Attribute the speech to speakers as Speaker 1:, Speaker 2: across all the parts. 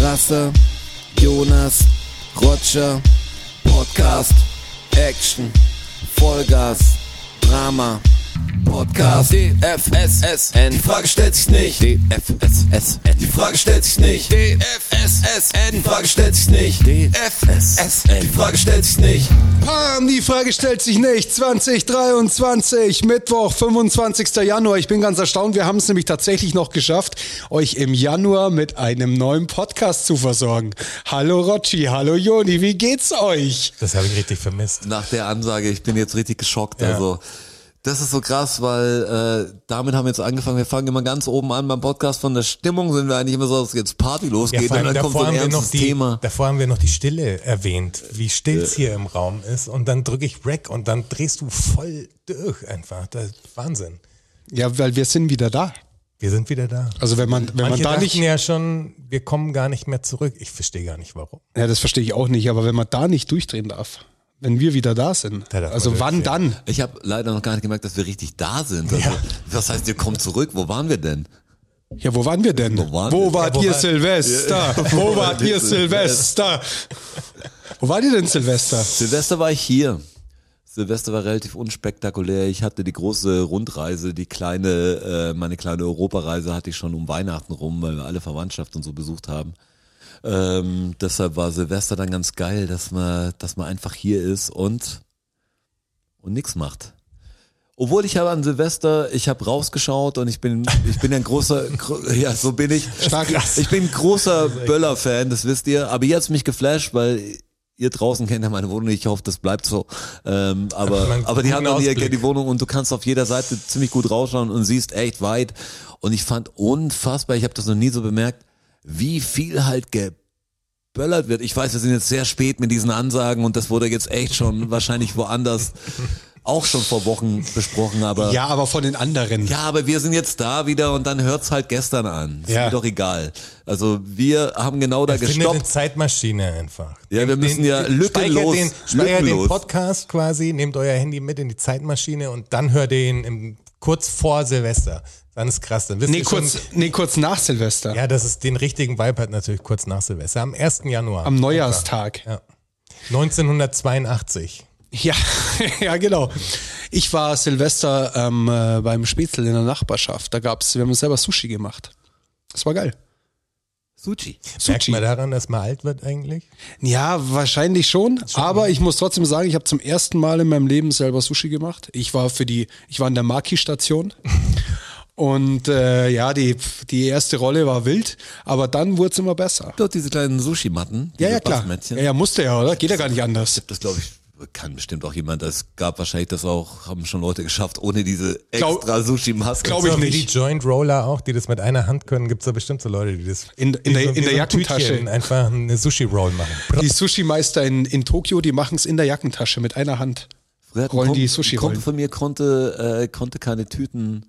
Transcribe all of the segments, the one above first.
Speaker 1: Rasse, Jonas, Roger, Podcast, Action, Vollgas, Drama, Podcast, DFSSN, die Frage stellt sich nicht, DFSSN, die Frage stellt sich nicht, DFSSN, die Frage stellt sich nicht, DFSSN, die Frage stellt sich nicht.
Speaker 2: Pam, die Frage stellt sich nicht. 2023, Mittwoch, 25. Januar. Ich bin ganz erstaunt. Wir haben es nämlich tatsächlich noch geschafft, euch im Januar mit einem neuen Podcast zu versorgen. Hallo Rocci, hallo Joni, wie geht's euch?
Speaker 3: Das habe ich richtig vermisst.
Speaker 4: nach der Ansage, ich bin jetzt richtig geschockt. Also das ist so krass, weil äh, damit haben wir jetzt angefangen. Wir fangen immer ganz oben an beim Podcast. Von der Stimmung sind wir eigentlich immer so, dass jetzt Party losgeht
Speaker 3: vor
Speaker 4: und
Speaker 3: allem
Speaker 4: dann kommt so ein
Speaker 3: wir noch
Speaker 4: ernstes
Speaker 3: die,
Speaker 4: Thema.
Speaker 3: davor haben wir noch die Stille erwähnt, wie still es hier im Raum ist. Und dann drücke ich Rack und dann drehst du voll durch einfach. Das ist Wahnsinn.
Speaker 2: Ja, weil wir sind wieder da.
Speaker 3: Wir sind wieder da.
Speaker 2: Also wenn man, wenn man
Speaker 3: Manche
Speaker 2: da
Speaker 3: dachten
Speaker 2: nicht,
Speaker 3: ja schon, wir kommen gar nicht mehr zurück. Ich verstehe gar nicht, warum.
Speaker 2: ja, das verstehe ich auch nicht, aber wenn man da nicht durchdrehen darf, wenn wir wieder da sind,
Speaker 3: Da darf man
Speaker 2: also wann
Speaker 3: durchdrehen.
Speaker 2: dann?
Speaker 4: Ich habe leider noch gar nicht gemerkt, dass wir richtig da sind. Also,
Speaker 3: Ja.
Speaker 4: Das heißt, ihr kommt zurück. Wo waren wir denn?
Speaker 2: Ja, wo waren wir denn?
Speaker 4: Wo waren
Speaker 2: wo
Speaker 4: wir?
Speaker 2: wart
Speaker 3: Ja, wo
Speaker 2: ihr
Speaker 3: war-
Speaker 2: Silvester? Wo wart ihr Silvester? Wo wart ihr denn Silvester?
Speaker 4: Silvester war ich hier. Silvester war relativ unspektakulär. Ich hatte die große Rundreise, die kleine, äh, meine kleine Europareise hatte ich schon um Weihnachten rum, weil wir alle Verwandtschaft und so besucht haben. Ähm, deshalb war Silvester dann ganz geil, dass man, dass man einfach hier ist und und nichts macht. Obwohl ich habe an Silvester, ich habe rausgeschaut und ich bin, ich bin ein großer, gro- ja, so bin ich.
Speaker 2: Stark.
Speaker 4: Ich bin ein großer Böller-Fan, das wisst ihr. Aber ihr hat's mich geflasht, weil ihr draußen kennt ja meine Wohnung. nicht. Ich hoffe, das bleibt so. Ähm,
Speaker 3: Hat man
Speaker 4: aber,
Speaker 3: einen
Speaker 4: aber die
Speaker 3: guten
Speaker 4: haben dann hier
Speaker 3: Ausblick.
Speaker 4: kennt die Wohnung und du kannst auf jeder Seite ziemlich gut rausschauen und siehst echt weit. Und ich fand unfassbar, ich habe das noch nie so bemerkt, wie viel halt geböllert wird. Ich weiß, wir sind jetzt sehr spät mit diesen Ansagen und das wurde jetzt echt schon wahrscheinlich woanders auch schon vor Wochen besprochen, aber
Speaker 2: Ja, aber von den anderen.
Speaker 4: ja, aber wir sind jetzt da wieder und dann hört's halt gestern an. Ist
Speaker 2: Ja.
Speaker 4: mir doch egal. Also wir haben genau da
Speaker 3: Finde eine
Speaker 4: gestoppt.
Speaker 3: Zeitmaschine einfach.
Speaker 4: Ja, wir
Speaker 3: Nehmt
Speaker 4: müssen ja
Speaker 3: Speichert
Speaker 4: lückenlos-
Speaker 3: den, speichert den
Speaker 4: lückenlos.
Speaker 3: Podcast quasi, nehmt euer Handy mit in die Zeitmaschine und dann hört ihr ihn im, kurz vor Silvester. Dann ist krass. Dann wisst
Speaker 2: Nee,
Speaker 3: ihr
Speaker 2: kurz,
Speaker 3: schon,
Speaker 2: nee, kurz nach Silvester.
Speaker 3: Ja, das ist den richtigen Vibe hat natürlich kurz nach Silvester, am 1. Januar.
Speaker 2: Am Neujahrstag.
Speaker 3: Ja. 1982.
Speaker 2: Ja, ja, genau. Ich war Silvester ähm, äh, beim Spätzl in der Nachbarschaft. Da gab's, wir haben uns selber Sushi gemacht. Das war geil.
Speaker 4: Suchi.
Speaker 3: Merkt man
Speaker 2: Sushi.
Speaker 3: daran, dass man alt wird eigentlich?
Speaker 2: Ja, wahrscheinlich schon. Aber ich muss trotzdem sagen, ich habe zum ersten Mal in meinem Leben selber Sushi gemacht. Ich war für die, ich war in der Maki-Station. Und äh, ja, die, die erste Rolle war wild, aber dann wurde es immer besser.
Speaker 4: Dort diese kleinen Sushi-Matten.
Speaker 2: Ja,
Speaker 4: diese
Speaker 2: ja, klar.
Speaker 4: Bassmättchen.
Speaker 2: Ja, ja, musste ja, oder? Geht ja gar nicht anders.
Speaker 4: Das glaube ich kann bestimmt auch jemand. Es gab wahrscheinlich das auch, haben schon Leute geschafft, ohne diese
Speaker 2: Glaub-
Speaker 4: extra Sushi-Maske.
Speaker 2: glaub ich
Speaker 3: so wie
Speaker 2: nicht.
Speaker 3: die Joint Roller auch, die das mit einer Hand können, gibt es da bestimmt so Leute, die das
Speaker 2: In- in
Speaker 3: die
Speaker 2: der- in
Speaker 3: wie
Speaker 2: der
Speaker 3: ein
Speaker 2: Jackentasche.
Speaker 3: Tütchen einfach eine Sushi Roll machen.
Speaker 2: Die Sushi-Meister in, in Tokio, die machen es in der Jackentasche mit einer Hand.
Speaker 4: Früher hat ein
Speaker 2: Rollen
Speaker 4: Kumpel-
Speaker 2: die Sushi
Speaker 4: ein Kumpel
Speaker 2: rollen.
Speaker 4: von mir konnte, äh, konnte keine Tüten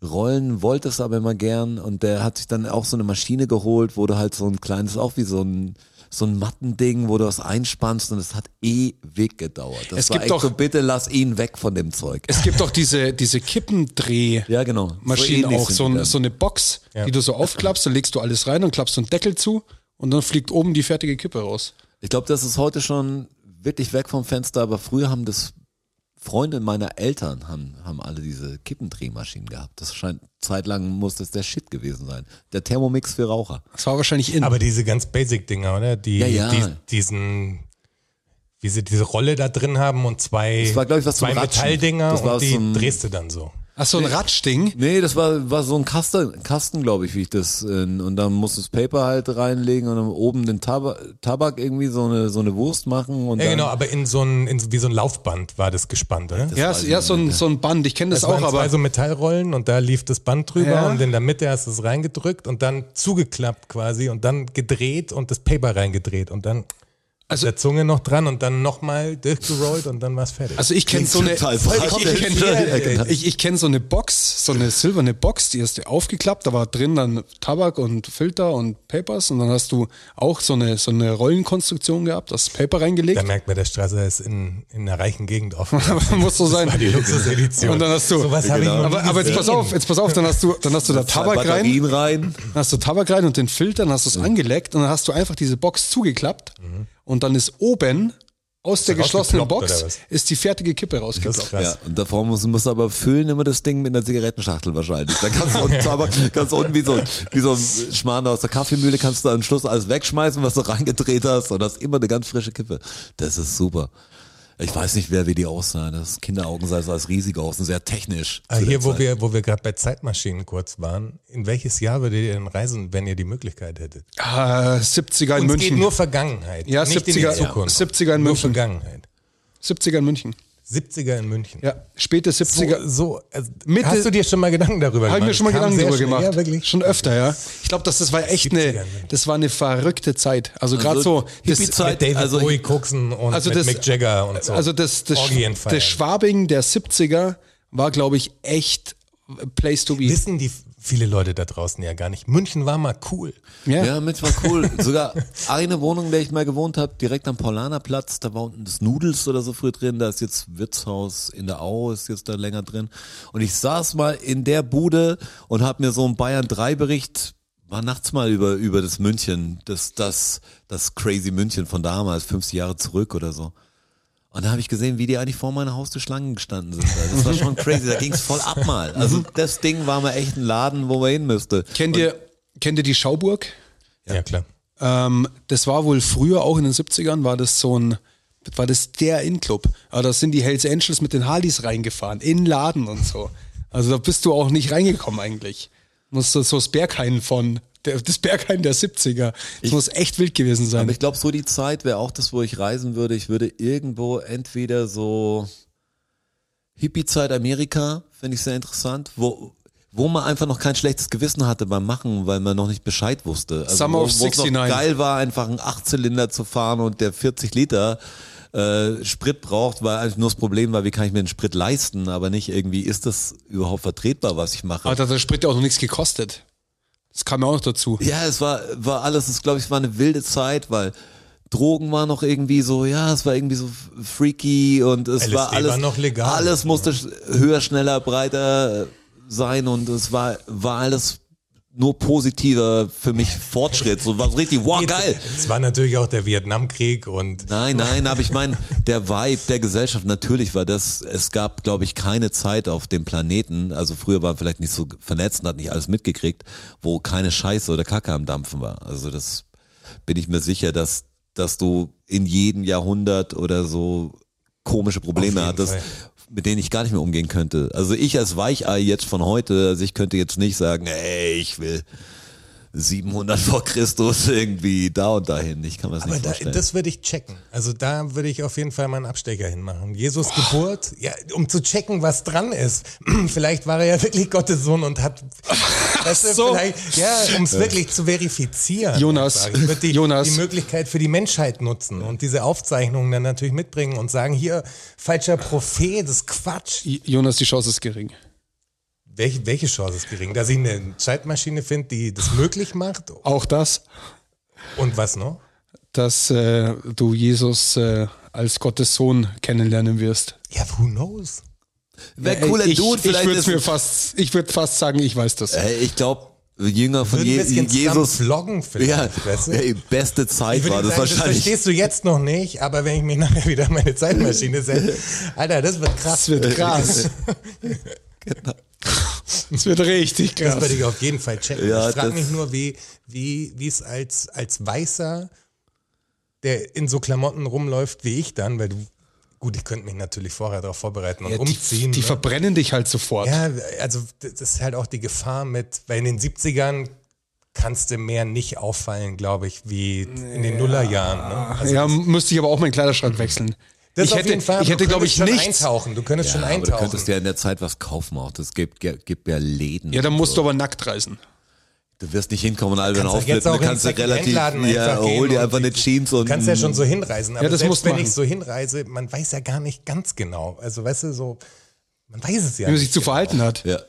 Speaker 4: rollen, wollte es aber immer gern und der hat sich dann auch so eine Maschine geholt, wo du halt so ein kleines, auch wie so ein so ein Mattending, wo du das einspannst und es hat ewig gedauert. Das
Speaker 2: Es
Speaker 4: war
Speaker 2: gibt
Speaker 4: echt
Speaker 2: doch-
Speaker 4: so, bitte lass ihn weg von dem Zeug.
Speaker 2: Es gibt auch diese, diese Kippendreh.
Speaker 4: Ja, genau.
Speaker 2: Maschinen
Speaker 4: ähnlich
Speaker 2: auch,
Speaker 4: sind
Speaker 2: so,
Speaker 4: die
Speaker 2: ein,
Speaker 4: dann.
Speaker 2: so eine Box,
Speaker 3: Ja.
Speaker 2: die du so aufklappst, dann legst du alles rein und klappst so einen Deckel zu und dann fliegt oben die fertige Kippe raus.
Speaker 4: Ich glaube, das ist heute schon wirklich weg vom Fenster, aber früher haben das Freunde meiner Eltern haben, haben alle diese Kippendrehmaschinen gehabt. Das scheint, zeitlang muss das der Shit gewesen sein. Der Thermomix für Raucher.
Speaker 2: Das war wahrscheinlich in.
Speaker 3: Aber diese ganz basic Dinger, oder? Die,
Speaker 4: Ja, ja.
Speaker 3: die diesen wie sie diese Rolle da drin haben und zwei,
Speaker 4: Das war, glaub ich, was zum
Speaker 3: zwei
Speaker 4: Ratschen.
Speaker 3: Metalldinger
Speaker 4: Das war
Speaker 3: und die
Speaker 4: zum-
Speaker 3: drehst du dann so.
Speaker 2: Ach so, ein Ratschding.
Speaker 4: Nee, das war, war so ein Kasten, Kasten glaube ich, wie ich das. äh, Und dann musst du das Paper halt reinlegen und dann oben den Tabak, Tabak irgendwie so eine, so eine Wurst machen. Und
Speaker 3: Ja,
Speaker 4: dann,
Speaker 3: genau, aber in so ein, in, so- wie so ein Laufband war das gespannt, oder?
Speaker 2: Ja,
Speaker 4: weiß ich
Speaker 2: ja so, ein, so ein Band. Ich kenne das,
Speaker 3: Das
Speaker 2: auch,
Speaker 3: waren
Speaker 2: aber
Speaker 3: zwei so Metallrollen und da lief das Band drüber
Speaker 2: Ja.
Speaker 3: und in der Mitte hast du es reingedrückt und dann zugeklappt quasi und dann gedreht und das Paper reingedreht und dann also, der Zunge noch dran und dann nochmal durchgerollt und dann war es fertig.
Speaker 2: Also ich kenne so eine,
Speaker 4: total frei.
Speaker 2: ich, ich kenn,
Speaker 3: genau.
Speaker 4: Ja,
Speaker 2: ich, ich kenn so eine Box, so eine silberne Box, die hast du aufgeklappt, da war drin dann Tabak und Filter und Papers und dann hast du auch so eine, so eine Rollenkonstruktion gehabt, das Paper
Speaker 3: da
Speaker 2: reingelegt.
Speaker 3: merkt man, der Straße ist in, in einer reichen Gegend offen.
Speaker 2: Muss so sein.
Speaker 3: Das war die Luxusedition.
Speaker 2: Und dann hast du-
Speaker 3: Sowas hab ich
Speaker 4: Genau.
Speaker 3: noch nie
Speaker 2: Aber, aber jetzt pass
Speaker 3: gesehen.
Speaker 2: auf, jetzt pass auf, dann hast du, dann hast du da
Speaker 4: Zwei
Speaker 2: Also Tabak rein.
Speaker 4: halt Batterien rein.
Speaker 2: Dann hast du Tabak rein und den Filter, dann hast du es angeleckt und dann hast du einfach diese Box zugeklappt und dann ist oben aus der geschlossenen
Speaker 3: rausgeploppt oder
Speaker 2: Box
Speaker 3: was?
Speaker 2: ist die fertige Kippe
Speaker 3: Das ist
Speaker 2: rausgeploppt.
Speaker 3: krass.
Speaker 4: Ja, und davor muss, muss aber füllen immer das Ding mit einer Zigarettenschachtel wahrscheinlich. Da kannst du unten, aber ganz unten wie so, ein- wie so ein Schmarrn aus der Kaffeemühle kannst du am Schluss alles wegschmeißen, was du reingedreht hast und hast immer eine ganz frische Kippe. Das ist super. Ich weiß nicht, wer wie die aussahen. Das Kinderaugen sah so als riesig aus und sehr technisch.
Speaker 3: Ah,
Speaker 4: zu der
Speaker 3: hier, wo
Speaker 4: Zeit.
Speaker 3: wir, wo wir gerade bei Zeitmaschinen kurz waren, in welches Jahr würdet ihr denn reisen, wenn ihr die Möglichkeit hättet?
Speaker 2: Ah, 70er in
Speaker 3: Uns
Speaker 2: München.
Speaker 3: geht nur Vergangenheit,
Speaker 2: Ja,
Speaker 3: nicht in
Speaker 2: 70er
Speaker 3: die Zukunft.
Speaker 2: ja. 70er in
Speaker 3: nur
Speaker 2: München.
Speaker 3: Vergangenheit.
Speaker 2: 70er in München.
Speaker 3: 70er in München.
Speaker 2: Ja, späte 70er.
Speaker 3: So, so also,
Speaker 2: Mitte-
Speaker 3: hast du dir schon mal Gedanken darüber
Speaker 2: Habe ich mir schon mal
Speaker 3: Kam
Speaker 2: Gedanken
Speaker 3: sehr
Speaker 2: darüber
Speaker 3: schnell.
Speaker 2: gemacht.
Speaker 3: Ja, wirklich.
Speaker 2: Schon öfter, ja. Ich glaube, das, das war echt eine,
Speaker 3: 70er, Mensch.
Speaker 2: das war eine verrückte Zeit. Also gerade
Speaker 4: Also
Speaker 2: so, das,
Speaker 4: Hippie-Zeit.
Speaker 3: Mit David
Speaker 4: Also-
Speaker 3: Bowie Cooksen und
Speaker 2: also
Speaker 3: mit
Speaker 2: das,
Speaker 3: Mick Jagger und so.
Speaker 2: also das, das,
Speaker 3: Orgienfeiern.
Speaker 2: das Schwabing der 70er war, glaube ich, echt Place to be.
Speaker 3: Wissen die viele Leute da draußen ja gar nicht. München war mal cool.
Speaker 2: Ja.
Speaker 4: Ja, mit war cool. Sogar eine Wohnung, in der ich mal gewohnt habe, direkt am Paulanerplatz, da war unten das Nudels oder so früher drin, da ist jetzt Wirtshaus in der Au, ist jetzt da länger drin. Und ich saß mal in der Bude und habe mir so einen Bayern 3 Bericht war nachts mal über über das München, das das das crazy München von damals, 50 Jahre zurück oder so. Und da habe ich gesehen, wie die eigentlich vor meiner Haustür Schlangen gestanden sind. Also Das war schon crazy, da ging's voll ab mal. Also das Ding war mal echt ein Laden, wo man hin müsste.
Speaker 2: Kennt ihr, kennt ihr die Schauburg?
Speaker 3: Ja, klar.
Speaker 2: Ähm, das war wohl früher, auch in den 70ern, war das so ein, war das der In-Club. Aber da sind die Hells Angels mit den Harleys reingefahren, in den Laden und so. Also da bist du auch nicht reingekommen eigentlich. Musst du so das Berghain von, der, das Berghain der 70er. Das muss echt wild gewesen sein.
Speaker 4: Aber ich glaube, so die Zeit wäre auch das, wo ich reisen würde. Ich würde irgendwo entweder so Hippie-Zeit Amerika, finde ich sehr interessant, wo, wo man einfach noch kein schlechtes Gewissen hatte beim Machen, weil man noch nicht Bescheid wusste. Also
Speaker 2: Summer
Speaker 4: wo,
Speaker 2: of
Speaker 4: wo es noch
Speaker 2: 69.
Speaker 4: geil war, einfach einen Achtzylinder zu fahren und der 40 Liter äh, Sprit braucht, weil eigentlich nur das Problem war, wie kann ich mir den Sprit leisten, aber nicht irgendwie, ist das überhaupt vertretbar, was ich mache?
Speaker 2: Aber da hat der Sprit ja auch noch nichts gekostet. Das kam ja auch noch dazu.
Speaker 4: Ja, es war, war alles, es glaube ich, war eine wilde Zeit, weil Drogen war noch irgendwie so, ja, es war irgendwie so freaky und es
Speaker 3: LSD
Speaker 4: war alles,
Speaker 3: war noch legal.
Speaker 4: alles musste sch- höher, schneller, breiter äh, sein und es war, war alles nur positiver für mich Fortschritt. So war richtig,
Speaker 2: Oh,
Speaker 4: wow, geil.
Speaker 3: Es war natürlich auch der Vietnamkrieg und
Speaker 4: Nein, nein, aber ich meine, der Vibe der Gesellschaft, natürlich war das, es gab, glaube ich, keine Zeit auf dem Planeten, also früher war man vielleicht nicht so vernetzt und hat nicht alles mitgekriegt, wo keine Scheiße oder Kacke am Dampfen war. Also das bin ich mir sicher, dass, dass du in jedem Jahrhundert oder so komische Probleme
Speaker 3: Auf jeden
Speaker 4: hattest,
Speaker 3: Fall.
Speaker 4: mit denen ich gar nicht mehr umgehen könnte. Also ich als Weichei jetzt von heute, also ich könnte jetzt nicht sagen, ey, ich will 700 vor Christus irgendwie da und dahin. Ich kann mir das
Speaker 3: Aber
Speaker 4: nicht
Speaker 3: da,
Speaker 4: vorstellen.
Speaker 3: das würde ich checken. Also da würde ich auf jeden Fall mal einen Abstecher hinmachen. Jesus Geburt, ja, um zu checken, was dran ist. Vielleicht war er ja wirklich Gottes Sohn und hat, weißt du,
Speaker 2: so.
Speaker 3: vielleicht, ja,
Speaker 4: Äh.
Speaker 3: um es wirklich zu verifizieren.
Speaker 2: Jonas,
Speaker 3: einfach. ich würde die,
Speaker 2: Jonas.
Speaker 3: die Möglichkeit für die Menschheit nutzen und diese Aufzeichnungen dann natürlich mitbringen und sagen, hier, falscher Prophet, das ist Quatsch.
Speaker 2: J- Jonas, die Chance ist gering.
Speaker 3: Welche, welche Chance ist gering? Dass ich eine Zeitmaschine finde, die das möglich macht
Speaker 2: Auch das,
Speaker 3: und was noch?
Speaker 2: dass äh, du Jesus äh, als Gottes Sohn kennenlernen wirst.
Speaker 3: Ja, who knows?
Speaker 4: Wär cooler
Speaker 2: ich,
Speaker 4: Dude,
Speaker 2: ich
Speaker 4: vielleicht
Speaker 2: würd's
Speaker 4: ist-
Speaker 2: mir fast, ich würde fast sagen, ich weiß das.
Speaker 4: Äh, ich glaube, Jünger von
Speaker 3: Würde ein
Speaker 4: Je
Speaker 3: bisschen
Speaker 4: Jesus.
Speaker 3: zusammen vloggen vielleicht,
Speaker 4: Ja,
Speaker 3: weißt du?
Speaker 4: ja, die beste Zeit
Speaker 3: Ich würde
Speaker 4: war das
Speaker 3: sagen, das
Speaker 4: wahrscheinlich.
Speaker 3: verstehst du jetzt noch nicht, aber wenn ich mich nachher wieder in meine Zeitmaschine setze, Alter, das wird krass.
Speaker 2: Das
Speaker 4: Äh,
Speaker 2: wird krass.
Speaker 4: genau.
Speaker 2: Das wird richtig
Speaker 3: Das
Speaker 2: krass.
Speaker 3: würde ich auf jeden Fall checken.
Speaker 4: Ja,
Speaker 3: ich frage
Speaker 4: das-
Speaker 3: mich nur, wie, wie, wie es als, als Weißer, der in so Klamotten rumläuft wie ich dann, weil du, gut, ich könnte mich natürlich vorher darauf vorbereiten und
Speaker 2: Ja,
Speaker 3: umziehen.
Speaker 2: die, die
Speaker 3: ne?
Speaker 2: verbrennen dich halt sofort.
Speaker 3: Ja, also das ist halt auch die Gefahr mit, weil in den 70ern kannst du mehr nicht auffallen, glaube ich, wie in den Nullerjahren. Ne? Also
Speaker 2: ja, müsste ich aber auch meinen Kleiderschrank wechseln.
Speaker 3: das
Speaker 2: ich
Speaker 3: auf
Speaker 2: hätte,
Speaker 3: jeden Fall,
Speaker 2: ich
Speaker 3: du
Speaker 2: hätte, glaube ich,
Speaker 3: könntest schon
Speaker 2: nichts.
Speaker 3: Eintauchen. Du könntest schon
Speaker 4: Ja, aber du
Speaker 3: eintauchen.
Speaker 4: könntest ja in der Zeit was kaufen auch. Das gibt, gibt ja Läden.
Speaker 2: Ja, dann musst
Speaker 4: so.
Speaker 2: du aber nackt reisen.
Speaker 4: Du wirst nicht hinkommen, Alben
Speaker 3: Kannst du
Speaker 4: auftreten.
Speaker 3: jetzt auch
Speaker 4: Du
Speaker 3: in
Speaker 4: kannst ja
Speaker 3: den Secondhand
Speaker 4: relativ,
Speaker 3: Laden
Speaker 4: ja,
Speaker 3: einfach gehen
Speaker 4: hol dir
Speaker 3: und
Speaker 4: einfach eine
Speaker 3: du
Speaker 4: Jeans und.
Speaker 3: kannst ja schon so hinreisen, aber
Speaker 2: Ja, das
Speaker 3: selbst
Speaker 2: musst
Speaker 3: wenn
Speaker 2: machen.
Speaker 3: ich so hinreise, man weiß ja gar nicht ganz genau. Also weißt du, so, man
Speaker 2: wie
Speaker 3: weiß es ja
Speaker 2: man
Speaker 3: nicht. genau.
Speaker 2: sich zu verhalten hat.
Speaker 4: Ja.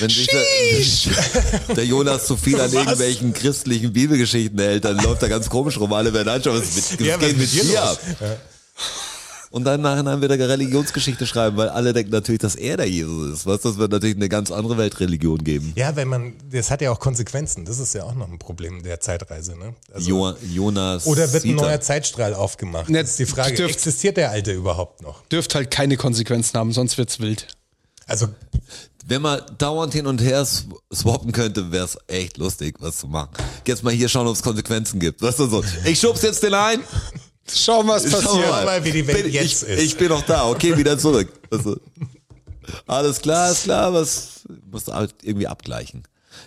Speaker 4: Wenn sich der, der Jonas zu viel an irgendwelchen christlichen Bibelgeschichten hält, dann läuft er ganz komisch rum. Alle werden anschauen, was, was
Speaker 3: Ja, was
Speaker 4: geht
Speaker 3: ist
Speaker 4: mit
Speaker 3: hier
Speaker 4: dir
Speaker 3: los?
Speaker 4: ab? Und dann im Nachhinein wird er Religionsgeschichte schreiben, weil alle denken natürlich, dass er der Jesus ist. Weißt du, das wird natürlich eine ganz andere Weltreligion geben.
Speaker 3: Ja, wenn man, das hat ja auch Konsequenzen. Das ist ja auch noch ein Problem der Zeitreise, ne? Also,
Speaker 4: Jo Jonas.
Speaker 3: oder wird ein
Speaker 4: Sita.
Speaker 3: neuer Zeitstrahl aufgemacht?
Speaker 2: Ne,
Speaker 3: Das ist die Frage,
Speaker 2: dürft-
Speaker 3: existiert der alte überhaupt noch?
Speaker 2: Dürft halt keine Konsequenzen haben, sonst wird's wild.
Speaker 3: Also,
Speaker 4: Wenn man dauernd hin und her sw- swappen könnte, wäre es echt lustig, was zu machen. Jetzt mal hier schauen, ob es Konsequenzen gibt. Weißt du so? Ich schub's jetzt den ein.
Speaker 2: Schauen wir, was
Speaker 4: Schauen wir
Speaker 2: passiert.
Speaker 3: mal, wie die Welt
Speaker 4: bin,
Speaker 3: jetzt
Speaker 4: ich,
Speaker 3: ist.
Speaker 4: Ich bin noch da, okay, wieder zurück. Also, alles klar, alles klar, was musst du halt irgendwie abgleichen.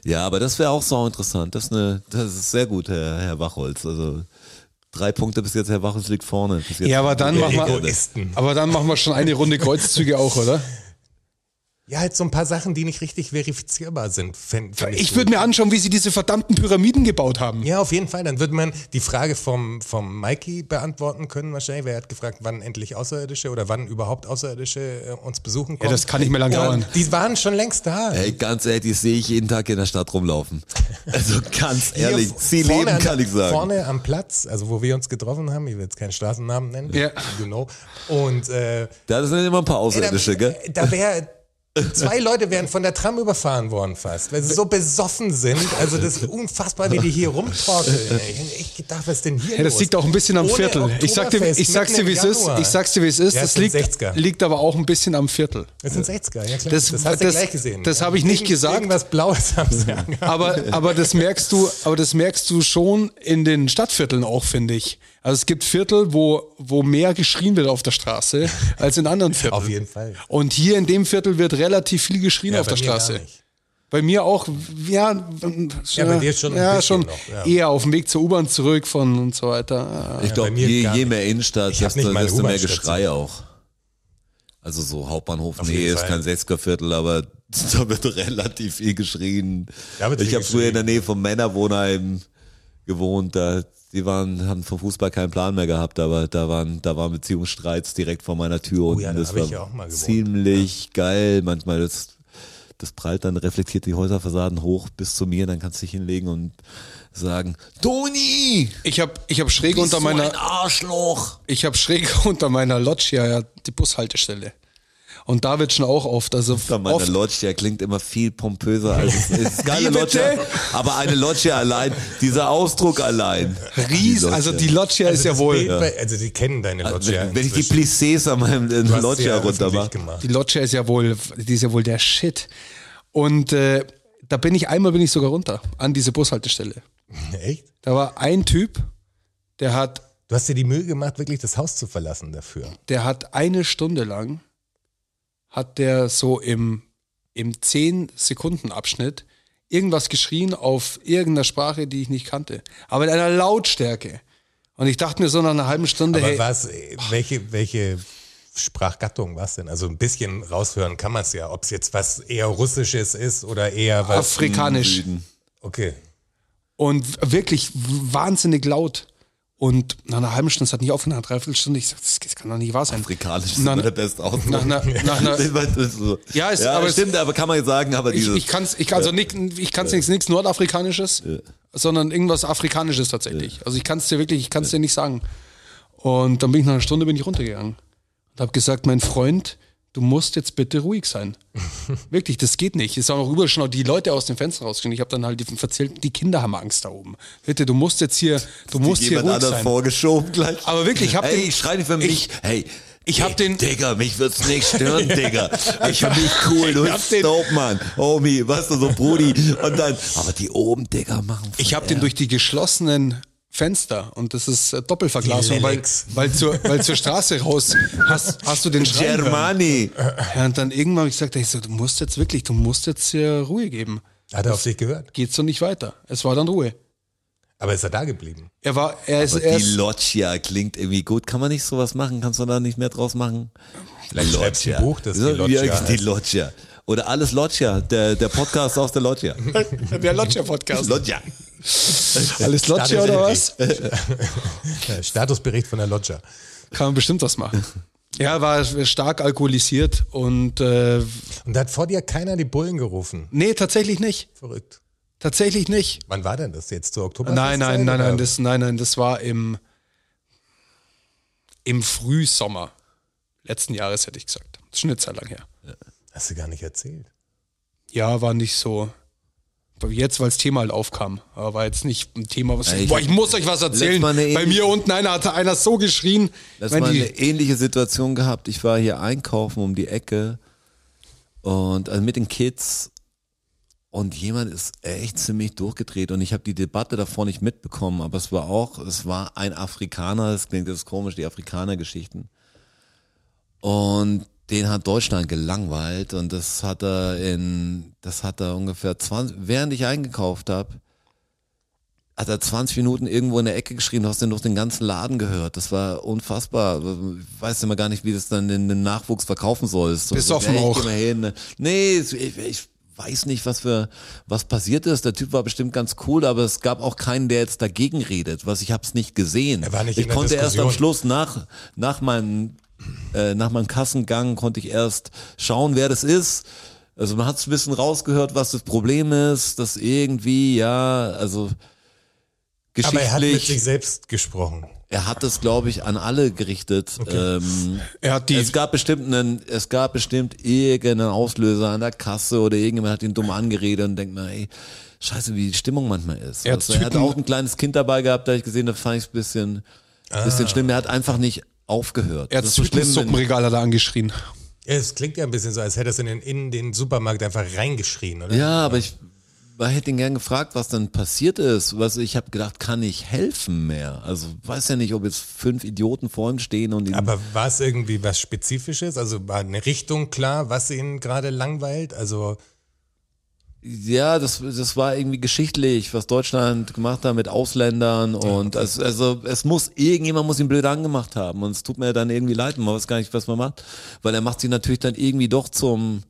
Speaker 4: Ja, aber das wäre auch so interessant. Das ist, eine, das ist sehr gut, Herr, Herr Wachholz. Also drei Punkte bis jetzt, Herr Wachholz liegt vorne. Bis jetzt
Speaker 2: Ja, aber dann
Speaker 4: Der
Speaker 2: machen wir-
Speaker 4: Egoisten.
Speaker 2: Aber dann machen wir schon eine Runde Kreuzzüge auch, oder?
Speaker 3: ja, halt so ein paar Sachen, die nicht richtig verifizierbar sind. Fänd, fänd
Speaker 2: Ich
Speaker 3: gut.
Speaker 2: würde mir anschauen, wie sie diese verdammten Pyramiden gebaut haben.
Speaker 3: Ja, auf jeden Fall. Dann wird man die Frage vom, vom Mikey beantworten können wahrscheinlich. Wer hat gefragt, wann endlich Außerirdische oder wann überhaupt Außerirdische äh, uns besuchen kommen?
Speaker 2: das kann nicht mehr lang
Speaker 3: Und
Speaker 2: dauern.
Speaker 3: Die waren schon längst da.
Speaker 4: Ey, ganz ehrlich, die sehe ich jeden Tag in der Stadt rumlaufen. Also ganz
Speaker 3: Hier
Speaker 4: ehrlich,
Speaker 3: v-
Speaker 4: sie
Speaker 3: vorne
Speaker 4: leben,
Speaker 3: an-
Speaker 4: kann ich sagen.
Speaker 3: Vorne am Platz, also wo wir uns getroffen haben, ich will jetzt keinen Straßennamen nennen,
Speaker 2: Ja.
Speaker 3: you know. Und äh,
Speaker 4: Da sind immer ein paar Außerirdische,
Speaker 3: da,
Speaker 4: gell?
Speaker 3: äh, da wäre zwei Leute wären von der Tram überfahren worden fast, weil sie so besoffen sind. Also das ist unfassbar, wie die hier rumtorkeln. ey. Ich gedacht, was ist denn hier
Speaker 2: Ja, das
Speaker 3: los?
Speaker 2: liegt auch ein bisschen am
Speaker 3: Ohne
Speaker 2: Viertel. Ich sag dir, ich
Speaker 3: Oktoberfest,
Speaker 2: sag's dir, wie
Speaker 3: mitten
Speaker 2: es
Speaker 3: im
Speaker 2: ist.
Speaker 3: Januar.
Speaker 2: Ich sag's dir, wie es ist.
Speaker 3: Ja,
Speaker 2: das
Speaker 3: es sind
Speaker 2: liegt,
Speaker 3: 60er.
Speaker 2: liegt aber auch ein bisschen am Viertel.
Speaker 3: Das sind 60er, ja klar.
Speaker 2: Das-
Speaker 3: Das, hast du
Speaker 2: das-
Speaker 3: gleich gesehen.
Speaker 2: das habe ich nicht gesagt.
Speaker 3: Irgendwas Blaues haben sie angehabt.
Speaker 2: Aber, aber das merkst du, aber das merkst du schon in den Stadtvierteln auch, finde ich. Also es gibt Viertel, wo, wo mehr geschrien wird auf der Straße als in anderen Vierteln.
Speaker 3: Auf jeden Fall.
Speaker 2: Und hier in dem Viertel wird relativ viel geschrien
Speaker 3: Ja,
Speaker 2: auf
Speaker 3: bei
Speaker 2: der
Speaker 3: mir gar
Speaker 2: Straße.
Speaker 3: nicht.
Speaker 2: Bei mir auch, ja, äh,
Speaker 3: Ja, bei dir schon ein
Speaker 2: ja,
Speaker 3: bisschen
Speaker 2: schon
Speaker 3: noch, ja.
Speaker 2: eher auf dem Weg zur U-Bahn zurück von und so weiter.
Speaker 4: Ich glaube,
Speaker 3: bei mir
Speaker 4: je,
Speaker 3: gar
Speaker 4: je
Speaker 3: nicht.
Speaker 4: mehr Innenstadt,
Speaker 3: hab nicht
Speaker 4: desto,
Speaker 3: meine
Speaker 4: desto mehr
Speaker 3: U-Bahn-Station.
Speaker 4: Geschrei auch. Also so Hauptbahnhof,
Speaker 3: Auf
Speaker 4: nee,
Speaker 3: jeden
Speaker 4: ist
Speaker 3: Fall.
Speaker 4: kein Sechskerviertel, aber da wird relativ viel geschrien.
Speaker 3: Da wird
Speaker 4: ich
Speaker 3: viel
Speaker 4: habe früher in
Speaker 3: geschrien.
Speaker 4: der Nähe vom Männerwohnheim gewohnt, da die waren, haben vom Fußball keinen Plan mehr gehabt, aber da waren, da waren Beziehungsstreits direkt vor meiner Tür und
Speaker 3: Oh ja, da
Speaker 4: das
Speaker 3: hab
Speaker 4: war
Speaker 3: ich ja auch mal gewohnt.
Speaker 4: ziemlich geil. Manchmal das, das prallt dann reflektiert die Häuserfassaden hoch bis zu mir, dann kannst du dich hinlegen und sagen, Toni,
Speaker 2: Ich habe ich hab schräg
Speaker 4: bist
Speaker 2: unter
Speaker 4: du
Speaker 2: meiner
Speaker 4: ein Arschloch.
Speaker 2: Ich habe schräg unter meiner Loggia ja die Bushaltestelle. Und da wird schon auch oft, also
Speaker 4: Da meine
Speaker 2: oft,
Speaker 4: Loggia klingt immer viel pompöser als es ist. Keine
Speaker 2: Wie
Speaker 4: Loggia,
Speaker 2: bitte?
Speaker 4: aber eine Loggia allein, dieser Ausdruck allein.
Speaker 2: Ries,
Speaker 4: Loggia.
Speaker 2: also die Loggia ist ja
Speaker 3: Das
Speaker 2: wohl,
Speaker 3: Bild bei- Also die kennen deine
Speaker 4: Also,
Speaker 3: Loggia.
Speaker 4: wenn, wenn ich die
Speaker 3: inzwischen.
Speaker 4: Plissés an meinem äh,
Speaker 3: Du hast sie
Speaker 4: Loggia
Speaker 3: ja
Speaker 4: runter
Speaker 3: öffentlich
Speaker 4: mache.
Speaker 3: gemacht.
Speaker 2: die Loggia ist ja wohl, die ist ja wohl der Shit. Und äh, da bin ich, einmal bin ich sogar runter, an diese Bushaltestelle.
Speaker 3: Echt?
Speaker 2: Da war ein Typ, der hat,
Speaker 3: Du hast dir die Mühe gemacht, wirklich das Haus zu verlassen dafür.
Speaker 2: der hat eine Stunde lang, hat der so im, im 10-Sekunden-Abschnitt irgendwas geschrien auf irgendeiner Sprache, die ich nicht kannte. Aber in einer Lautstärke. Und ich dachte mir so nach einer halben Stunde,
Speaker 3: Aber
Speaker 2: hey,
Speaker 3: was, äh, welche, welche Sprachgattung war es denn? Also ein bisschen raushören kann man es ja, ob es jetzt was eher Russisches ist oder eher was.
Speaker 2: afrikanisch.
Speaker 4: Süden.
Speaker 3: Okay.
Speaker 2: Und wirklich wahnsinnig laut. Und nach einer halben Stunde, es hat nicht aufgehört, nach einer Dreiviertelstunde, ich sag, das, das kann doch nicht wahr sein.
Speaker 4: Afrikanisch ist
Speaker 2: Nein.
Speaker 4: immer der beste Ausdruck.
Speaker 2: Nach einer- nach einer-
Speaker 4: Das ist so.
Speaker 2: Ja,
Speaker 4: ja,
Speaker 2: es- aber es-
Speaker 4: stimmt, aber kann man jetzt sagen, aber
Speaker 2: Ich,
Speaker 4: dieses.
Speaker 2: ich kann's, ich, also nicht, ich kann's nichts, nichts Nordafrikanisches, sondern irgendwas Afrikanisches tatsächlich. Also ich kann's dir wirklich, ich kann's dir nicht sagen. Und dann bin ich nach einer Stunde bin ich runtergegangen und habe gesagt, mein Freund, du musst jetzt bitte ruhig sein. wirklich, das geht nicht. Es haben auch überall schon auch die Leute aus dem Fenster rausgegangen. Ich habe dann halt die erzählt, die Kinder haben Angst da oben. Bitte, du musst jetzt hier, du musst hier
Speaker 4: jemand
Speaker 2: ruhig
Speaker 4: anders
Speaker 2: sein.
Speaker 4: vorgeschoben gleich.
Speaker 2: Aber wirklich, ich hab
Speaker 4: Ey,
Speaker 2: den-
Speaker 4: ich schreie nicht für mich.
Speaker 2: ich-
Speaker 4: hey,
Speaker 2: ich hab
Speaker 4: ey,
Speaker 2: den-
Speaker 4: Digga, mich wird's nicht stören, Digga. Ich hab mich cool, du
Speaker 2: Ich hab
Speaker 4: bist
Speaker 2: den-
Speaker 4: dope, Mann. Homie, weißt du, so Brudi. Und dann, aber die oben, Digga, machen.
Speaker 2: Ich habe den durch die geschlossenen Fenster und das ist äh, Doppelverglasung,
Speaker 3: Die
Speaker 2: weil,
Speaker 3: Lelex.
Speaker 2: weil, zur, weil zur Straße raus hast, hast du den schreien hören.
Speaker 4: Germani.
Speaker 2: Ja, und dann irgendwann habe ich gesagt, ich so, du musst jetzt wirklich, du musst jetzt hier Ruhe geben.
Speaker 3: Hat er auf sich gehört.
Speaker 2: Geht so nicht weiter. Es war dann Ruhe.
Speaker 3: Aber ist er da geblieben?
Speaker 2: Er war, er ist, er
Speaker 4: Die
Speaker 2: ist
Speaker 4: Loggia klingt irgendwie gut. Kann man nicht sowas machen? Kannst du da nicht mehr draus machen? Die
Speaker 3: Vielleicht schreibst du ein Buch, das die Loggia
Speaker 4: Ja, Die
Speaker 3: heißt.
Speaker 4: Loggia. Oder alles Loggia, der, der Podcast aus der Loggia.
Speaker 2: Der Lodger-Podcast.
Speaker 4: Loggia.
Speaker 2: Alles Lodger oder was?
Speaker 3: Äh, Statusbericht von der Lodger.
Speaker 2: Kann man bestimmt was machen. Ja, war stark alkoholisiert und äh,
Speaker 3: Und da hat vor dir keiner die Bullen gerufen.
Speaker 2: nee, tatsächlich nicht.
Speaker 3: Verrückt.
Speaker 2: Tatsächlich nicht.
Speaker 3: Wann war denn das jetzt? Zu Oktober?
Speaker 2: Nein, nein,
Speaker 3: Zeit,
Speaker 2: nein, nein,
Speaker 3: oder?
Speaker 2: das, nein, nein, das war im, im Frühsommer letzten Jahres, hätte ich gesagt. Das ist schon eine Zeit lang her.
Speaker 3: Hast du gar nicht erzählt.
Speaker 2: Ja, war nicht so. Aber Jetzt, weil das Thema halt aufkam. Aber war jetzt nicht ein Thema, was.
Speaker 4: Ja, ich-
Speaker 2: boah, ich muss euch was
Speaker 4: Letztes
Speaker 2: erzählen.
Speaker 4: Mal eine
Speaker 2: Bei mir
Speaker 4: ähnliche-
Speaker 2: unten einer hatte einer so geschrien.
Speaker 4: Das
Speaker 2: Wenn
Speaker 4: war eine
Speaker 2: die,
Speaker 4: ähnliche Situation gehabt. Ich war hier einkaufen um die Ecke und also mit den Kids und jemand ist echt ziemlich durchgedreht und ich habe die Debatte davor nicht mitbekommen, aber es war auch, es war ein Afrikaner, das klingt jetzt komisch, die Afrikaner-Geschichten. Und den hat Deutschland gelangweilt und das hat er in, das hat er ungefähr 20, während ich eingekauft habe, hat er 20 Minuten irgendwo in der Ecke geschrieben, du hast den durch den ganzen Laden gehört. Das war unfassbar. Ich weiß immer gar nicht, wie das dann in den Nachwuchs verkaufen sollst.
Speaker 2: Bist offen
Speaker 4: ja, ich
Speaker 2: auch.
Speaker 4: geh mal hin. Nee, ich, ich weiß nicht, was für, was passiert ist. Der Typ war bestimmt ganz cool, aber es gab auch keinen, der jetzt dagegen redet. Was, ich hab's nicht gesehen.
Speaker 3: Er war nicht
Speaker 4: ich
Speaker 3: in der
Speaker 4: konnte erst am
Speaker 3: Diskussion.
Speaker 4: Schluss nach, nach meinem äh, nach meinem Kassengang konnte ich erst schauen, wer das ist. Also man hat es ein bisschen rausgehört, was das Problem ist, dass irgendwie, ja, also geschichtlich.
Speaker 3: Aber er hat mit sich selbst gesprochen.
Speaker 4: das, glaube ich, an alle gerichtet. Ähm,
Speaker 2: er hat die.
Speaker 4: es gab bestimmt einen, es gab bestimmt irgendeinen Auslöser an der Kasse oder irgendjemand hat ihn dumm angeredet und denkt mal, ey, scheiße, wie die Stimmung manchmal ist.
Speaker 2: Er hat
Speaker 4: Also, er hat
Speaker 2: Typen-
Speaker 4: auch ein kleines Kind dabei gehabt, da hab ich gesehen, da fand ich ein bisschen, bisschen schlimm. Er hat einfach nicht aufgehört.
Speaker 2: Ah. er hat
Speaker 4: Das ist
Speaker 2: das
Speaker 4: so schlimm, wenn-
Speaker 2: Tütensuppenregal hat er angeschrien.
Speaker 3: Ja, Es klingt ja ein bisschen so, als hätte er es in den, in den Supermarkt einfach reingeschrien, oder?
Speaker 4: Ja, aber ich man hätte ihn gern gefragt, was dann passiert ist. Was ich habe gedacht, kann ich helfen mehr? Also weiß ja nicht, ob jetzt fünf Idioten vor ihm stehen und ihn.
Speaker 3: Aber war es irgendwie was Spezifisches? Also war eine Richtung klar, was ihn gerade langweilt? Also
Speaker 4: ja, das, das war irgendwie geschichtlich, was Deutschland gemacht hat mit Ausländern und es, also es muss irgendjemand muss ihn blöd angemacht haben und es tut mir dann irgendwie leid, man weiß gar nicht, was man macht, weil er macht sich natürlich dann irgendwie doch zum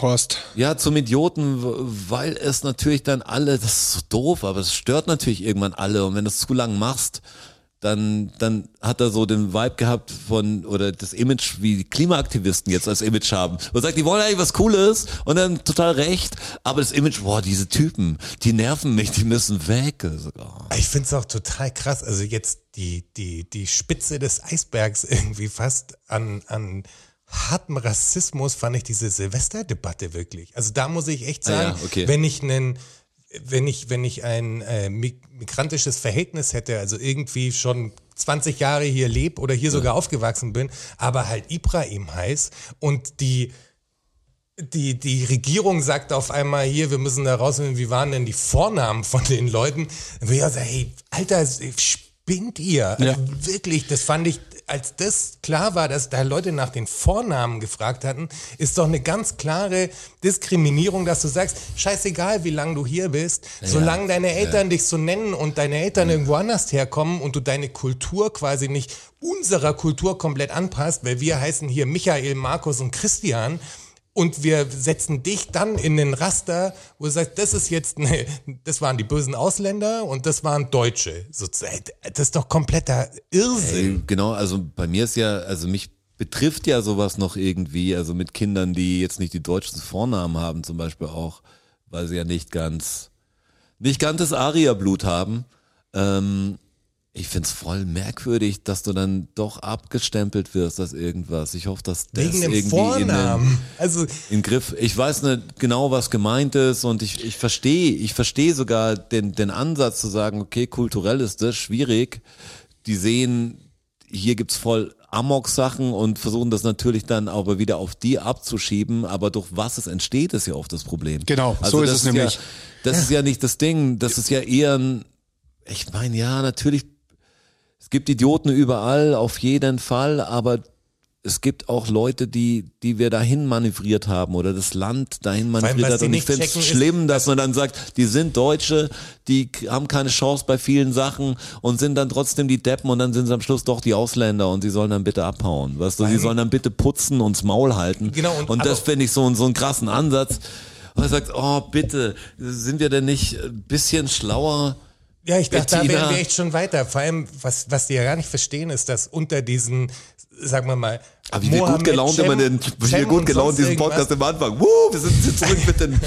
Speaker 2: Horst.
Speaker 4: Ja, zum Idioten, w- weil es natürlich dann alle, das ist so doof, aber es stört natürlich irgendwann alle. Und wenn du es zu lang machst, dann, dann hat er so den Vibe gehabt von, oder das Image, wie die Klimaaktivisten jetzt als Image haben. Und sagt, die wollen eigentlich was Cooles und dann total recht. Aber das Image, boah, diese Typen, die nerven mich, die müssen weg. Also, oh.
Speaker 3: ich finde es auch total krass. Also jetzt die, die, die Spitze des Eisbergs irgendwie fast an, an hartem Rassismus fand ich diese Silvesterdebatte wirklich. Also da muss ich echt
Speaker 4: Ah ja,
Speaker 3: sagen,
Speaker 4: okay.
Speaker 3: wenn ich einen wenn ich, wenn ich ein äh, mi- migrantisches Verhältnis hätte, also irgendwie schon 20 Jahre hier leb oder hier sogar aufgewachsen bin, aber halt Ibrahim heiß und die die, die Regierung sagt auf einmal hier, wir müssen da rausfinden, wie waren denn die Vornamen von den Leuten? Dann würde ich auch sagen, hey, Alter, spinnt ihr? Also
Speaker 2: Ja.
Speaker 3: wirklich, das fand ich, als das klar war, dass da Leute nach den Vornamen gefragt hatten, ist doch eine ganz klare Diskriminierung, dass du sagst, scheißegal, wie lange du hier bist, solange deine Eltern dich so nennen und deine Eltern irgendwo anders herkommen und du deine Kultur quasi nicht unserer Kultur komplett anpasst, weil wir heißen hier Michael, Markus und Christian, und wir setzen dich dann in den Raster, wo du sagst, das ist jetzt, ne, das waren die bösen Ausländer und das waren Deutsche. So, das ist doch kompletter Irrsinn.
Speaker 4: Ey, Genau, also bei mir ist ja, also mich betrifft ja sowas noch irgendwie, also mit Kindern, die jetzt nicht die deutschen Vornamen haben, zum Beispiel auch, weil sie ja nicht ganz, nicht ganz das Aria-Blut haben. Ähm, ich find's voll merkwürdig, dass du dann doch abgestempelt wirst als irgendwas. Ich hoffe, dass das
Speaker 3: Wegen dem
Speaker 4: irgendwie in den,
Speaker 3: Vornamen. Also,
Speaker 4: im Griff. Ich weiß nicht genau, was gemeint ist und ich, ich verstehe, ich verstehe sogar den, den Ansatz zu sagen, okay, kulturell ist das schwierig. Die sehen, hier gibt's voll Amok-Sachen und versuchen das natürlich dann aber wieder auf die abzuschieben, aber durch was es entsteht, ist ja oft das Problem. Also
Speaker 2: Genau, so ist
Speaker 4: das
Speaker 2: es nämlich.
Speaker 4: Ja, das ist ja nicht das Ding, das ist ja eher ein, ich meine, ja, natürlich, es gibt Idioten überall, auf jeden Fall, aber es gibt auch Leute, die, die wir dahin manövriert haben oder das Land dahin manövriert
Speaker 3: was
Speaker 4: hat.
Speaker 3: die
Speaker 4: Und ich
Speaker 3: nicht
Speaker 4: finde es
Speaker 3: checken, ist,
Speaker 4: schlimm, dass man dann sagt, die sind Deutsche, die k- haben keine Chance bei vielen Sachen und sind dann trotzdem die Deppen und dann sind sie am Schluss doch die Ausländer und sie sollen dann bitte abhauen. Weißt du, sie sollen dann bitte putzen und das Maul halten.
Speaker 3: Genau,
Speaker 4: und,
Speaker 3: und-
Speaker 4: das
Speaker 3: aber-
Speaker 4: finde ich so, einen- so einen krassen Ansatz. Und er sagt, oh bitte, sind wir denn nicht ein bisschen schlauer?
Speaker 3: Ja, ich dachte, da
Speaker 4: Bettina.
Speaker 3: wären wir echt schon weiter. Vor allem, was, was die ja gar nicht verstehen, ist, dass unter diesen, sagen wir mal,
Speaker 4: Aber Ah, wie wir gut
Speaker 3: Mohammed,
Speaker 4: gelaunt
Speaker 3: Cem-
Speaker 4: immer den, wie wir
Speaker 3: Cem
Speaker 4: gut
Speaker 3: und
Speaker 4: gelaunt
Speaker 3: sonst
Speaker 4: diesen Podcast
Speaker 3: irgendwas.
Speaker 4: immer anfangen. Woo, wir sind hier zurück mit den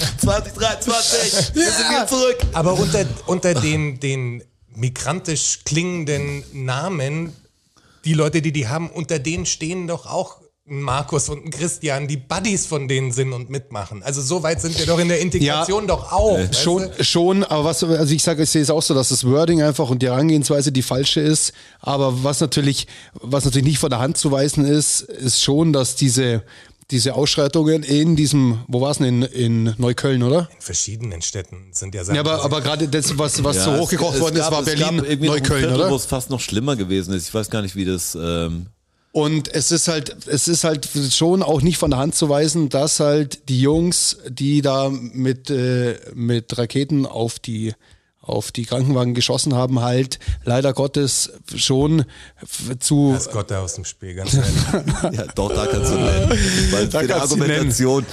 Speaker 4: 2023. Wir sind hier zurück.
Speaker 3: Aber unter, unter den, den migrantisch klingenden Namen, die Leute, die die haben, unter denen stehen doch auch ein Markus und ein Christian, die Buddies von denen sind und mitmachen. Also so weit sind wir doch in der Integration doch auch. weißt
Speaker 2: äh, Schon,
Speaker 3: du?
Speaker 2: schon, aber was, also ich sage, ich sehe es auch so, dass das Wording einfach und die Herangehensweise die falsche ist. Aber was natürlich, was natürlich nicht von der Hand zu weisen ist, ist schon, dass diese, diese Ausschreitungen in diesem, wo war es denn, in, in Neukölln, oder?
Speaker 3: In verschiedenen Städten sind ja
Speaker 2: Ja,
Speaker 3: Sachen.
Speaker 2: aber, aber gerade das, was, was so
Speaker 4: es-
Speaker 2: hochgekocht
Speaker 4: es
Speaker 2: worden ist,
Speaker 4: gab-
Speaker 2: war
Speaker 4: es gab irgendwie noch ein
Speaker 2: Berlin-Neukölln,
Speaker 4: Viertel,
Speaker 2: oder?
Speaker 4: Wo es fast noch schlimmer gewesen ist. Ich weiß gar nicht, wie das. Ähm,
Speaker 2: Und es ist halt, es ist halt schon auch nicht von der Hand zu weisen, dass halt die Jungs, die da mit, äh, mit Raketen auf die, auf die Krankenwagen geschossen haben, halt leider Gottes schon f- zu.
Speaker 3: Das Gott da aus dem Spiel, ganz ehrlich.
Speaker 4: ja, doch, da kannst du nennen. Weil
Speaker 2: Da
Speaker 4: für die
Speaker 2: kannst du nennen.
Speaker 4: Argumentation.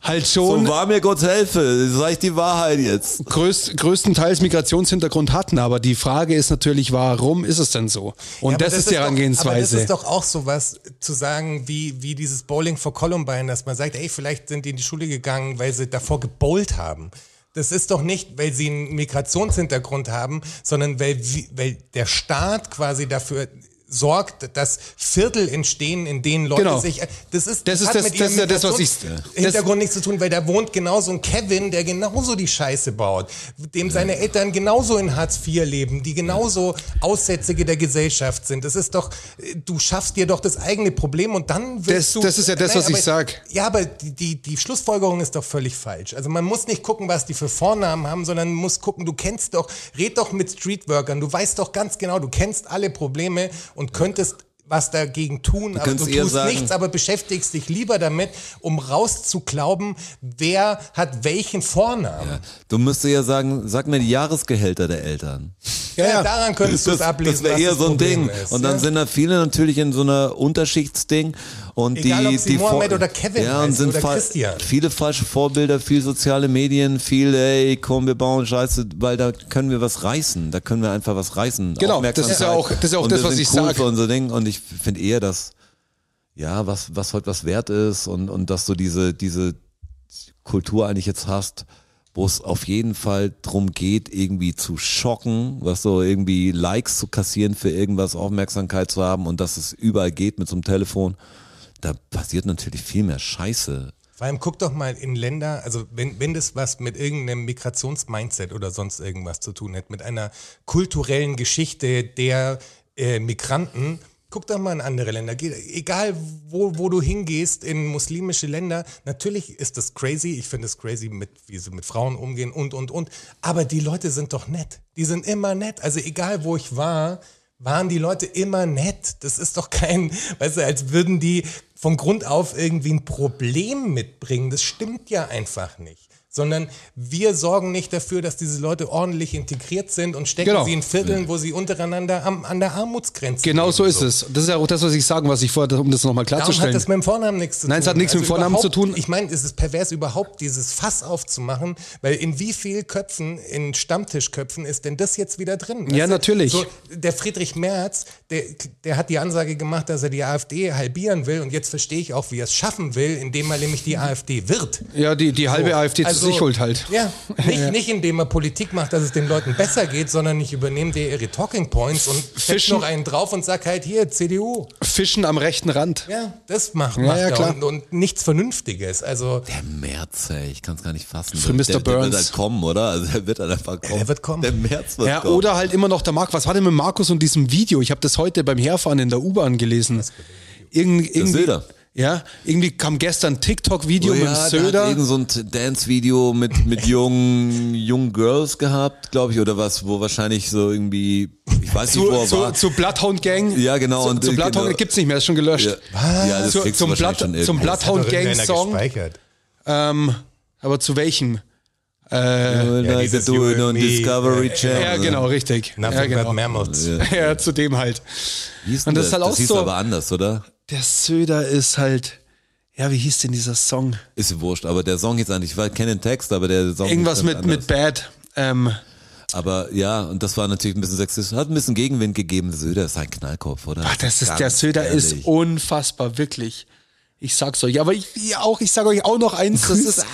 Speaker 2: Halt
Speaker 4: So
Speaker 2: schon
Speaker 4: war mir Gott helfe. Sag ich die Wahrheit jetzt.
Speaker 2: größt, größtenteils Migrationshintergrund hatten. Aber die Frage ist natürlich, warum ist es denn so? Und
Speaker 3: Ja, aber
Speaker 2: das, ist die
Speaker 3: Doch, aber das
Speaker 2: Herangehensweise.
Speaker 3: ist doch auch sowas zu sagen, wie, wie dieses Bowling for Columbine, dass man sagt, ey, vielleicht sind die in die Schule gegangen, weil sie davor gebowlt haben. Das ist doch nicht, weil sie einen Migrationshintergrund haben, sondern weil, wie- weil der Staat quasi dafür sorgt, dass Viertel entstehen, in denen Leute
Speaker 2: Genau.
Speaker 3: sich... äh, Das ist,
Speaker 2: Das ist
Speaker 3: hat
Speaker 2: das-
Speaker 3: mit
Speaker 2: das ist ja
Speaker 3: ihrem
Speaker 2: das, was ich-
Speaker 3: Hintergrund nichts zu tun, weil da wohnt genauso ein Kevin, der genauso die Scheiße baut, dem seine Eltern genauso in Hartz IV leben, die genauso Aussätzige der Gesellschaft sind. Das ist doch, äh, du schaffst dir doch das eigene Problem und dann
Speaker 2: Das-
Speaker 3: willst du...
Speaker 2: das ist ja das, was ich
Speaker 3: aber-
Speaker 2: sag.
Speaker 3: Ja, aber die, die, die Schlussfolgerung ist doch völlig falsch. Also man muss nicht gucken, was die für Vornamen haben, sondern muss gucken, du kennst doch, red doch mit Streetworkern, du weißt doch ganz genau, du kennst alle Probleme und könntest was dagegen tun, aber
Speaker 4: kannst
Speaker 3: du
Speaker 4: eher
Speaker 3: tust
Speaker 4: sagen-
Speaker 3: nichts, aber beschäftigst dich lieber damit, um rauszuklauben, wer hat welchen Vornamen.
Speaker 4: Du müsstest ja sagen, sag mir die Jahresgehälter der Eltern.
Speaker 3: Ja,
Speaker 2: ja.
Speaker 3: daran könntest du
Speaker 4: Das,
Speaker 3: es
Speaker 4: das
Speaker 3: ablesen.
Speaker 4: wäre
Speaker 3: was
Speaker 4: eher so ein
Speaker 3: Problem
Speaker 4: Ding.
Speaker 3: ist,
Speaker 4: und dann
Speaker 3: ja.
Speaker 4: sind da viele natürlich in so einer Unterschichtsding. Und
Speaker 3: Egal,
Speaker 4: die,
Speaker 3: ob sie
Speaker 4: die
Speaker 3: Mohammed
Speaker 4: Vor-
Speaker 3: oder Kevin
Speaker 4: ja, und
Speaker 3: heißen
Speaker 4: sind
Speaker 3: oder
Speaker 4: fa-
Speaker 3: Christian.
Speaker 4: Viele falsche Vorbilder, viel soziale Medien, viel, ey, komm, wir bauen Scheiße, weil da können wir was reißen. Da können wir einfach was reißen.
Speaker 2: Genau, das ist ja auch- das ist ja auch
Speaker 4: und
Speaker 2: das,
Speaker 4: wir
Speaker 2: was
Speaker 4: sind
Speaker 2: ich
Speaker 4: cool
Speaker 2: sag.
Speaker 4: für unser Ding. Und ich finde eher, dass, ja, was, was heute was wert ist und, und dass du diese, diese Kultur eigentlich jetzt hast, wo es auf jeden Fall drum geht, irgendwie zu schocken, was so irgendwie Likes zu kassieren für irgendwas, Aufmerksamkeit zu haben und dass es überall geht mit so einem Telefon, da passiert natürlich viel mehr Scheiße.
Speaker 3: Vor allem guck doch mal in Länder, also wenn, wenn das was mit irgendeinem Migrationsmindset oder sonst irgendwas zu tun hat, mit einer kulturellen Geschichte der äh, Migranten, guck doch mal in andere Länder. Geh, egal, wo, wo du hingehst, in muslimische Länder, natürlich ist das crazy. Ich finde es crazy, mit, wie sie mit Frauen umgehen und, und, und. Aber die Leute sind doch nett. Die sind immer nett. Also egal, wo ich war, waren die Leute immer nett. Das ist doch kein, weißt du, als würden die von Grund auf irgendwie ein Problem mitbringen. Das stimmt ja einfach nicht. Sondern wir sorgen nicht dafür, dass diese Leute ordentlich integriert sind und stecken
Speaker 2: Genau.
Speaker 3: sie in Vierteln, wo sie untereinander am, an der Armutsgrenze
Speaker 2: Genau
Speaker 3: leben.
Speaker 2: so ist es. Das ist ja auch das, was ich sagen, was ich vorher, um das nochmal
Speaker 3: Darum
Speaker 2: klarzustellen.
Speaker 3: hat das mit dem Vornamen nichts zu tun. Also
Speaker 2: Nein, es hat nichts mit dem Vornamen zu
Speaker 3: überhaupt-
Speaker 2: tun.
Speaker 3: Ich meine, es ist pervers, überhaupt dieses Fass aufzumachen, weil in wie vielen Köpfen, in Stammtischköpfen ist denn das jetzt wieder drin?
Speaker 2: Ja, natürlich.
Speaker 3: So, der Friedrich Merz, der, der hat die Ansage gemacht, dass er die AfD halbieren will und jetzt verstehe ich auch, wie er es schaffen will, indem er nämlich die AfD wird. also,
Speaker 2: ja, die, die halbe AfD
Speaker 4: also
Speaker 2: zu sich holt halt.
Speaker 3: Ja, nicht, nicht indem er Politik macht, dass es den Leuten besser geht, sondern ich übernehme dir ihre Talking Points und setz
Speaker 2: Fischen-
Speaker 3: noch einen drauf und sag halt hier, CDU.
Speaker 2: Fischen am rechten Rand.
Speaker 3: Ja, das macht, macht
Speaker 2: ja,
Speaker 3: er
Speaker 2: klar.
Speaker 3: Und, und nichts Vernünftiges. Also
Speaker 4: Der März, Äh, ey, ich kann es gar nicht fassen.
Speaker 2: Für
Speaker 4: der,
Speaker 2: Mr.
Speaker 4: Der, der wird
Speaker 2: Burns.
Speaker 4: halt kommen, oder? Also der wird halt einfach kommen.
Speaker 3: der wird kommen.
Speaker 4: Der März wird
Speaker 2: Ja,
Speaker 4: kommen.
Speaker 2: oder halt immer noch der Marc. Was war denn mit Markus und diesem Video? Ich habe das heute beim Herfahren in der U-Bahn gelesen. Irgend, irgendwie,
Speaker 4: Söder. Oh
Speaker 2: Ja, irgendwie kam gestern ein TikTok-Video mit dem
Speaker 4: ja, Der
Speaker 2: Söder.
Speaker 4: hat irgend so ein Dance-Video mit, mit jungen, jungen Girls gehabt, glaube ich, oder was, wo wahrscheinlich so irgendwie, ich weiß nicht, wo
Speaker 2: zu,
Speaker 4: er
Speaker 2: zu,
Speaker 4: war.
Speaker 2: zu Bloodhound Gang.
Speaker 4: Ja, genau,
Speaker 2: Zu,
Speaker 4: und,
Speaker 2: zu
Speaker 4: äh,
Speaker 2: Bloodhound
Speaker 4: genau.
Speaker 2: gibt's nicht mehr, ist schon gelöscht.
Speaker 4: ja, ja, das
Speaker 2: Zu,
Speaker 4: kriegst
Speaker 2: zum
Speaker 4: du wahrscheinlich
Speaker 2: Blood,
Speaker 4: schon
Speaker 2: zum
Speaker 4: irgendwie.
Speaker 2: Bloodhound Gang
Speaker 3: irgendeiner
Speaker 2: Song.
Speaker 3: gespeichert.
Speaker 2: Ähm, aber zu welchem?
Speaker 4: Ja, dieses
Speaker 3: dieses
Speaker 4: Do It
Speaker 3: You
Speaker 4: on
Speaker 3: and Me.
Speaker 4: Discovery Channel.
Speaker 2: Ja, genau, richtig. Ja,
Speaker 3: Nothing ja,
Speaker 2: genau.
Speaker 3: but Mammoths.
Speaker 2: ja, zu dem halt.
Speaker 4: Wie hieß
Speaker 2: Und
Speaker 4: denn
Speaker 2: das ist halt auch
Speaker 4: hieß
Speaker 2: so-
Speaker 4: aber anders, oder?
Speaker 2: Der Söder ist halt, ja, wie hieß denn dieser Song?
Speaker 4: Ist wurscht, aber der Song jetzt eigentlich, ich kenne den Text, aber der Song
Speaker 2: Irgendwas
Speaker 4: ist ganz
Speaker 2: mit, mit
Speaker 4: anders.
Speaker 2: Bad. Ähm,
Speaker 4: Aber ja, und das war natürlich ein bisschen sexistisch. Hat ein bisschen Gegenwind gegeben. Söder ist ein Knallkopf, oder?
Speaker 2: ach, das ist,
Speaker 4: Ganz
Speaker 2: der Söder
Speaker 4: ehrlich.
Speaker 2: ist unfassbar, wirklich. Ich sag's euch, aber ich, ich auch, ich sag euch auch noch eins, das ist,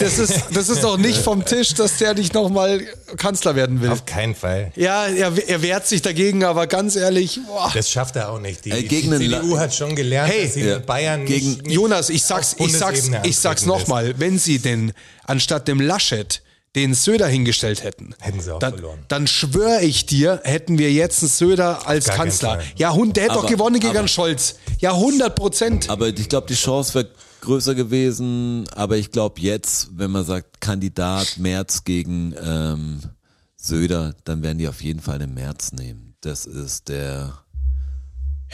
Speaker 2: das ist, das ist doch nicht vom Tisch, dass der nicht nochmal Kanzler werden will.
Speaker 3: Auf keinen Fall.
Speaker 2: Ja, er, er wehrt sich dagegen, aber ganz ehrlich, boah.
Speaker 3: Das schafft er auch nicht. Die,
Speaker 4: Äh, gegen
Speaker 3: die
Speaker 4: den La-
Speaker 3: CDU hat schon gelernt,
Speaker 2: Hey,
Speaker 3: dass sie
Speaker 4: ja.
Speaker 3: mit Bayern nicht-
Speaker 4: Gegen-
Speaker 3: nicht
Speaker 2: Jonas, ich sag's,
Speaker 3: auf
Speaker 2: ich sag's,
Speaker 3: Bundesebene
Speaker 2: ich sag's
Speaker 3: antreten
Speaker 2: nochmal, wenn sie denn anstatt dem Laschet den Söder hingestellt hätten,
Speaker 3: Hätten sie auch
Speaker 2: dann,
Speaker 3: verloren.
Speaker 2: dann schwöre ich dir, hätten wir jetzt einen Söder als
Speaker 3: gar keinen
Speaker 2: Kanzler.
Speaker 3: Fall.
Speaker 2: Ja, Hund, der hätte
Speaker 4: Aber-
Speaker 2: doch gewonnen gegen
Speaker 4: aber-
Speaker 2: Scholz. Ja, 100 Prozent.
Speaker 4: Aber ich glaube, die Chance wäre größer gewesen. Aber ich glaube jetzt, wenn man sagt, Kandidat Merz gegen ähm, Söder, dann werden die auf jeden Fall den Merz nehmen. Das ist der.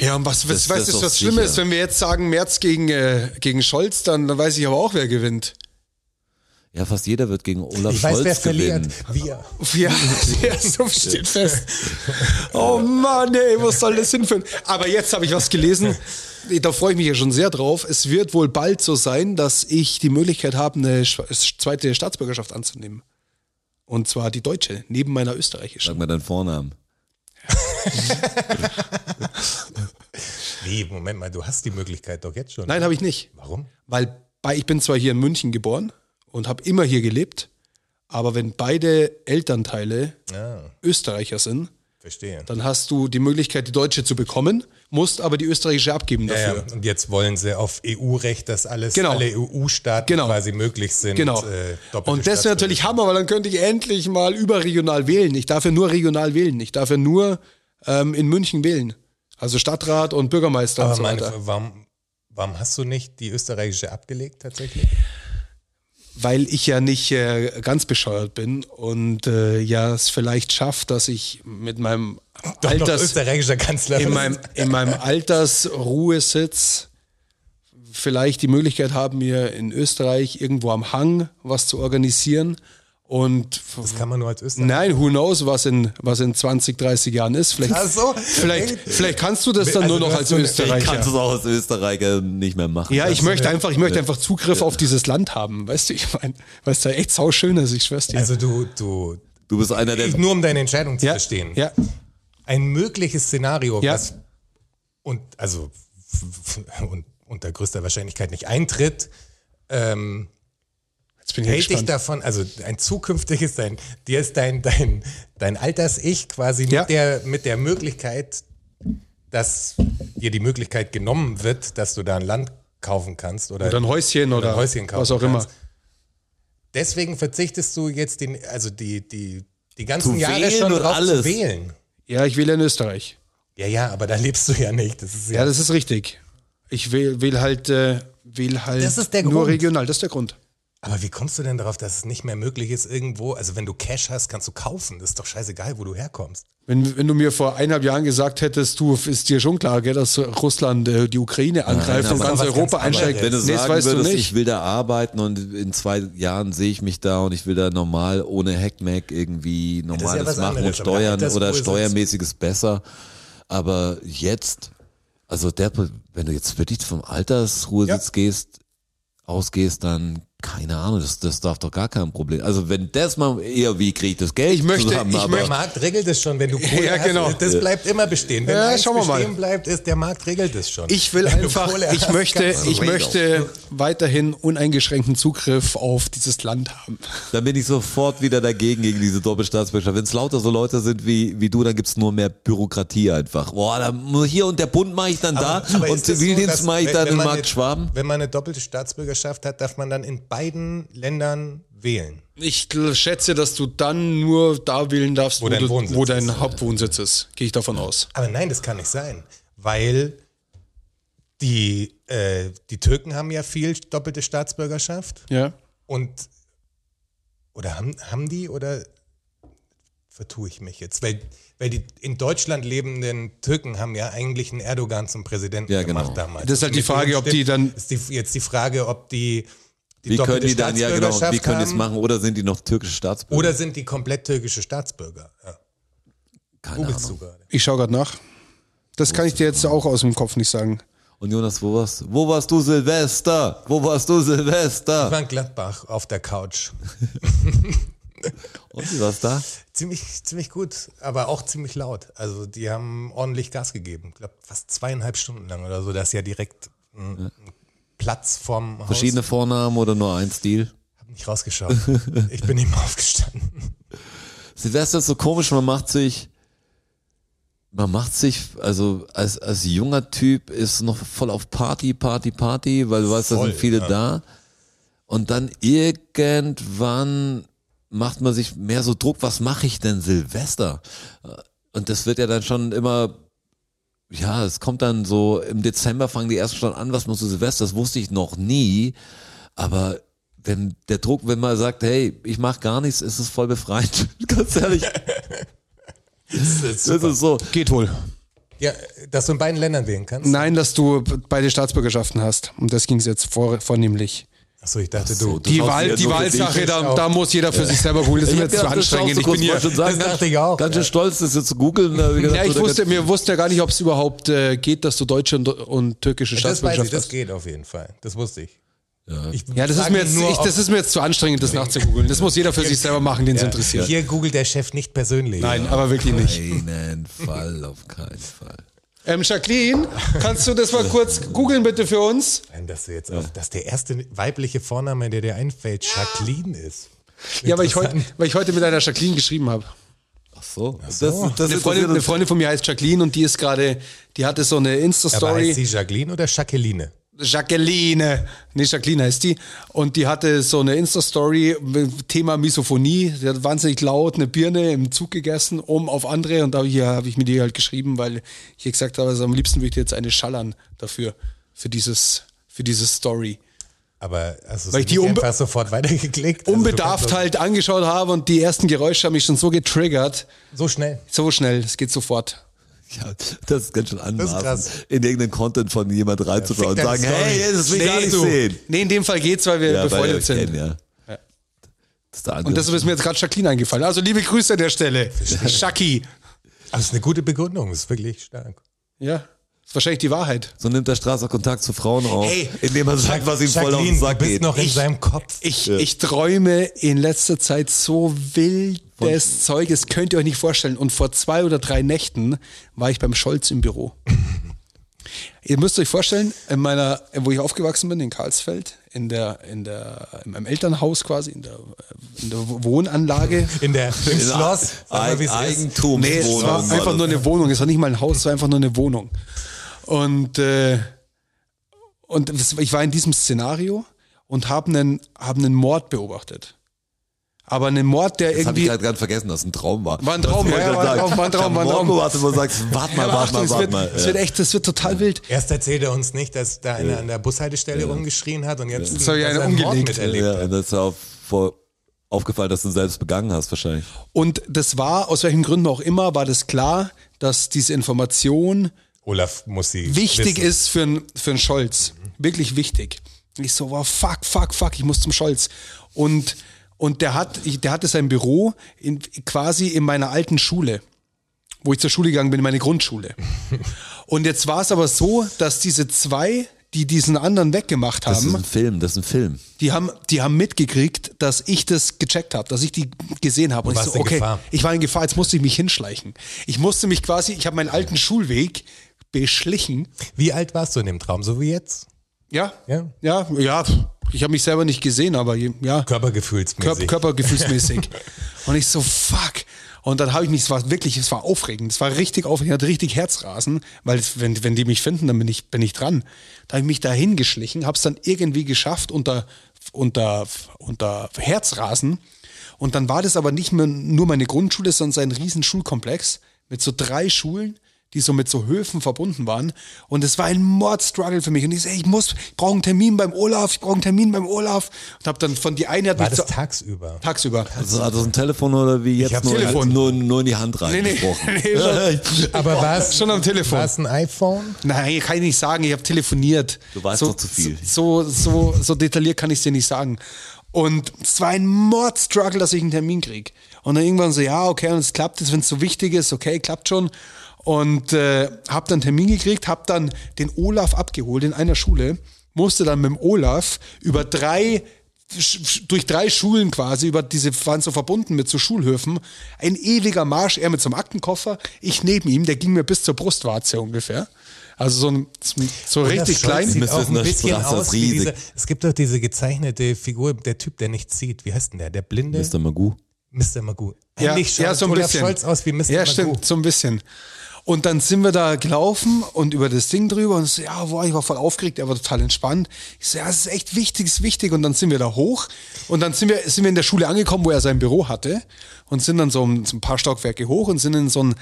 Speaker 2: Ja, und was, was,
Speaker 4: Das-
Speaker 2: weißt
Speaker 4: das
Speaker 2: du,
Speaker 4: ist
Speaker 2: was
Speaker 4: doch
Speaker 2: schlimm ist,
Speaker 4: sicher.
Speaker 2: wenn wir jetzt sagen, Merz gegen, äh, gegen Scholz, dann, dann weiß ich aber auch, wer gewinnt.
Speaker 4: Ja, fast jeder wird gegen Olaf
Speaker 3: Ich weiß,
Speaker 4: Scholz
Speaker 3: wer
Speaker 4: gewinnen.
Speaker 3: verliert. Wir.
Speaker 2: Ja, der so steht fest. Oh Mann, ey, wo soll das hinführen? Aber jetzt habe ich was gelesen. Da freue ich mich ja schon sehr drauf. Es wird wohl bald so sein, dass ich die Möglichkeit habe, eine sch- zweite Staatsbürgerschaft anzunehmen. Und zwar die deutsche, neben meiner österreichischen.
Speaker 4: Sag mal deinen Vornamen.
Speaker 3: Nee, Moment mal, du hast die Möglichkeit doch jetzt schon.
Speaker 2: Nein, habe ich nicht.
Speaker 3: Warum?
Speaker 2: Weil bei, ich bin zwar hier in München geboren und habe immer hier gelebt, aber wenn beide Elternteile
Speaker 3: Ah,
Speaker 2: Österreicher sind,
Speaker 3: verstehe.
Speaker 2: dann hast du die Möglichkeit, die deutsche zu bekommen, musst aber die österreichische abgeben
Speaker 3: Ja,
Speaker 2: dafür.
Speaker 3: ja. Und jetzt wollen sie auf EU-Recht, dass alles
Speaker 2: Genau.
Speaker 3: alle EU-Staaten
Speaker 2: Genau.
Speaker 3: quasi möglich sind.
Speaker 2: Genau.
Speaker 3: äh, doppelte
Speaker 2: und das wäre natürlich
Speaker 3: Staatsbürgerschaft.
Speaker 2: Hammer, weil dann könnte ich endlich mal überregional wählen. Ich darf ja nur regional wählen. Ich darf ja nur ähm, in München wählen. Also Stadtrat und Bürgermeister und
Speaker 3: Aber
Speaker 2: so
Speaker 3: meine,
Speaker 2: weiter.
Speaker 3: Frage, warum, warum hast du nicht die österreichische abgelegt tatsächlich?
Speaker 2: Weil ich ja nicht äh, ganz bescheuert bin und äh, ja es vielleicht schafft, dass ich mit meinem
Speaker 3: Noch
Speaker 2: Alters,
Speaker 3: österreichischer Kanzler.
Speaker 2: in,
Speaker 3: bist.
Speaker 2: meinem, in meinem Altersruhesitz vielleicht die Möglichkeit haben, mir in Österreich irgendwo am Hang was zu organisieren. Und
Speaker 3: das kann man nur als Österreicher.
Speaker 2: Nein, who knows, was in, was in 20, 30 Jahren ist. Vielleicht,
Speaker 3: Ach so.
Speaker 2: vielleicht, vielleicht kannst du das dann
Speaker 3: äh, Also
Speaker 2: nur
Speaker 3: du
Speaker 2: noch
Speaker 3: hast
Speaker 2: als
Speaker 3: so eine-
Speaker 4: Ich kann
Speaker 2: Österreicher.
Speaker 4: es auch als Österreicher nicht mehr machen.
Speaker 2: ja, ich möchte einfach, ich möchte
Speaker 4: Ja.
Speaker 2: einfach Zugriff auf dieses Land haben. Weißt du, ich meine, weißt du, echt sauschön ist, ich schwör's dir.
Speaker 3: Also du, du,
Speaker 4: Du bist einer der.
Speaker 3: ich, nur um deine Entscheidung zu
Speaker 2: ja,
Speaker 3: verstehen. Oh
Speaker 2: ja,
Speaker 3: Ein mögliches Szenario,
Speaker 2: Ja.
Speaker 3: was und also f- f- und unter größter Wahrscheinlichkeit nicht eintritt, ähm,
Speaker 2: jetzt bin ich
Speaker 3: hält dich
Speaker 2: gespannt.
Speaker 3: davon, also ein zukünftiges, dein, dir ist dein, dein, dein Alters-Ich quasi
Speaker 2: Ja.
Speaker 3: mit, der, mit der Möglichkeit, dass dir die Möglichkeit genommen wird, dass du da ein Land kaufen kannst oder,
Speaker 2: Oder ein Häuschen oder,
Speaker 3: ein Häuschen kaufen
Speaker 2: was auch immer.
Speaker 3: kannst. Deswegen verzichtest du jetzt den, also die, die, die
Speaker 4: Zu
Speaker 3: ganzen Jahre
Speaker 4: wählen
Speaker 3: schon
Speaker 4: und
Speaker 3: drauf
Speaker 4: alles.
Speaker 3: zu wählen.
Speaker 2: Ja, ich wähle in Österreich.
Speaker 3: Ja, ja, aber da lebst du ja nicht. Das ist ja,
Speaker 2: Ja, das ist richtig. Ich wähle wähl halt, äh, wähl halt
Speaker 3: Das ist der
Speaker 2: nur
Speaker 3: Grund.
Speaker 2: regional. Das ist der Grund.
Speaker 3: aber wie kommst du denn darauf, dass es nicht mehr möglich ist, irgendwo, also wenn du Cash hast, kannst du kaufen. Das ist doch scheißegal, wo du herkommst.
Speaker 2: Wenn, wenn du mir vor eineinhalb Jahren gesagt hättest, du, ist dir schon klar, gell, dass Russland äh, die Ukraine angreift
Speaker 4: Nein,
Speaker 2: und
Speaker 4: aber-
Speaker 2: ganz
Speaker 3: aber was
Speaker 2: Europa
Speaker 3: ganz
Speaker 2: einsteigt,
Speaker 3: anderes.
Speaker 4: Wenn du
Speaker 2: nee, das
Speaker 4: sagen
Speaker 2: weißt du
Speaker 4: würdest,
Speaker 2: nicht.
Speaker 4: ich will da arbeiten und in zwei Jahren sehe ich mich da und ich will da normal ohne Hackmack irgendwie
Speaker 3: ja
Speaker 4: normales
Speaker 3: was
Speaker 4: machen und
Speaker 3: anderes, aber halt
Speaker 4: steuern
Speaker 3: Altersruhe
Speaker 4: oder
Speaker 3: ist-
Speaker 4: steuermäßiges besser. Aber jetzt, also der, wenn du jetzt wirklich vom Altersruhesitz gehst, ausgehst, dann keine Ahnung, das, das darf doch gar kein Problem. Also wenn das mal eher wie kriege ich das Geld
Speaker 2: Ich möchte-
Speaker 4: zusammen,
Speaker 2: ich
Speaker 4: aber
Speaker 3: Der Markt regelt es schon, wenn du Kohle
Speaker 2: Ja,
Speaker 3: hast.
Speaker 2: genau.
Speaker 3: Das bleibt immer bestehen. Wenn
Speaker 2: Ja,
Speaker 3: eins
Speaker 2: schauen wir mal.
Speaker 3: bestehen bleibt, ist der Markt regelt es schon.
Speaker 2: Ich will
Speaker 3: Wenn du
Speaker 2: einfach,
Speaker 3: Kohle
Speaker 2: ich
Speaker 3: hast,
Speaker 2: möchte,
Speaker 3: kannst du
Speaker 2: ich
Speaker 3: reden.
Speaker 2: möchte weiterhin uneingeschränkten Zugriff auf dieses Land haben.
Speaker 4: dann bin ich sofort wieder dagegen gegen diese Doppelstaatsbürgerschaft. Wenn es lauter so Leute sind wie, wie du, dann gibt's nur mehr Bürokratie einfach. Boah, da muss hier und der Bund mache ich dann
Speaker 3: Aber-
Speaker 4: da
Speaker 3: aber
Speaker 4: und
Speaker 3: ist das so,
Speaker 4: Zivildienst
Speaker 3: dass,
Speaker 4: mache ich
Speaker 3: wenn-
Speaker 4: dann
Speaker 3: wenn
Speaker 4: in
Speaker 3: man
Speaker 4: Markt
Speaker 3: eine-
Speaker 4: Schwaben.
Speaker 3: Wenn man eine doppelte Staatsbürgerschaft hat, darf man dann in beiden Ländern wählen.
Speaker 2: Ich gl- schätze, dass du dann nur da wählen darfst, wo,
Speaker 3: dein
Speaker 2: du,
Speaker 3: Wohnsitz
Speaker 2: wo dein
Speaker 3: ist.
Speaker 2: Hauptwohnsitz ist. Gehe ich davon aus.
Speaker 3: Aber nein, das kann nicht sein, weil die, äh, die Türken haben ja viel doppelte Staatsbürgerschaft.
Speaker 2: Ja.
Speaker 3: Und oder haben, haben die oder vertue ich mich jetzt? Weil, weil die in Deutschland lebenden Türken haben ja eigentlich einen Erdogan zum Präsidenten
Speaker 4: Ja, genau.
Speaker 3: gemacht damals.
Speaker 2: Das ist halt die
Speaker 3: Mit dem
Speaker 2: Frage, ob die
Speaker 3: Stift-
Speaker 2: dann-
Speaker 3: ist die, jetzt die Frage, ob die, die
Speaker 4: Wie können
Speaker 3: doppelte
Speaker 4: die dann, ja genau, wie
Speaker 3: Staatsbürgerschaft
Speaker 4: können die es
Speaker 3: haben
Speaker 4: machen? Oder sind die noch türkische Staatsbürger?
Speaker 3: Oder sind die komplett türkische Staatsbürger? Ja.
Speaker 4: Keine
Speaker 3: Googlest du
Speaker 4: Ahnung.
Speaker 3: gerade.
Speaker 2: Ich schaue gerade nach. Das kann ich dir jetzt auch aus dem Kopf nicht sagen.
Speaker 4: Und Jonas, wo warst du? Wo warst du Silvester? Wo warst du
Speaker 3: Ich
Speaker 4: Silvester?
Speaker 3: war in Gladbach auf der Couch.
Speaker 4: Und wie war's da?
Speaker 3: Ziemlich, ziemlich gut, aber auch ziemlich laut. Also die haben ordentlich Gas gegeben. Ich glaube, fast zweieinhalb Stunden lang oder so. Da ist ja direkt ein, ein Platz vom Haus.
Speaker 4: Verschiedene Vornamen oder nur ein Stil?
Speaker 3: Hab nicht rausgeschaut. Ich bin eben aufgestanden.
Speaker 4: Silvester ist so komisch, man macht sich, man macht sich, also als, als junger Typ ist noch voll auf Party, Party, Party, weil du weißt, da
Speaker 3: Voll,
Speaker 4: sind viele
Speaker 3: ja.
Speaker 4: da. Und dann irgendwann macht man sich mehr so Druck, was mache ich denn Silvester? Und das wird ja dann schon immer, ja, es kommt dann so, im Dezember fangen die ersten schon an, was muss zu Silvester, das wusste ich noch nie. Aber wenn der Druck, wenn man sagt, hey, ich mache gar nichts, ist es voll befreiend. Ganz ehrlich,
Speaker 3: Das ist
Speaker 4: das
Speaker 3: super.
Speaker 4: ist so.
Speaker 2: Geht wohl.
Speaker 3: Ja, dass du in beiden Ländern wählen kannst.
Speaker 2: Nein, dass du b- beide Staatsbürgerschaften hast. Und das ging es jetzt vor, vornehmlich.
Speaker 3: Achso, ich dachte,
Speaker 4: so,
Speaker 3: du.
Speaker 4: du-
Speaker 2: Die,
Speaker 4: schaust
Speaker 2: Wahl,
Speaker 4: dir
Speaker 2: die
Speaker 4: nur für
Speaker 2: Wahlsache,
Speaker 3: dich
Speaker 2: da,
Speaker 3: auf.
Speaker 2: da muss jeder für sich selber holen. Das ist mir
Speaker 4: hab
Speaker 2: jetzt zu
Speaker 4: gedacht, das schaust
Speaker 2: anstrengend.
Speaker 4: du
Speaker 2: Ich
Speaker 4: kurz,
Speaker 2: bin hier.
Speaker 4: wollte schon sagen,
Speaker 3: Das
Speaker 4: ganz-
Speaker 3: dachte ich auch,
Speaker 4: Ganz schön
Speaker 3: ja.
Speaker 4: stolz, das jetzt zu googeln. ne? da hab gedacht,
Speaker 2: Ja, ich
Speaker 4: oder-
Speaker 2: wusste, mir wusste ja gar nicht, ob es überhaupt äh, geht, dass du deutsche und, und türkische
Speaker 3: Das weiß ich,
Speaker 2: Staatsbürgerschaft
Speaker 3: das
Speaker 2: hast.
Speaker 3: geht auf jeden Fall. Das wusste ich. Ich
Speaker 2: Ja, das ist,
Speaker 3: frage
Speaker 2: mir jetzt,
Speaker 3: nur,
Speaker 2: ich, das
Speaker 3: ob-
Speaker 2: ist mir jetzt zu anstrengend, das nachzugoogeln. Das muss jeder für sich selber machen, den es interessiert.
Speaker 3: Hier googelt der Chef nicht persönlich.
Speaker 2: Nein, aber wirklich nicht.
Speaker 4: Keinen Fall, auf keinen Fall.
Speaker 2: Ähm, Jacqueline, kannst du das mal kurz googeln bitte für uns?
Speaker 3: Nein, dass du jetzt auf, dass der erste weibliche Vorname, der dir einfällt, Jacqueline ist.
Speaker 2: Ja, weil ich, heute,
Speaker 3: Interessant.
Speaker 2: weil ich heute mit einer Jacqueline geschrieben habe.
Speaker 4: Ach so. Das,
Speaker 3: so.
Speaker 4: das
Speaker 2: Eine Freundin,
Speaker 4: interessiert
Speaker 2: eine
Speaker 4: uns-
Speaker 2: Freundin von mir heißt Jacqueline und die ist gerade, die hatte so eine
Speaker 3: Aber heißt sie
Speaker 2: Insta-Story.
Speaker 3: Jacqueline oder Jacqueline?
Speaker 2: Jacqueline, nicht Jacqueline heißt die. Und die hatte so eine Insta-Story, mit Thema Misophonie. Die hat wahnsinnig laut eine Birne im Zug gegessen, um auf andere. Und da habe ich, ja, habe ich mit ihr halt geschrieben, weil ich ihr gesagt habe, also am liebsten würde ich dir jetzt eine schallern dafür, für dieses, für diese Story.
Speaker 3: Aber also
Speaker 2: Weil
Speaker 3: sie
Speaker 2: ich die
Speaker 3: nicht
Speaker 2: unbe-
Speaker 3: einfach sofort weitergeklickt. Also, du
Speaker 2: Unbedarft
Speaker 3: kannst das-
Speaker 2: halt angeschaut habe und die ersten Geräusche haben mich schon so getriggert.
Speaker 3: So schnell.
Speaker 2: So schnell, es geht sofort.
Speaker 4: Ja, das ist ganz schön
Speaker 3: krass.
Speaker 4: anmaßend, in irgendeinen Content von jemand reinzuschauen und
Speaker 3: fick deine
Speaker 4: sagen, hey,
Speaker 3: Story.
Speaker 4: das will ich gar nicht
Speaker 2: du.
Speaker 4: sehen.
Speaker 2: nee, in dem Fall geht's, weil wir
Speaker 4: Ja, weil ihr
Speaker 2: befreundet
Speaker 4: euch
Speaker 2: sind.
Speaker 4: kennt, ja. Das ist der andere.
Speaker 2: Und deshalb ist mir jetzt gerade Jacqueline eingefallen. Also liebe Grüße an der Stelle. Shaki.
Speaker 3: Das ist Also, eine gute Begründung, ist wirklich stark.
Speaker 2: Ja. Ist wahrscheinlich die Wahrheit.
Speaker 4: so nimmt der Strasser Kontakt zu Frauen auf,
Speaker 2: Hey,
Speaker 4: indem er sagt, was ihm voll auf den
Speaker 3: Jacqueline,
Speaker 4: Sack
Speaker 3: du bist
Speaker 4: geht.
Speaker 3: noch in seinem Kopf.
Speaker 2: Ich, ich träume in letzter Zeit so wildes Zeug, das könnt ihr euch nicht vorstellen. Und vor zwei oder drei Nächten war ich beim Scholz im Büro. ihr müsst euch vorstellen, in meiner, wo ich aufgewachsen bin, in Karlsfeld, in der, in der, in meinem Elternhaus quasi, in der, in der Wohnanlage.
Speaker 3: In der, Im
Speaker 4: In
Speaker 3: Schloss.
Speaker 4: Eig
Speaker 3: wie es ist.
Speaker 4: Eigentum.
Speaker 2: Nee, es war einfach nur eine Wohnung. Es war nicht mal ein Haus, es war einfach nur eine Wohnung. Und, äh, und es- ich war in diesem Szenario und habe einen, hab einen Mord beobachtet. Aber einen Mord, der
Speaker 4: Das habe ich
Speaker 2: irgendwie.
Speaker 4: gerade ganz vergessen, dass es ein Traum war.
Speaker 2: War ein Traum,
Speaker 4: Das
Speaker 2: ja,
Speaker 4: wollte
Speaker 2: war ein
Speaker 4: ich
Speaker 2: Traum, war ein
Speaker 4: sagen.
Speaker 2: Traum, war ein
Speaker 4: Ich hab
Speaker 2: Traum.
Speaker 4: morgen gewartet, wo du sagst, warte mal,
Speaker 2: Aber
Speaker 4: warte
Speaker 2: Achtung,
Speaker 4: mal,
Speaker 2: es
Speaker 4: warte
Speaker 2: wird,
Speaker 4: mal.
Speaker 2: es wird
Speaker 4: Ja.
Speaker 2: echt, es wird total wild.
Speaker 3: Erst erzählt er uns nicht, dass da einer an der Bushaltestelle rumgeschrien hat und jetzt
Speaker 2: hab ich
Speaker 3: dass
Speaker 2: eine
Speaker 3: er einen Mord
Speaker 2: umgelegt.
Speaker 3: miterlebt
Speaker 4: Ja,
Speaker 3: hat.
Speaker 4: und das ist auf, vor, aufgefallen, dass du ihn selbst begangen hast, wahrscheinlich.
Speaker 2: Und das war, aus welchen Gründen auch immer, war das klar, dass diese Information
Speaker 3: Olaf muss sie
Speaker 2: wichtig
Speaker 3: wissen.
Speaker 2: ist für einen für einen Scholz. Wirklich wichtig. Und Ich so, wow, fuck, fuck, fuck, ich muss zum Scholz. Und, und der, hat, ich- der hatte sein Büro in, quasi in meiner alten Schule, wo ich zur Schule gegangen bin, in meine Grundschule. Und jetzt war es aber so, dass diese zwei, die diesen anderen weggemacht
Speaker 4: Das ist
Speaker 2: haben,
Speaker 4: ein Film, das ist ein Film.
Speaker 2: die haben, die haben mitgekriegt, dass ich das gecheckt habe, dass ich die gesehen habe. Und ich
Speaker 3: warst
Speaker 2: so,
Speaker 3: in
Speaker 2: okay,
Speaker 3: Gefahr.
Speaker 2: ich war in Gefahr, jetzt musste ich mich hinschleichen. Ich musste mich quasi, ich habe meinen alten Schulweg beschlichen
Speaker 3: Wie alt warst du in dem Traum, so wie jetzt?
Speaker 2: ja,
Speaker 3: Ja.
Speaker 2: ja, ja. Ich habe mich selber nicht gesehen, aber je- ja, Körp
Speaker 3: Körpergefühlsmäßig.
Speaker 2: körpergefühlsmäßig. und ich so, fuck. Und dann habe ich mich, es war wirklich, es war aufregend, es war richtig aufregend, ich hatte richtig Herzrasen, weil es, wenn, wenn die mich finden, dann bin ich, bin ich dran. Da habe ich mich dahin geschlichen, habe es dann irgendwie geschafft unter, unter, unter Herzrasen. Und dann war das aber nicht mehr nur meine Grundschule, sondern so ein riesen Schulkomplex mit so drei Schulen die so mit so Höfen verbunden waren. Und es war ein Mordstruggle für mich. Und ich so, ey, ich muss, ich brauche einen Termin beim Olaf, ich brauche einen Termin beim Olaf. Und hab dann von die eine hat
Speaker 3: War
Speaker 2: mich
Speaker 3: das
Speaker 2: zu-
Speaker 3: tagsüber?
Speaker 2: tagsüber.
Speaker 4: Also hat das ein Telefon oder wie jetzt
Speaker 3: hab
Speaker 4: nur, halt
Speaker 2: Telefon.
Speaker 4: Nur, nur in die Hand
Speaker 2: Nee, nee,
Speaker 4: reingesprochen?
Speaker 2: nee, schon-
Speaker 3: Aber war es
Speaker 2: Schon am Telefon.
Speaker 3: War es ein iPhone?
Speaker 2: Nein, kann ich nicht sagen. Ich habe telefoniert.
Speaker 4: Du weißt
Speaker 2: so,
Speaker 4: doch zu viel.
Speaker 2: So, so, so detailliert kann ich dir nicht sagen. Und es war ein Mordstruggle, dass ich einen Termin krieg. Und dann irgendwann so, ja, okay, und es klappt jetzt, wenn es so wichtig ist, okay, klappt schon. Und äh, hab dann einen Termin gekriegt, hab dann den Olaf abgeholt in einer Schule, musste dann mit dem Olaf über drei sch- sch- durch drei Schulen quasi, über diese waren so verbunden mit so Schulhöfen. Ein ewiger Marsch, er mit so einem Aktenkoffer, ich neben ihm, der ging mir bis zur Brustwarze ungefähr. Also so, ein, so richtig
Speaker 3: Oh, Das Scholz
Speaker 2: klein.
Speaker 4: Müsste
Speaker 3: Sieht auch
Speaker 4: es in der
Speaker 3: ein bisschen
Speaker 4: Straße
Speaker 3: aus wie
Speaker 4: riesig.
Speaker 3: diese, es gibt doch diese gezeichnete Figur, der Typ, der nicht sieht. Wie heißt denn der? Der Blinde?
Speaker 4: Mr. Magoo.
Speaker 3: Mr. Magoo.
Speaker 2: Ja,
Speaker 3: Eigentlich schaut
Speaker 2: ja, so ein
Speaker 3: Olaf
Speaker 2: bisschen.
Speaker 3: Scholz aus wie Mr.
Speaker 2: Ja,
Speaker 3: Magoo.
Speaker 2: stimmt, so ein bisschen. Und dann sind wir da gelaufen und über das Ding drüber und so, ja, boah, ich war voll aufgeregt, er war total entspannt. Ich so, ja, es ist echt wichtig, es ist wichtig. Und dann sind wir da hoch und dann sind wir, sind wir in der Schule angekommen, wo er sein Büro hatte und sind dann so ein, so ein paar Stockwerke hoch und sind in so ein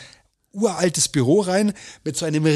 Speaker 2: uraltes Büro rein mit so einem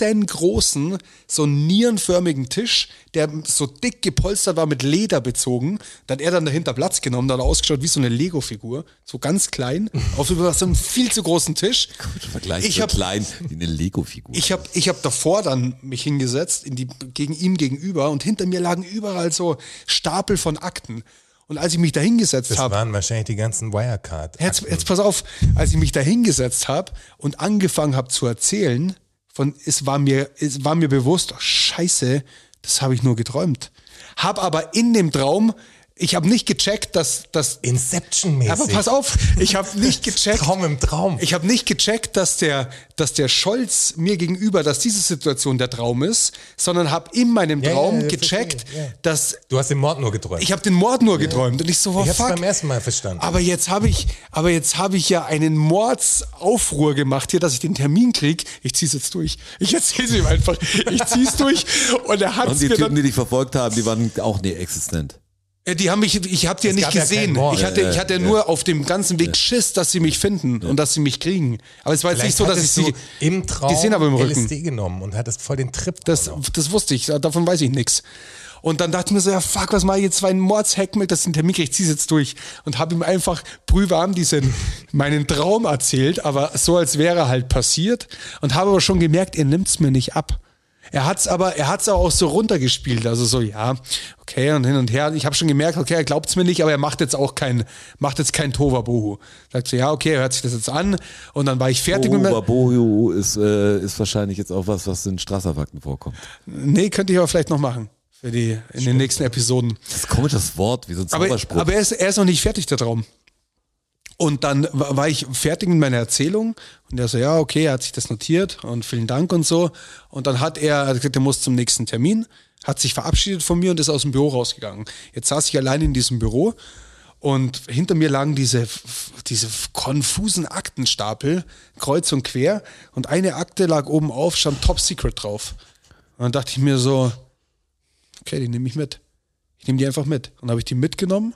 Speaker 2: riesengroßen, so nierenförmigen Tisch, der so dick gepolstert war mit Leder bezogen. Dann hat er dann dahinter Platz genommen, da hat er ausgeschaut wie so eine Lego-Figur, so ganz klein, auf so einem viel zu großen Tisch.
Speaker 4: Vergleich
Speaker 2: Ich
Speaker 4: zu
Speaker 2: hab-
Speaker 4: klein wie eine Lego-Figur.
Speaker 2: Ich habe ich hab davor dann mich hingesetzt, in die, gegen ihm gegenüber, und hinter mir lagen überall so Stapel von Akten. Und als ich mich da hingesetzt
Speaker 3: Das
Speaker 2: habe,
Speaker 3: waren wahrscheinlich die ganzen Wirecard.
Speaker 2: jetzt, jetzt pass auf, als ich mich da hingesetzt habe und angefangen habe zu erzählen, von, es, war mir, es war mir bewusst, oh, scheiße, das habe ich nur geträumt. Hab aber in dem Traum, ich habe nicht gecheckt, dass, dass
Speaker 3: Inception-mäßig.
Speaker 2: aber pass auf, ich habe nicht gecheckt.
Speaker 3: Traum im Traum.
Speaker 2: Ich habe nicht gecheckt, dass der, dass der Scholz mir gegenüber, dass diese Situation der Traum ist, sondern habe in meinem
Speaker 3: Ja, ja,
Speaker 2: Traum
Speaker 3: ja,
Speaker 2: gecheckt,
Speaker 3: verstehe, ja.
Speaker 2: dass
Speaker 3: Du hast den Mord nur geträumt.
Speaker 2: ich habe den Mord nur geträumt und ich so, wow,
Speaker 3: Ich hab's
Speaker 2: fuck.
Speaker 3: beim ersten Mal verstanden.
Speaker 2: Aber jetzt habe ich, aber jetzt habe ich ja einen Mordsaufruhr gemacht hier, dass ich den Termin krieg. Ich zieh's jetzt durch. Ich erzähl's ihm einfach. Ich zieh's durch und er hat's
Speaker 4: Und die
Speaker 2: mir
Speaker 4: Typen,
Speaker 2: dann.
Speaker 4: die dich verfolgt haben, die waren auch nicht existent.
Speaker 2: Äh, Die haben mich, ich habe die ja
Speaker 3: Es
Speaker 2: nicht
Speaker 3: gab ja keinen
Speaker 2: gesehen.
Speaker 3: Mord.
Speaker 2: ich hatte, ich hatte ja,
Speaker 4: ja.
Speaker 2: nur auf dem ganzen Weg Schiss, dass sie mich finden und dass sie mich kriegen. Aber es war jetzt nicht
Speaker 3: Vielleicht
Speaker 2: so, dass ich
Speaker 3: hattest
Speaker 2: sie.
Speaker 3: du im Traum
Speaker 2: die sehen aber im Rücken.
Speaker 3: LSD genommen und hattest voll den Trip.
Speaker 2: Das,
Speaker 3: auch noch.
Speaker 2: das wusste ich, davon weiß ich nichts. Und dann dachte ich mir so, ja fuck, was mache ich jetzt? War ein Mordshack mit, das ist ein Termin, ich zieh's jetzt durch. Und habe ihm einfach brühwarm diesen, meinen Traum erzählt, aber so als wäre er halt passiert. Und habe aber schon gemerkt, er nimmt's mir nicht ab. Er hat's aber, er hat's aber auch so runtergespielt, also so ja, okay und hin und her. Ich habe schon gemerkt, okay, er glaubt's mir nicht, aber er macht jetzt auch kein, macht jetzt kein Tovabohu. Sagt so, ja, okay, er hört sich das jetzt an und dann war ich fertig mit
Speaker 4: Ober
Speaker 2: mir.
Speaker 4: Bohu ist, äh, ist wahrscheinlich jetzt auch was, was in Straßerfakten vorkommt.
Speaker 2: Nee, könnte ich aber vielleicht noch machen für die in den nächsten Episoden.
Speaker 4: Das ist ein komisches Wort, wie so ein
Speaker 2: Aber,
Speaker 4: Zauberspruch.
Speaker 2: aber er, ist, er ist noch nicht fertig, der Traum. Und dann wa- war ich fertig mit meiner Erzählung und er so, ja, okay, er hat sich das notiert und vielen Dank und so. Und dann hat er, er hat gesagt, er muss zum nächsten Termin, hat sich verabschiedet von mir und ist aus dem Büro rausgegangen. Jetzt saß ich allein in diesem Büro und hinter mir lagen diese, diese konfusen Aktenstapel, kreuz und quer. Und eine Akte lag oben auf, stand Top Secret drauf. Und dann dachte ich mir so, okay, die nehme ich mit. Ich nehme die einfach mit. Und dann habe ich die mitgenommen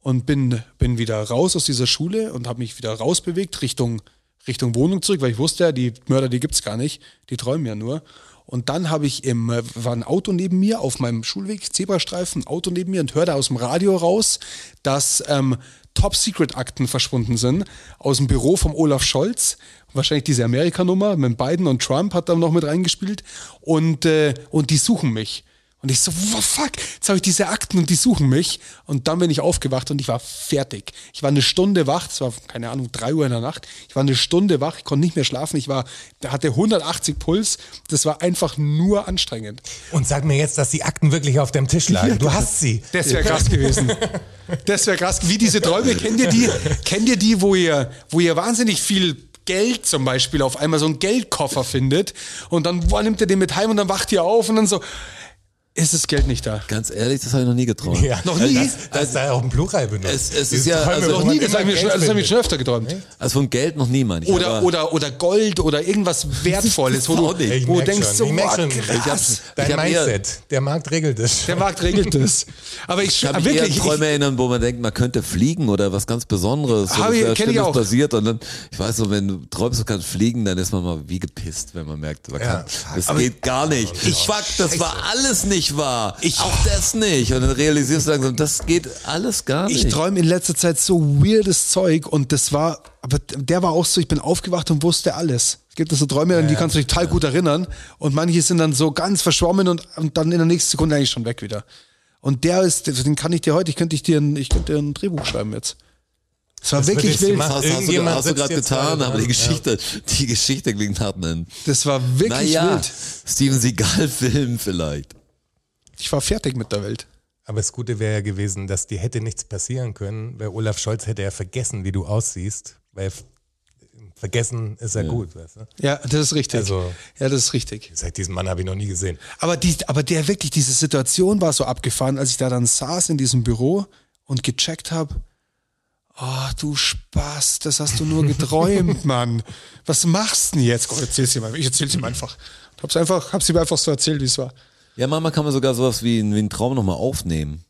Speaker 2: und bin, bin wieder raus aus dieser Schule und habe mich wieder rausbewegt Richtung, Richtung Wohnung zurück, weil ich wusste ja, die Mörder, die gibt's gar nicht, die träumen ja nur. Und dann habe ich im, äh, war ein Auto neben mir auf meinem Schulweg, Zebrastreifen, ein Auto neben mir und höre da aus dem Radio raus, dass ähm, Top-Secret-Akten verschwunden sind aus dem Büro vom Olaf Scholz. Wahrscheinlich diese Amerikanummer mit Biden und Trump hat da noch mit reingespielt. Und, äh, und die suchen mich. Und ich so, wow, fuck, jetzt habe ich diese Akten und die suchen mich. Und dann bin ich aufgewacht und ich war fertig. Ich war eine Stunde wach, es war, keine Ahnung, drei Uhr in der Nacht. Ich war eine Stunde wach, ich konnte nicht mehr schlafen. Ich war, da hatte 180 Puls. Das war einfach nur anstrengend.
Speaker 3: Und sag mir jetzt, dass die Akten wirklich auf deinem Tisch lagen. Du hast sie.
Speaker 2: Das wäre krass gewesen. Das wäre krass. Wie diese Träume, kennt ihr die, kennt ihr die, wo ihr, wo ihr wahnsinnig viel Geld zum Beispiel auf einmal so einen Geldkoffer findet und dann boah, nimmt ihr den mit heim und dann wacht ihr auf und dann so, ist das Geld nicht da.
Speaker 4: Ganz ehrlich, das habe ich noch nie geträumt.
Speaker 3: Ja.
Speaker 2: Noch nie? Also-
Speaker 3: Das, das ist ja auch ein Plural benutzt.
Speaker 4: Es- es ist
Speaker 3: Dieses
Speaker 4: ja-
Speaker 3: Träume,
Speaker 4: also-
Speaker 3: wo
Speaker 2: Noch
Speaker 3: man
Speaker 2: nie, das
Speaker 3: immer
Speaker 2: habe ich, mir schon- das
Speaker 3: Geld
Speaker 2: hab ich
Speaker 3: findet.
Speaker 2: schon öfter geträumt.
Speaker 4: Also vom Geld noch nie, meine ich.
Speaker 2: Oder,
Speaker 4: aber
Speaker 2: oder, oder Gold oder irgendwas Wertvolles, wo du,
Speaker 4: Auch nicht.
Speaker 3: Ich
Speaker 2: wo du
Speaker 3: merk
Speaker 2: denkst,
Speaker 3: schon,
Speaker 2: so,
Speaker 3: ich merk
Speaker 2: boah,
Speaker 3: schon. Ich
Speaker 2: krass.
Speaker 4: hab's-
Speaker 3: Dein
Speaker 4: Ich hab eher-
Speaker 3: Mindset. der Markt regelt es.
Speaker 2: Der Markt regelt das. Aber ich,
Speaker 4: Ich kann
Speaker 2: aber
Speaker 4: mich
Speaker 2: Ah, wirklich,
Speaker 4: eher an Träume erinnern, wo man denkt, man könnte fliegen oder was ganz Besonderes.
Speaker 2: Hab
Speaker 4: oder
Speaker 2: ich-
Speaker 4: was
Speaker 2: Ah, kenn ich
Speaker 4: Schlimmes
Speaker 2: auch.
Speaker 4: passiert und dann, ich weiß so, wenn du träumst, du kannst fliegen, dann ist man mal wie gepisst, wenn man merkt, man
Speaker 3: Ja.
Speaker 4: kann, das geht gar nicht. Fuck, das war alles nicht wahr.
Speaker 2: Ich-
Speaker 4: auch das nicht. Und dann realisierst du langsam, das geht alles gar
Speaker 2: Ich
Speaker 4: nicht.
Speaker 2: träume in letzter Zeit so weirdes Zeug und das war, aber der war auch so, ich bin aufgewacht und wusste alles. Es gibt so Träume, an die kannst du dich total gut erinnern und manche sind dann so ganz verschwommen und, und dann in der nächsten Sekunde eigentlich schon weg wieder. Und der ist, den kann ich dir heute, ich könnte ich dir ein, ich könnte dir ein Drehbuch schreiben jetzt. Es war
Speaker 3: Das wird
Speaker 2: wirklich
Speaker 3: jetzt
Speaker 2: wild.
Speaker 3: gemacht.
Speaker 4: das hast, hast du,
Speaker 3: Irgendjemand
Speaker 4: hast du
Speaker 3: sitzt
Speaker 4: gerade
Speaker 3: jetzt
Speaker 4: getan,
Speaker 3: gerade
Speaker 4: aber die
Speaker 3: dran,
Speaker 4: Geschichte, die Geschichte klingt nach einem,
Speaker 2: Das war wirklich
Speaker 4: naja,
Speaker 2: wild.
Speaker 4: Steven Seagal-Film vielleicht.
Speaker 2: Ich war fertig mit der Welt.
Speaker 3: Aber das Gute wäre ja gewesen, dass dir hätte nichts passieren können, weil Olaf Scholz hätte ja vergessen, wie du aussiehst, weil f- vergessen ist ja, gut. Weißt du?
Speaker 2: Ja, das ist richtig.
Speaker 3: Also-
Speaker 2: ja, das ist richtig.
Speaker 3: Seit diesem Mann habe ich noch nie gesehen.
Speaker 2: Aber, die, aber der wirklich, diese Situation war so abgefahren, als ich da dann saß in diesem Büro und gecheckt habe, oh du Spaß, das hast du nur geträumt, Mann. Was machst du denn jetzt? Gott, erzähl's ihm einfach. Ich erzähl's ihm einfach. Ich hab's einfach, hab's ihm einfach so erzählt, wie es war.
Speaker 4: Ja, manchmal kann man sogar sowas wie, ein- wie einen Traum nochmal aufnehmen.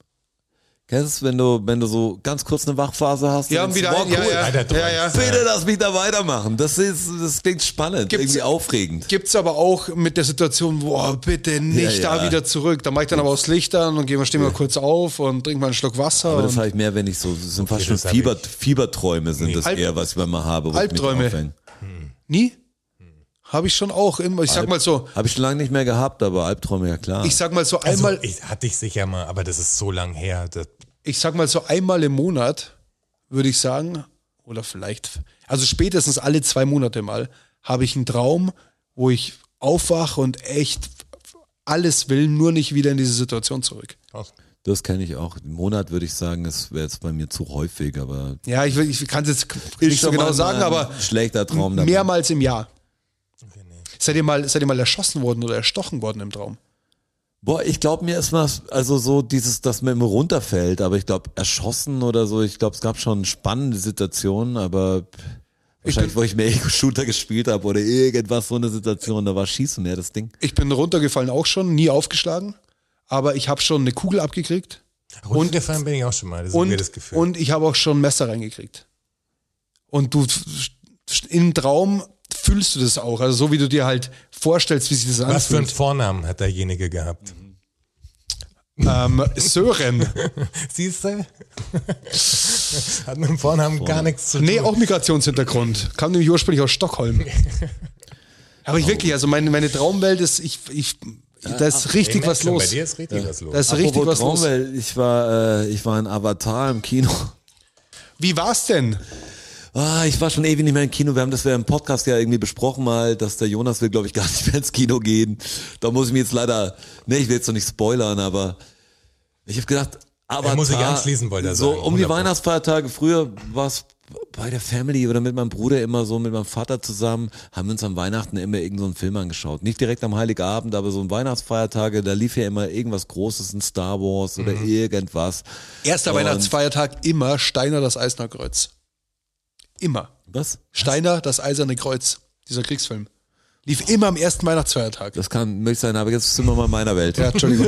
Speaker 4: Kennst du, wenn du, wenn du so ganz kurz eine Wachphase hast? und denkst, boah, cool,
Speaker 3: Weiter träumen.
Speaker 4: Bitte lass mich da weitermachen. Das ist, das klingt spannend,
Speaker 2: Gibt's-
Speaker 4: irgendwie aufregend.
Speaker 2: Gibt's aber auch mit der Situation, boah, bitte nicht
Speaker 4: Ja, ja.
Speaker 2: da wieder zurück. Da mach ich dann aber aufs Licht an und geh mal, steh mal kurz auf und trink mal einen Schluck Wasser.
Speaker 4: Aber
Speaker 2: und
Speaker 4: das habe ich mehr, wenn ich so, das sind fast schon
Speaker 3: das hab
Speaker 4: Fieber, Fieberträume sind das
Speaker 2: Alb-
Speaker 4: eher, was ich manchmal habe. wo ich mich
Speaker 2: Albträume.
Speaker 4: aufhänge.
Speaker 2: nie?
Speaker 3: Hm.
Speaker 2: Habe ich schon auch immer. Ich
Speaker 3: Also
Speaker 2: sag mal so,
Speaker 4: Habe ich schon lange nicht mehr gehabt, aber Albträume, ja klar.
Speaker 2: ich sag mal so
Speaker 3: Also,
Speaker 2: einmal.
Speaker 3: ich, hatte ich sicher mal, aber das ist so lang her. Das,
Speaker 2: ich sag mal so einmal im Monat, würde ich sagen, oder vielleicht, also spätestens alle zwei Monate mal, habe ich einen Traum, wo ich aufwache und echt alles will, nur nicht wieder in diese Situation zurück.
Speaker 4: das kenne ich auch. Im Monat würde ich sagen, es wäre jetzt bei mir zu häufig, aber
Speaker 2: Ja, ich, will- ich kann es jetzt nicht so
Speaker 4: schon mal
Speaker 2: genau sagen,
Speaker 4: ein
Speaker 2: aber
Speaker 4: schlechter Traum dabei.
Speaker 2: mehrmals im Jahr. Seid ihr, mal, seid ihr mal erschossen worden oder erstochen worden im Traum?
Speaker 4: Boah, ich glaube, mir ist was, also so dieses, dass man immer runterfällt, aber ich glaube, erschossen oder so, ich glaube, es gab schon spannende Situationen, aber wahrscheinlich, wo ich mehr Ego-Shooter gespielt habe oder irgendwas, so eine Situation, da war Schießen mehr das Ding.
Speaker 2: Ich bin runtergefallen auch schon, nie aufgeschlagen, aber ich habe schon eine Kugel abgekriegt.
Speaker 3: runtergefallen bin ich auch schon mal. Das ist mir
Speaker 2: und,
Speaker 3: das Gefühl.
Speaker 2: und ich habe auch schon ein Messer reingekriegt. Und du im Traum fühlst du das auch, also so wie du dir halt vorstellst, wie sich das
Speaker 3: was für einen
Speaker 2: anfühlt.
Speaker 3: Vornamen hat derjenige gehabt?
Speaker 2: Ähm, Sören.
Speaker 3: Siehst du? hat mit dem Vornamen gar nichts zu tun.
Speaker 2: nee, auch Migrationshintergrund. Kam nämlich ursprünglich aus Stockholm. Aber ich wirklich, also meine, meine Traumwelt ist, ich, ich, da ist
Speaker 3: Ich
Speaker 2: richtig
Speaker 3: merk
Speaker 2: was
Speaker 3: schon,
Speaker 2: los.
Speaker 3: Bei dir ist richtig was los.
Speaker 2: Da ist richtig was los.
Speaker 4: Traumwelt, ich war, äh, ich war in Avatar im Kino.
Speaker 2: Wie war's denn?
Speaker 4: Ah, ich war schon ewig nicht mehr im Kino. Wir haben das ja im Podcast ja irgendwie besprochen mal, dass der Jonas will, glaube ich, gar nicht mehr ins Kino gehen. Da muss ich mir jetzt leider, ne, ich will jetzt noch nicht spoilern, aber ich habe gedacht, aber
Speaker 3: muss ich anschließen, wollte er
Speaker 4: so
Speaker 3: sagen,
Speaker 4: um die
Speaker 3: 100%.
Speaker 4: Weihnachtsfeiertage früher war es bei der Family oder mit meinem Bruder immer so, mit meinem Vater zusammen, haben wir uns am Weihnachten immer irgendeinen so einen Film angeschaut. Nicht direkt am Heiligabend, aber so am Weihnachtsfeiertage, da lief ja immer irgendwas Großes in Star Wars oder
Speaker 3: Mhm.
Speaker 4: irgendwas.
Speaker 2: Erster
Speaker 4: Und-
Speaker 2: Weihnachtsfeiertag immer Steiner das Eisner Kreuz. Immer.
Speaker 4: Was?
Speaker 2: Steiner, das Eiserne Kreuz, dieser Kriegsfilm. Lief immer am ersten Weihnachtsfeiertag.
Speaker 4: Das kann möglich sein, aber jetzt sind wir mal in meiner Welt.
Speaker 2: Ja, Entschuldigung.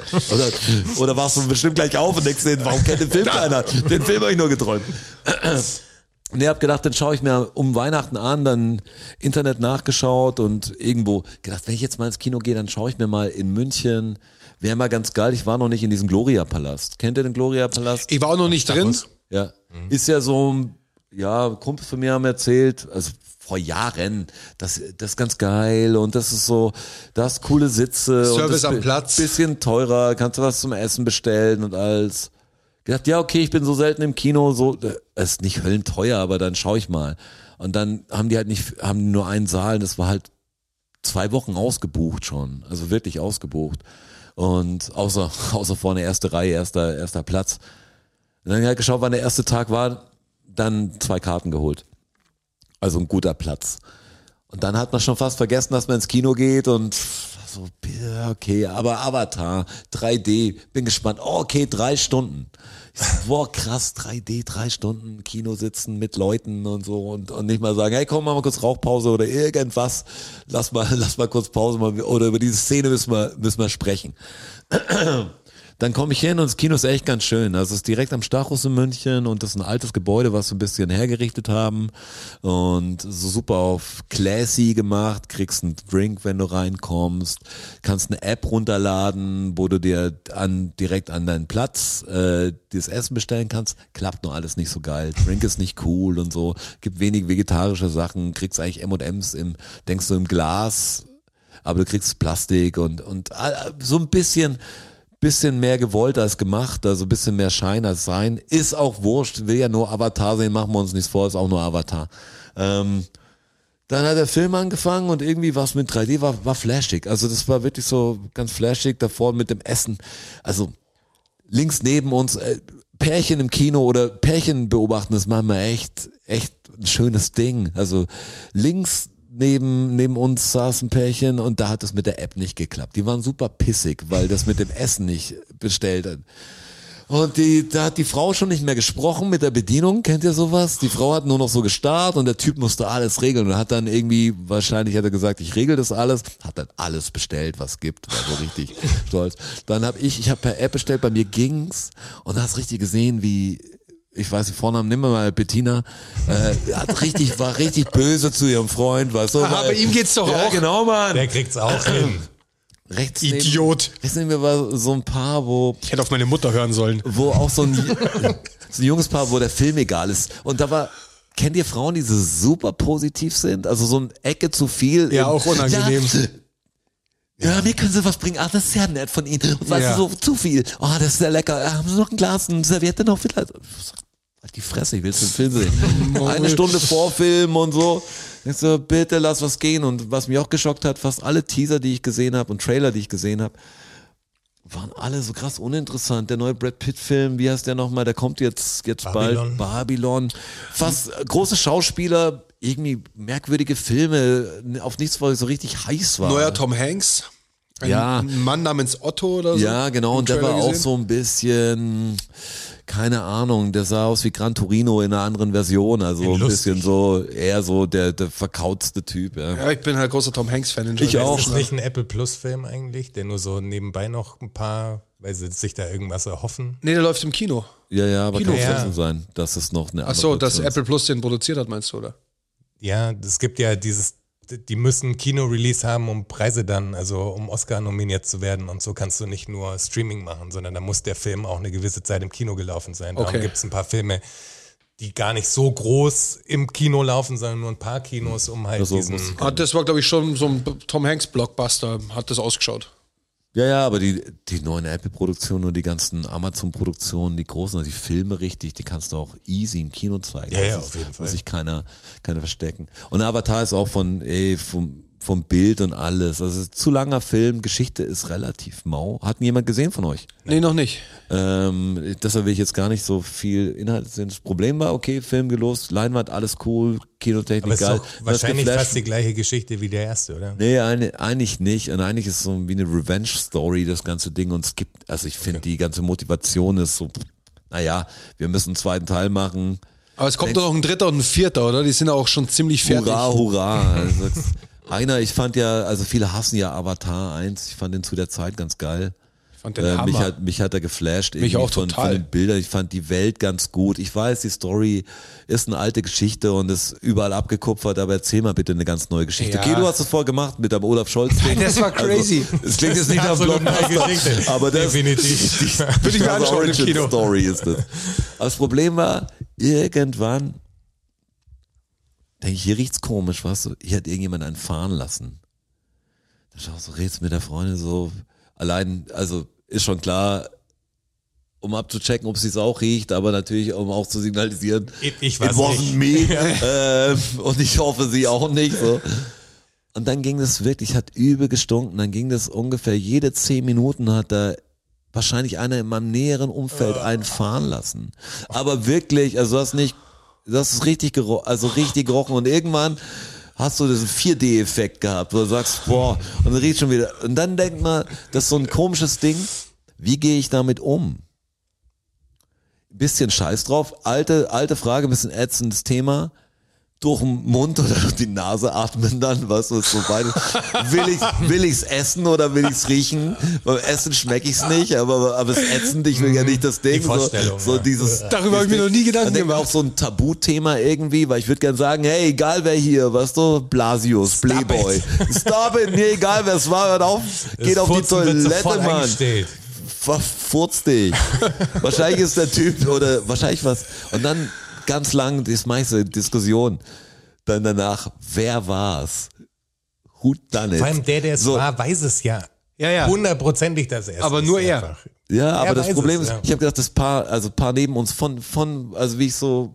Speaker 4: Oder, oder warst du bestimmt gleich auf und denkst dir, warum kennt den Film keiner? Den Film habe ich nur geträumt. Nee, hab gedacht, dann schaue ich mir um Weihnachten an, dann Internet nachgeschaut und irgendwo gedacht, wenn ich jetzt mal ins Kino gehe, dann schaue ich mir mal in München. Wäre mal ganz geil, ich war noch nicht in diesem Gloria-Palast. Kennt ihr den Gloria-Palast?
Speaker 2: Ich war auch noch nicht drin. Mhm.
Speaker 4: Ja. Ist ja so ein, ja, Kumpel von mir haben erzählt, also vor Jahren, das, das ist ganz geil und das ist so, das ist coole Sitze. und
Speaker 2: Service
Speaker 4: das
Speaker 2: am
Speaker 4: bi-
Speaker 2: Platz.
Speaker 4: Bisschen teurer, kannst du was zum Essen bestellen und alles. Gedacht, ja, okay, ich bin so selten im Kino, so, äh, es ist nicht höllenteuer, aber dann schaue ich mal. Und dann haben die halt nicht, haben die nur einen Saal, und das war halt zwei Wochen ausgebucht schon, also wirklich ausgebucht. Und außer, außer vorne erste Reihe, erster, erster Platz. Und dann hab ich halt geschaut, wann der erste Tag war, dann zwei Karten geholt. Also ein guter Platz. Und dann hat man schon fast vergessen, dass man ins Kino geht und so ein ja, okay, aber Avatar, 3D, bin gespannt. Oh, okay, drei Stunden. Ich so, boah, krass, 3D, drei Stunden, im Kino sitzen mit Leuten und so und, und nicht mal sagen, hey, komm, mach mal kurz Rauchpause oder irgendwas. Lass mal, lass mal kurz Pause mal, oder über diese Szene müssen wir, müssen wir sprechen. Dann komme ich hin und das Kino ist echt ganz schön. Also es ist direkt am Stachus in München und das ist ein altes Gebäude, was wir ein bisschen hergerichtet haben und so super auf classy gemacht. Kriegst einen Drink, wenn du reinkommst, kannst eine App runterladen, wo du dir an, direkt an deinen Platz äh, das Essen bestellen kannst. Klappt nur alles nicht so geil. Drink ist nicht cool und so. Gibt wenig vegetarische Sachen. Kriegst eigentlich M&Ms im, denkst du im Glas, aber du kriegst Plastik und und all- so ein bisschen bisschen mehr gewollt als gemacht, also ein bisschen mehr Schein als sein. Ist auch wurscht, will ja nur Avatar sehen, machen wir uns nichts vor, ist auch nur Avatar. Ähm, dann hat der Film angefangen und irgendwie was mit 3D war, war flashig. Also das war wirklich so ganz flashig davor mit dem Essen. Also links neben uns äh, Pärchen im Kino oder Pärchen beobachten, das machen wir echt, echt ein schönes Ding. Also links neben, neben uns saß ein Pärchen und da hat es mit der App nicht geklappt. Die waren super pissig, weil das mit dem Essen nicht bestellt hat. Und die, da hat die Frau schon nicht mehr gesprochen mit der Bedienung, kennt ihr sowas? Die Frau hat nur noch so gestarrt und der Typ musste alles regeln und hat dann irgendwie, wahrscheinlich hat er gesagt, ich regel das alles, hat dann alles bestellt, was gibt, war so richtig stolz. Dann habe ich, ich habe per App bestellt, bei mir ging's und hast richtig gesehen, wie, ich weiß den Vornamen, nimm mal Bettina, äh, hat richtig, war richtig böse zu ihrem Freund, weißt du?
Speaker 2: Aber
Speaker 4: weil-
Speaker 2: ihm geht's doch
Speaker 4: ja,
Speaker 2: auch.
Speaker 4: genau, Mann.
Speaker 3: Der kriegt's auch hin.
Speaker 4: Rechts neben,
Speaker 2: Idiot.
Speaker 4: rechts neben mir war so ein Paar, wo
Speaker 2: Ich hätte auf meine Mutter hören sollen.
Speaker 4: wo auch so ein, so ein junges Paar, wo der Film egal ist. Und da war, kennt ihr Frauen, die so super positiv sind? Also so eine Ecke zu viel.
Speaker 2: Ja,
Speaker 4: im-
Speaker 2: auch unangenehm.
Speaker 4: Ja, ja, mir können sie was bringen. Ach, das ist ja nett von Ihnen. Und was
Speaker 2: Ja.
Speaker 4: ist so zu viel? Oh, das ist ja lecker. Ah, Haben Sie noch ein Glas, eine Serviette noch vielleicht? Halt die Fresse, ich will den Film sehen. Eine Stunde Vorfilm und so. Denkst du, bitte lass was gehen. Und was mich auch geschockt hat, fast alle Teaser, die ich gesehen habe und Trailer, die ich gesehen habe, waren alle so krass uninteressant. Der neue Brad Pitt-Film, wie heißt der nochmal? Der kommt jetzt, jetzt
Speaker 3: Babylon.
Speaker 4: bald. Babylon. Fast äh, große Schauspieler, irgendwie merkwürdige Filme, n- auf nichts, wo ich so richtig heiß war.
Speaker 2: Neuer Tom Hanks. Ein
Speaker 4: Ja.
Speaker 2: Mann namens Otto oder so.
Speaker 4: ja, genau.
Speaker 2: Im
Speaker 4: Und der
Speaker 2: Also Trailer
Speaker 4: war auch
Speaker 2: gesehen.
Speaker 4: so ein bisschen, keine Ahnung, der sah aus wie Gran Turino in einer anderen Version. Also ein
Speaker 3: lustig.
Speaker 4: bisschen so, eher so der, der verkauzte Typ. Ja.
Speaker 2: Ja, ich bin halt großer Tom Hanks-Fan.
Speaker 4: Ich auch. ne?
Speaker 3: Ist das nicht ein Apple Plus-Film eigentlich, der nur so nebenbei noch ein paar, weil sie sich da irgendwas erhoffen?
Speaker 2: Nee, der läuft im Kino.
Speaker 4: ja, ja, aber kann
Speaker 3: Kino.
Speaker 4: trotzdem sein, dass es noch eine andere
Speaker 2: Ach so, dass
Speaker 4: Version ist.
Speaker 2: Apple Plus den produziert hat, meinst du, oder?
Speaker 3: Ja, es gibt ja dieses, die müssen Kino-Release haben, um Preise dann, also um Oscar nominiert zu werden. Und so kannst du nicht nur Streaming machen, sondern da muss der Film auch eine gewisse Zeit im Kino gelaufen sein. Darum
Speaker 2: Okay.
Speaker 3: gibt's gibt es ein paar Filme, die gar nicht so groß im Kino laufen, sondern nur ein paar Kinos, um halt
Speaker 4: Also
Speaker 3: diesen.
Speaker 4: muss-
Speaker 2: Ah, das war, glaube ich, schon so ein B- Tom Hanks-Blockbuster, hat das ausgeschaut.
Speaker 4: Ja, ja, aber die, die neuen Apple-Produktionen und die ganzen Amazon-Produktionen, die großen, also die Filme richtig, die kannst du auch easy im Kino zeigen.
Speaker 3: Ja, ja,
Speaker 4: Das
Speaker 3: auf jeden Fall.
Speaker 4: Muss sich keiner, keiner verstecken. Und Avatar ist auch von, ey, vom, vom Bild und alles. Also es ist zu langer Film, Geschichte ist relativ mau. Hat jemand gesehen von euch?
Speaker 2: Nee, noch nicht.
Speaker 4: Ähm, deshalb will ich jetzt gar nicht so viel Inhalt sehen. Das Problem war, okay, Film gelost, Leinwand, alles cool,
Speaker 3: aber
Speaker 4: Kinotechnik
Speaker 3: es ist
Speaker 4: geil.
Speaker 3: doch
Speaker 4: Dann hat's
Speaker 3: wahrscheinlich
Speaker 4: geflasht.
Speaker 3: fast die gleiche Geschichte wie der erste, oder?
Speaker 4: Nee, ein- eigentlich nicht. Und eigentlich ist es so wie eine Revenge-Story, das ganze Ding. Und es gibt, also ich finde, die ganze Motivation ist so, naja, wir müssen einen zweiten Teil machen.
Speaker 2: Aber es kommt doch noch ein dritter und ein vierter, oder? Die sind ja auch schon ziemlich fertig.
Speaker 4: Hurra, hurra. Also, es- einer, ich fand ja, also viele hassen ja Avatar 1. Ich fand den zu der Zeit ganz geil.
Speaker 2: Ich fand den
Speaker 4: Äh,
Speaker 2: Hammer.
Speaker 4: mich, hat, mich hat er geflasht. irgendwie
Speaker 2: auch
Speaker 4: von,
Speaker 2: total.
Speaker 4: Von den Bildern. Ich fand die Welt ganz gut. Ich weiß, die Story ist eine alte Geschichte und ist überall abgekupfert, aber erzähl mal bitte eine ganz neue Geschichte.
Speaker 2: Ja.
Speaker 4: Okay, du hast es vorher gemacht mit deinem Olaf Scholz.
Speaker 2: Das war crazy.
Speaker 4: Es klingt jetzt nicht nach
Speaker 3: Absolut neue
Speaker 4: Blockbuster,
Speaker 3: Geschichte.
Speaker 4: aber das
Speaker 3: Definitiv.
Speaker 4: die- die-
Speaker 2: Würde ich mir anschauen im
Speaker 4: Origin
Speaker 2: Kino.
Speaker 4: Story ist das. Aber das Problem war, irgendwann denke ich, hier riecht's komisch, was? Weißt du? Hier hat irgendjemand einen fahren lassen. Da schaust du, redest mit der Freundin so, allein, also ist schon klar, um abzuchecken, ob sie es auch riecht, aber natürlich, um auch zu signalisieren,
Speaker 3: Ich- ich weiß
Speaker 4: it wasn't
Speaker 3: nicht.
Speaker 4: me. Ähm, und ich hoffe, sie auch nicht. So. Und dann ging das wirklich, hat übel gestunken. Dann ging das ungefähr jede zehn Minuten hat da wahrscheinlich einer in meinem näheren Umfeld einen fahren lassen. Aber wirklich, also du hast nicht, du hast es richtig gerochen, also richtig gerochen und irgendwann hast du diesen 4D-Effekt gehabt, wo du sagst, boah, und dann riecht schon wieder. Und dann denk mal, das ist so ein komisches Ding. Wie gehe ich damit um? Bisschen Scheiß drauf. Alte, alte Frage, bisschen ätzendes Thema. Durch den Mund oder durch die Nase atmen dann, was ist so beides. Will ich will ich's essen oder will ich's riechen? Beim Essen schmecke ich's nicht, aber aber es ätzend, ich will
Speaker 2: Mhm.
Speaker 4: ja nicht das Ding so,
Speaker 3: Vorstellung,
Speaker 4: so
Speaker 3: ja.
Speaker 4: dieses
Speaker 2: Darüber habe ich mir noch nie Gedanken
Speaker 4: dann denkt man
Speaker 2: gemacht.
Speaker 4: auch so ein Tabuthema irgendwie, weil ich würde gerne sagen, hey, egal wer hier, weißt du, Blasius, Playboy, stop it, nee, egal wer es war, hört auf, geht auf die Toilette, Mann, verfurz dich. wahrscheinlich ist der Typ oder wahrscheinlich was. Und dann ganz lang, das meiste Diskussion, dann danach, wer war's? Who done it?
Speaker 3: Vor allem der, der es
Speaker 4: So.
Speaker 3: war, weiß es ja.
Speaker 2: Ja, ja.
Speaker 3: Hundertprozentig, dass er es
Speaker 2: Aber
Speaker 3: ist
Speaker 2: nur er.
Speaker 3: einfach.
Speaker 4: Ja, aber
Speaker 3: weiß
Speaker 4: das
Speaker 3: es,
Speaker 4: Problem ist,
Speaker 3: ja.
Speaker 4: ich habe gedacht, das Paar, also Paar neben uns von, von, also wie ich so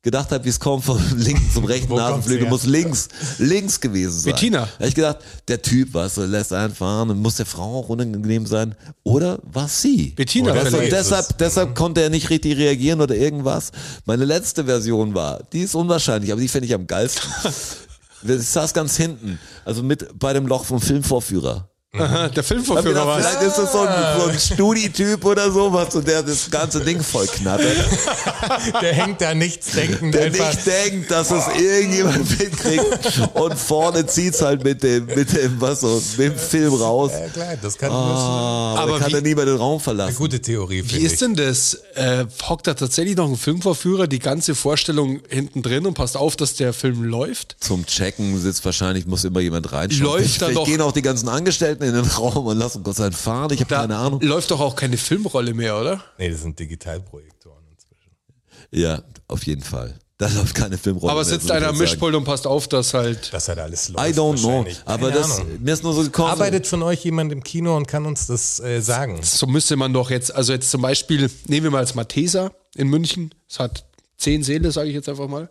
Speaker 4: gedacht habe, wie es kommt von links zum rechten
Speaker 3: Wo kommt's
Speaker 4: Nasenflügel,
Speaker 3: her?
Speaker 4: muss links, links gewesen sein.
Speaker 2: Bettina.
Speaker 4: Da hab ich gedacht, der Typ, weißt du, lässt einen fahren und muss der Frau auch unangenehm sein. Oder war sie?
Speaker 2: Bettina
Speaker 4: Weißt du,
Speaker 2: vielleicht.
Speaker 4: deshalb, deshalb konnte er nicht richtig reagieren oder irgendwas. Meine letzte Version war, die ist unwahrscheinlich, aber die finde ich am geilsten. Ich saß ganz hinten, also mit bei dem Loch vom Filmvorführer.
Speaker 2: Aha, der
Speaker 4: Hab
Speaker 2: Filmvorführer
Speaker 4: gedacht,
Speaker 2: war
Speaker 4: vielleicht ist das so ein,
Speaker 2: Ah.
Speaker 4: so ein Studi-Typ oder sowas und der das ganze Ding voll knattert.
Speaker 3: Der hängt da nichts denkend
Speaker 4: Der
Speaker 3: einfach.
Speaker 4: nicht denkt, dass es irgendjemand mitkriegt und vorne zieht's halt mit dem, mit dem, was so, mit dem Film raus.
Speaker 3: ja klar, das kann
Speaker 4: Ah, aber,
Speaker 2: Aber
Speaker 4: dann kann
Speaker 2: wie-
Speaker 4: er nie mehr den Raum
Speaker 3: eine
Speaker 4: verlassen.
Speaker 3: gute Theorie,
Speaker 2: Wie
Speaker 3: finde ich.
Speaker 2: ist denn das? Äh, hockt da tatsächlich noch ein Filmvorführer die ganze Vorstellung hinten drin und passt auf, dass der Film läuft?
Speaker 4: Zum Checken sitzt wahrscheinlich, muss immer jemand reinschauen.
Speaker 2: Läuft
Speaker 4: Vielleicht-
Speaker 2: da
Speaker 4: vielleicht
Speaker 2: doch-
Speaker 4: gehen auch die ganzen Angestellten in den Raum und lassen Gott sein fahren. Ich habe
Speaker 2: Da
Speaker 4: keine Ahnung.
Speaker 2: läuft doch auch keine Filmrolle mehr, oder?
Speaker 3: Nee, das sind Digitalprojektoren inzwischen.
Speaker 4: Ja, auf jeden Fall. Da läuft keine Filmrolle.
Speaker 2: Aber
Speaker 4: mehr,
Speaker 2: sitzt
Speaker 4: so
Speaker 2: einer am
Speaker 4: ne, würde ich sagen.
Speaker 2: Mischpult und passt auf, dass halt.
Speaker 3: Das hat alles läuft
Speaker 4: I don't know.
Speaker 3: wahrscheinlich.
Speaker 4: Aber
Speaker 3: Keine
Speaker 4: das,
Speaker 3: Ahnung.
Speaker 4: mir ist also nur so gekommen.
Speaker 3: Arbeitet von euch jemand im Kino und kann uns das äh, sagen?
Speaker 2: So müsste man doch jetzt, also jetzt zum Beispiel, nehmen wir mal als Matheser in München, es hat zehn Seele, sage ich jetzt einfach mal.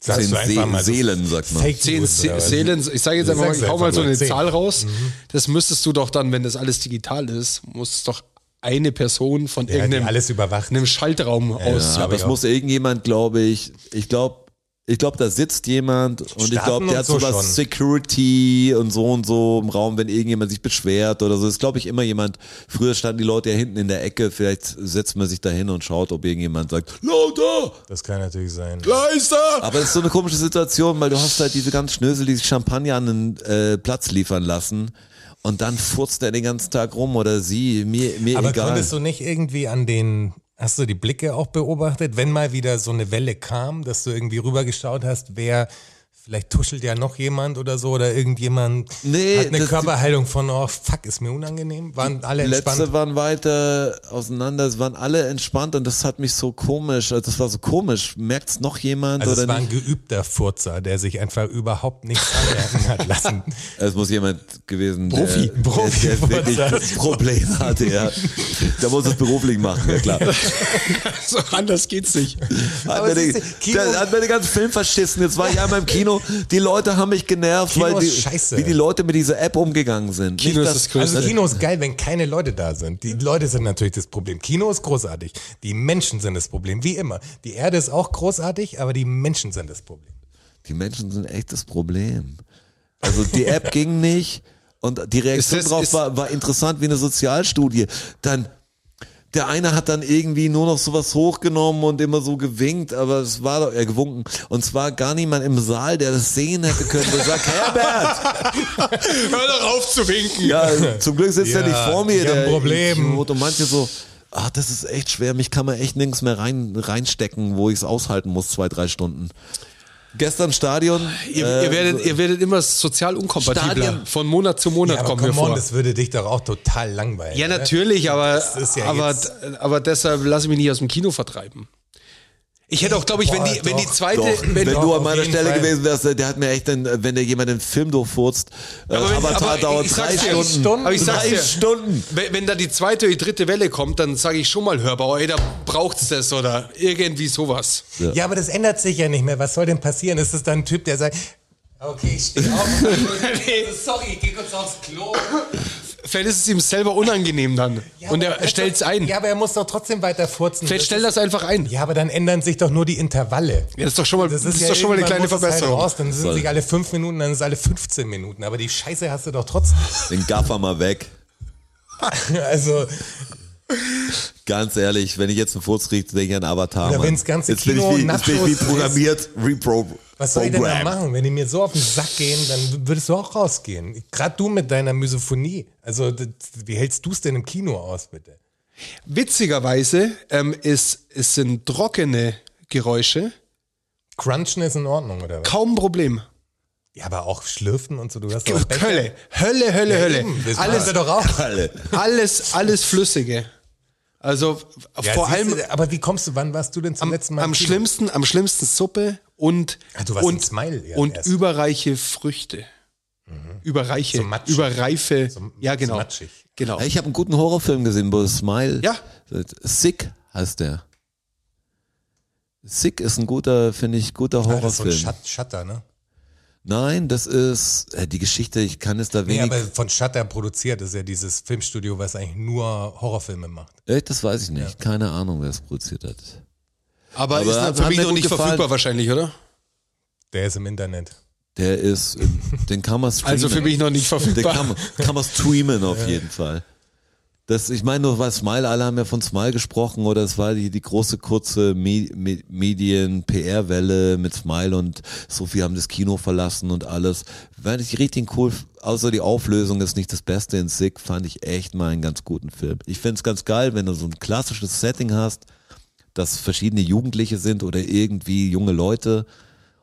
Speaker 3: Sagst
Speaker 4: Zehn
Speaker 3: du
Speaker 4: See-
Speaker 3: einfach mal, das
Speaker 4: Seelen, sagt man.
Speaker 3: Fake
Speaker 2: Zehn
Speaker 3: News,
Speaker 2: Se-
Speaker 3: oder was?
Speaker 2: Seelen, ich sage jetzt einfach mal,
Speaker 3: Sag's
Speaker 2: ich hau mal
Speaker 3: einfach
Speaker 2: so
Speaker 3: nur.
Speaker 2: eine
Speaker 3: Zehn.
Speaker 2: Zahl raus. Das müsstest du doch dann, wenn das alles digital ist, muss es doch eine Person von
Speaker 3: Ja, die
Speaker 2: irgendeinem
Speaker 3: alles überwacht.
Speaker 2: einem Schaltraum aus.
Speaker 4: Ja, aber es muss irgendjemand, glaube ich, ich glaube, ich glaube, da sitzt jemand und ich
Speaker 3: Staaten
Speaker 4: glaube, der
Speaker 3: und
Speaker 4: hat
Speaker 3: so
Speaker 4: sowas
Speaker 3: schon.
Speaker 4: Security und so und so im Raum, wenn irgendjemand sich beschwert oder so. Das ist, glaube ich, immer jemand. Früher standen die Leute ja hinten in der Ecke, vielleicht setzt man sich da hin und schaut, ob irgendjemand sagt, lauter,
Speaker 3: Das kann natürlich sein.
Speaker 2: Leister!
Speaker 4: aber es ist so eine komische Situation, weil du hast halt diese ganz Schnösel, die sich Champagner an den äh, Platz liefern lassen und dann furzt er den ganzen Tag rum oder sie, mir, mir
Speaker 3: Aber
Speaker 4: egal.
Speaker 3: konntest du nicht irgendwie an den, hast du die Blicke auch beobachtet, wenn mal wieder so eine Welle kam, dass du irgendwie rübergeschaut hast, wer, vielleicht tuschelt ja noch jemand oder so oder irgendjemand
Speaker 4: Nee,
Speaker 3: hat eine
Speaker 4: das-
Speaker 3: Körperhaltung von, oh fuck, ist mir unangenehm, waren alle
Speaker 4: Letzte
Speaker 3: entspannt.
Speaker 4: waren weiter auseinander, es waren alle entspannt und das hat mich so komisch, also das war so komisch. Merkt's noch jemand
Speaker 3: Also es
Speaker 4: oder
Speaker 3: war ein
Speaker 4: nicht?
Speaker 3: geübter Furzer, der sich einfach überhaupt nichts anmerken hat lassen.
Speaker 4: Es muss jemand gewesen,
Speaker 3: Profi,
Speaker 4: der,
Speaker 3: Profi,
Speaker 4: der, der
Speaker 3: wollte ich sagen.
Speaker 4: wirklich Probleme hatte, ja. Der muss es beruflich machen, ja klar.
Speaker 2: So anders geht's nicht.
Speaker 4: Hat
Speaker 3: Aber
Speaker 4: mir, den,
Speaker 3: siehste, Kino-
Speaker 4: der, hat mir den ganzen Film verschissen. Jetzt war ich einmal im Kino. Die Leute haben mich genervt,
Speaker 3: Kino
Speaker 4: weil die,
Speaker 3: ist scheiße.
Speaker 4: wie die Leute mit dieser App umgegangen sind.
Speaker 2: Kino ist
Speaker 4: dass-
Speaker 2: das Größte.
Speaker 3: Also Kino ist geil, wenn keine Leute da sind. Die Leute sind natürlich das Problem. Kino ist großartig. Die Menschen sind das Problem, wie immer. Die Erde ist auch großartig, aber die Menschen sind das Problem.
Speaker 4: Die Menschen sind echt das Problem. Also die App ging nicht und die Reaktion
Speaker 2: Ist das-
Speaker 4: drauf
Speaker 2: ist-
Speaker 4: war, war interessant wie eine Sozialstudie. Dann der eine hat dann irgendwie nur noch sowas hochgenommen und immer so gewinkt, aber es war doch, er gewunken. Und zwar gar niemand im Saal, der das sehen hätte können. Der sagt, Herbert!
Speaker 2: Hör doch auf zu winken.
Speaker 4: Ja, zum Glück sitzt er
Speaker 3: Ja,
Speaker 4: nicht vor mir.
Speaker 3: ich hab ein
Speaker 4: der
Speaker 3: Problem.
Speaker 4: Idiot. Und manche so, ah, das ist echt schwer, mich kann man echt nirgends mehr rein, reinstecken, wo ich es aushalten muss, zwei, drei Stunden. Gestern Stadion.
Speaker 2: Ihr,
Speaker 3: Ähm,
Speaker 2: ihr, werdet, ihr werdet immer sozial unkompatibler.
Speaker 4: Stadion-
Speaker 2: Von Monat zu Monat
Speaker 3: Ja, aber
Speaker 2: kommen wir
Speaker 3: come on,
Speaker 2: vor.
Speaker 3: das würde dich doch auch total langweilen.
Speaker 2: ja,
Speaker 3: oder?
Speaker 2: natürlich, aber,
Speaker 3: ist ja
Speaker 2: aber,
Speaker 3: jetzt-
Speaker 2: aber deshalb lasse ich mich nicht aus dem Kino vertreiben. Ich hätte auch, glaube ich, wenn
Speaker 3: Boah,
Speaker 2: die, wenn die
Speaker 3: doch,
Speaker 2: zweite,
Speaker 4: Doch, wenn,
Speaker 2: wenn,
Speaker 3: doch,
Speaker 4: du an
Speaker 3: Äh, auf
Speaker 4: meiner
Speaker 3: jeden
Speaker 4: Stelle
Speaker 3: Fall.
Speaker 4: gewesen wärst, äh, der hat mir echt, den, wenn der jemand den Film durchfurzt, äh,
Speaker 2: Aber wenn-
Speaker 4: Avatar
Speaker 2: aber
Speaker 4: dauert
Speaker 2: ich
Speaker 4: drei
Speaker 2: sag's dir,
Speaker 4: Stunden.
Speaker 3: Stunden.
Speaker 2: Aber ich sag's
Speaker 4: drei
Speaker 2: dir.
Speaker 4: Stunden.
Speaker 2: wenn, wenn da die zweite oder die dritte Welle kommt, dann sage ich schon mal hörbar, ey, da braucht's das oder irgendwie sowas.
Speaker 3: Ja. aber das ändert sich ja nicht mehr. Was soll denn passieren? Ist es dann ein Typ, der sagt, okay, ich stehe auf. Sorry, ich geh kurz aufs Klo.
Speaker 2: Vielleicht ist es ihm selber unangenehm dann.
Speaker 3: Ja,
Speaker 2: und
Speaker 3: aber
Speaker 2: er
Speaker 3: hätte-
Speaker 2: stellt es ein.
Speaker 3: Ja, aber er muss doch trotzdem weiter furzen.
Speaker 2: Vielleicht
Speaker 3: Das
Speaker 2: stellt
Speaker 3: ist-
Speaker 2: das einfach ein.
Speaker 3: Ja, aber dann ändern sich doch nur die Intervalle.
Speaker 2: Ja, das ist doch schon mal, das ist doch schon mal eine
Speaker 3: irgendwann
Speaker 2: kleine
Speaker 3: muss es
Speaker 2: Verbesserung.
Speaker 3: Halt raus, dann sind
Speaker 4: Voll.
Speaker 3: sie alle fünf Minuten, dann ist es alle 15 Minuten. Aber die Scheiße hast du doch trotzdem.
Speaker 4: Den Gaffer mal weg.
Speaker 3: Also,
Speaker 4: Ganz ehrlich, wenn ich jetzt einen Furz kriege, denke ich an Avatar.
Speaker 3: Oder
Speaker 4: Mann.
Speaker 3: wenn's ganze
Speaker 4: jetzt bin
Speaker 3: Kino
Speaker 4: ich wie, jetzt bin ich wie
Speaker 3: Nachos
Speaker 4: programmiert, reprogrammiert.
Speaker 3: was soll ich denn da machen? Wenn die mir so auf den Sack gehen, dann würdest du auch rausgehen. Gerade du mit deiner Misophonie. Also, das- wie hältst du es denn im Kino aus, bitte?
Speaker 2: Witzigerweise ähm, ist, es sind trockene Geräusche
Speaker 3: Crunchen ist in Ordnung, oder was?
Speaker 2: kaum ein Problem.
Speaker 3: Ja, aber auch Schlürfen und so, du hast doch Becher.
Speaker 2: Hölle, Hölle, Hölle, Hölle.
Speaker 3: Eben, halt- das
Speaker 2: Alles,
Speaker 3: alles doch auch.
Speaker 4: Alle.
Speaker 2: alles, alles Flüssige. Also
Speaker 3: Ja,
Speaker 2: vor
Speaker 3: siehst
Speaker 2: allem
Speaker 3: du, aber wie kommst du, wann warst du denn zum
Speaker 2: am,
Speaker 3: letzten Mal? im
Speaker 2: am
Speaker 3: Kino?
Speaker 2: schlimmsten, am schlimmsten Suppe und
Speaker 3: Ah, du warst
Speaker 2: und,
Speaker 3: im Smile, ja,
Speaker 2: und
Speaker 3: erst. Mhm.
Speaker 2: überreiche Früchte. Überreiche,
Speaker 3: So matschig.
Speaker 2: überreife,
Speaker 3: So-
Speaker 2: ja
Speaker 3: so
Speaker 2: genau,
Speaker 3: matschig.
Speaker 2: genau.
Speaker 4: Ich habe einen guten Horrorfilm gesehen, wo Smile.
Speaker 2: Ja.
Speaker 4: Sick heißt der. Sick ist ein guter, finde ich, guter
Speaker 3: Ah, das ist so ein
Speaker 4: Horrorfilm.
Speaker 3: Shut Shutter, ne?
Speaker 4: Nein, das ist äh, die Geschichte, ich kann es da
Speaker 3: Nee,
Speaker 4: wenig.
Speaker 3: aber von Shutter produziert ist ja dieses Filmstudio, was eigentlich nur Horrorfilme macht.
Speaker 4: Äh, das weiß ich nicht. Keine Ahnung, wer es produziert hat.
Speaker 2: Aber,
Speaker 4: Aber
Speaker 2: ist
Speaker 4: hat-
Speaker 2: dann
Speaker 4: hat
Speaker 2: für mich
Speaker 4: mir
Speaker 2: noch
Speaker 4: gut
Speaker 2: nicht
Speaker 4: gefallen.
Speaker 2: verfügbar wahrscheinlich, oder?
Speaker 3: Der ist im Internet.
Speaker 4: Der ist, äh, den kann man streamen.
Speaker 2: Also für mich noch nicht
Speaker 4: Den
Speaker 2: verfügbar.
Speaker 4: kann, man- kann man streamen auf jeden Fall. Das, ich meine nur, weil Smile, alle haben ja von Smile gesprochen oder es war die, die große kurze Me Me Medien-PR-Welle mit Smile und so viel haben das Kino verlassen und alles. Fand ich richtig cool, außer die Auflösung ist nicht das Beste in Sick, fand ich echt mal einen ganz guten Film. Ich find's ganz geil, wenn du so ein klassisches Setting hast, dass verschiedene Jugendliche sind oder irgendwie junge Leute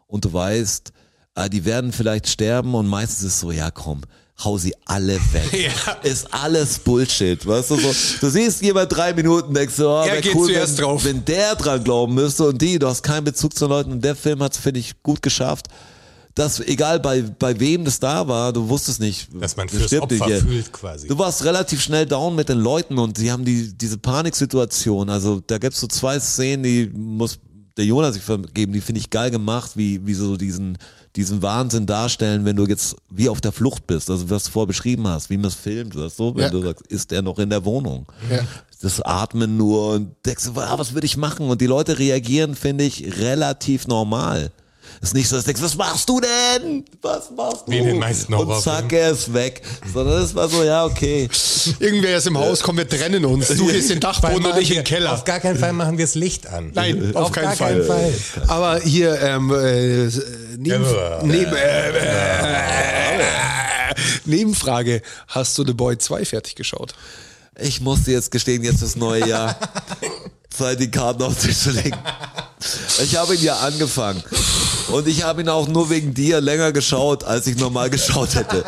Speaker 4: und du weißt, ah, die werden vielleicht sterben und meistens ist so, ja komm, hau sie alle weg. Ist alles Bullshit, weißt du so. Du siehst jemand drei Minuten, denkst du, oh,
Speaker 2: Er
Speaker 4: wär
Speaker 2: geht
Speaker 4: cool,
Speaker 2: zuerst
Speaker 4: wenn,
Speaker 2: drauf.
Speaker 4: wenn der dran glauben müsste und die, du hast keinen Bezug zu Leuten und der Film hat es, finde ich, gut geschafft. Dass, egal bei, bei wem das da war, du wusstest nicht,
Speaker 3: Dass man
Speaker 4: der
Speaker 3: fürs
Speaker 4: stirbt
Speaker 3: Opfer
Speaker 4: nicht hier.
Speaker 3: fühlt quasi.
Speaker 4: Du warst relativ schnell down mit den Leuten und sie haben die, diese Paniksituation. Also da gibt's so zwei Szenen, die muss der Jonas sich vergeben, die finde ich geil gemacht, wie, wie sie so diesen, diesen Wahnsinn darstellen, wenn du jetzt wie auf der Flucht bist, also was du vorher beschrieben hast, wie man es filmt, weißt du, wenn
Speaker 2: Ja.
Speaker 4: du sagst, ist er noch in der Wohnung? Das Atmen nur und denkst, du, ah, was würde ich machen? Und die Leute reagieren, finde ich, relativ normal. Ist nicht so, dass du denkst, was machst du denn? Was machst du?
Speaker 3: Wie in den meisten
Speaker 4: und
Speaker 3: Horrorfilmen.
Speaker 4: zack, er ist weg. Sondern es war so, ja, okay.
Speaker 2: Irgendwer ist im Haus, komm, wir trennen uns. Du gehst in den Dachboden und
Speaker 3: machen
Speaker 2: ich in
Speaker 3: wir-
Speaker 2: den Keller.
Speaker 3: Auf gar keinen Fall machen wir das Licht an.
Speaker 2: Nein, auf keinen
Speaker 3: Äh, gar
Speaker 2: Fall.
Speaker 3: keinen Fall.
Speaker 2: Aber hier, ähm, äh, neben,
Speaker 3: Ja, äh,
Speaker 2: neben, äh, äh, Nebenfrage, hast du The Boy 2 fertig geschaut?
Speaker 4: Ich muss dir jetzt gestehen, jetzt das neue Jahr. Zeit, die Karten auf den Tisch zu legen. Ich habe ihn ja angefangen. Und ich habe ihn auch nur wegen dir länger geschaut, als ich normal geschaut hätte.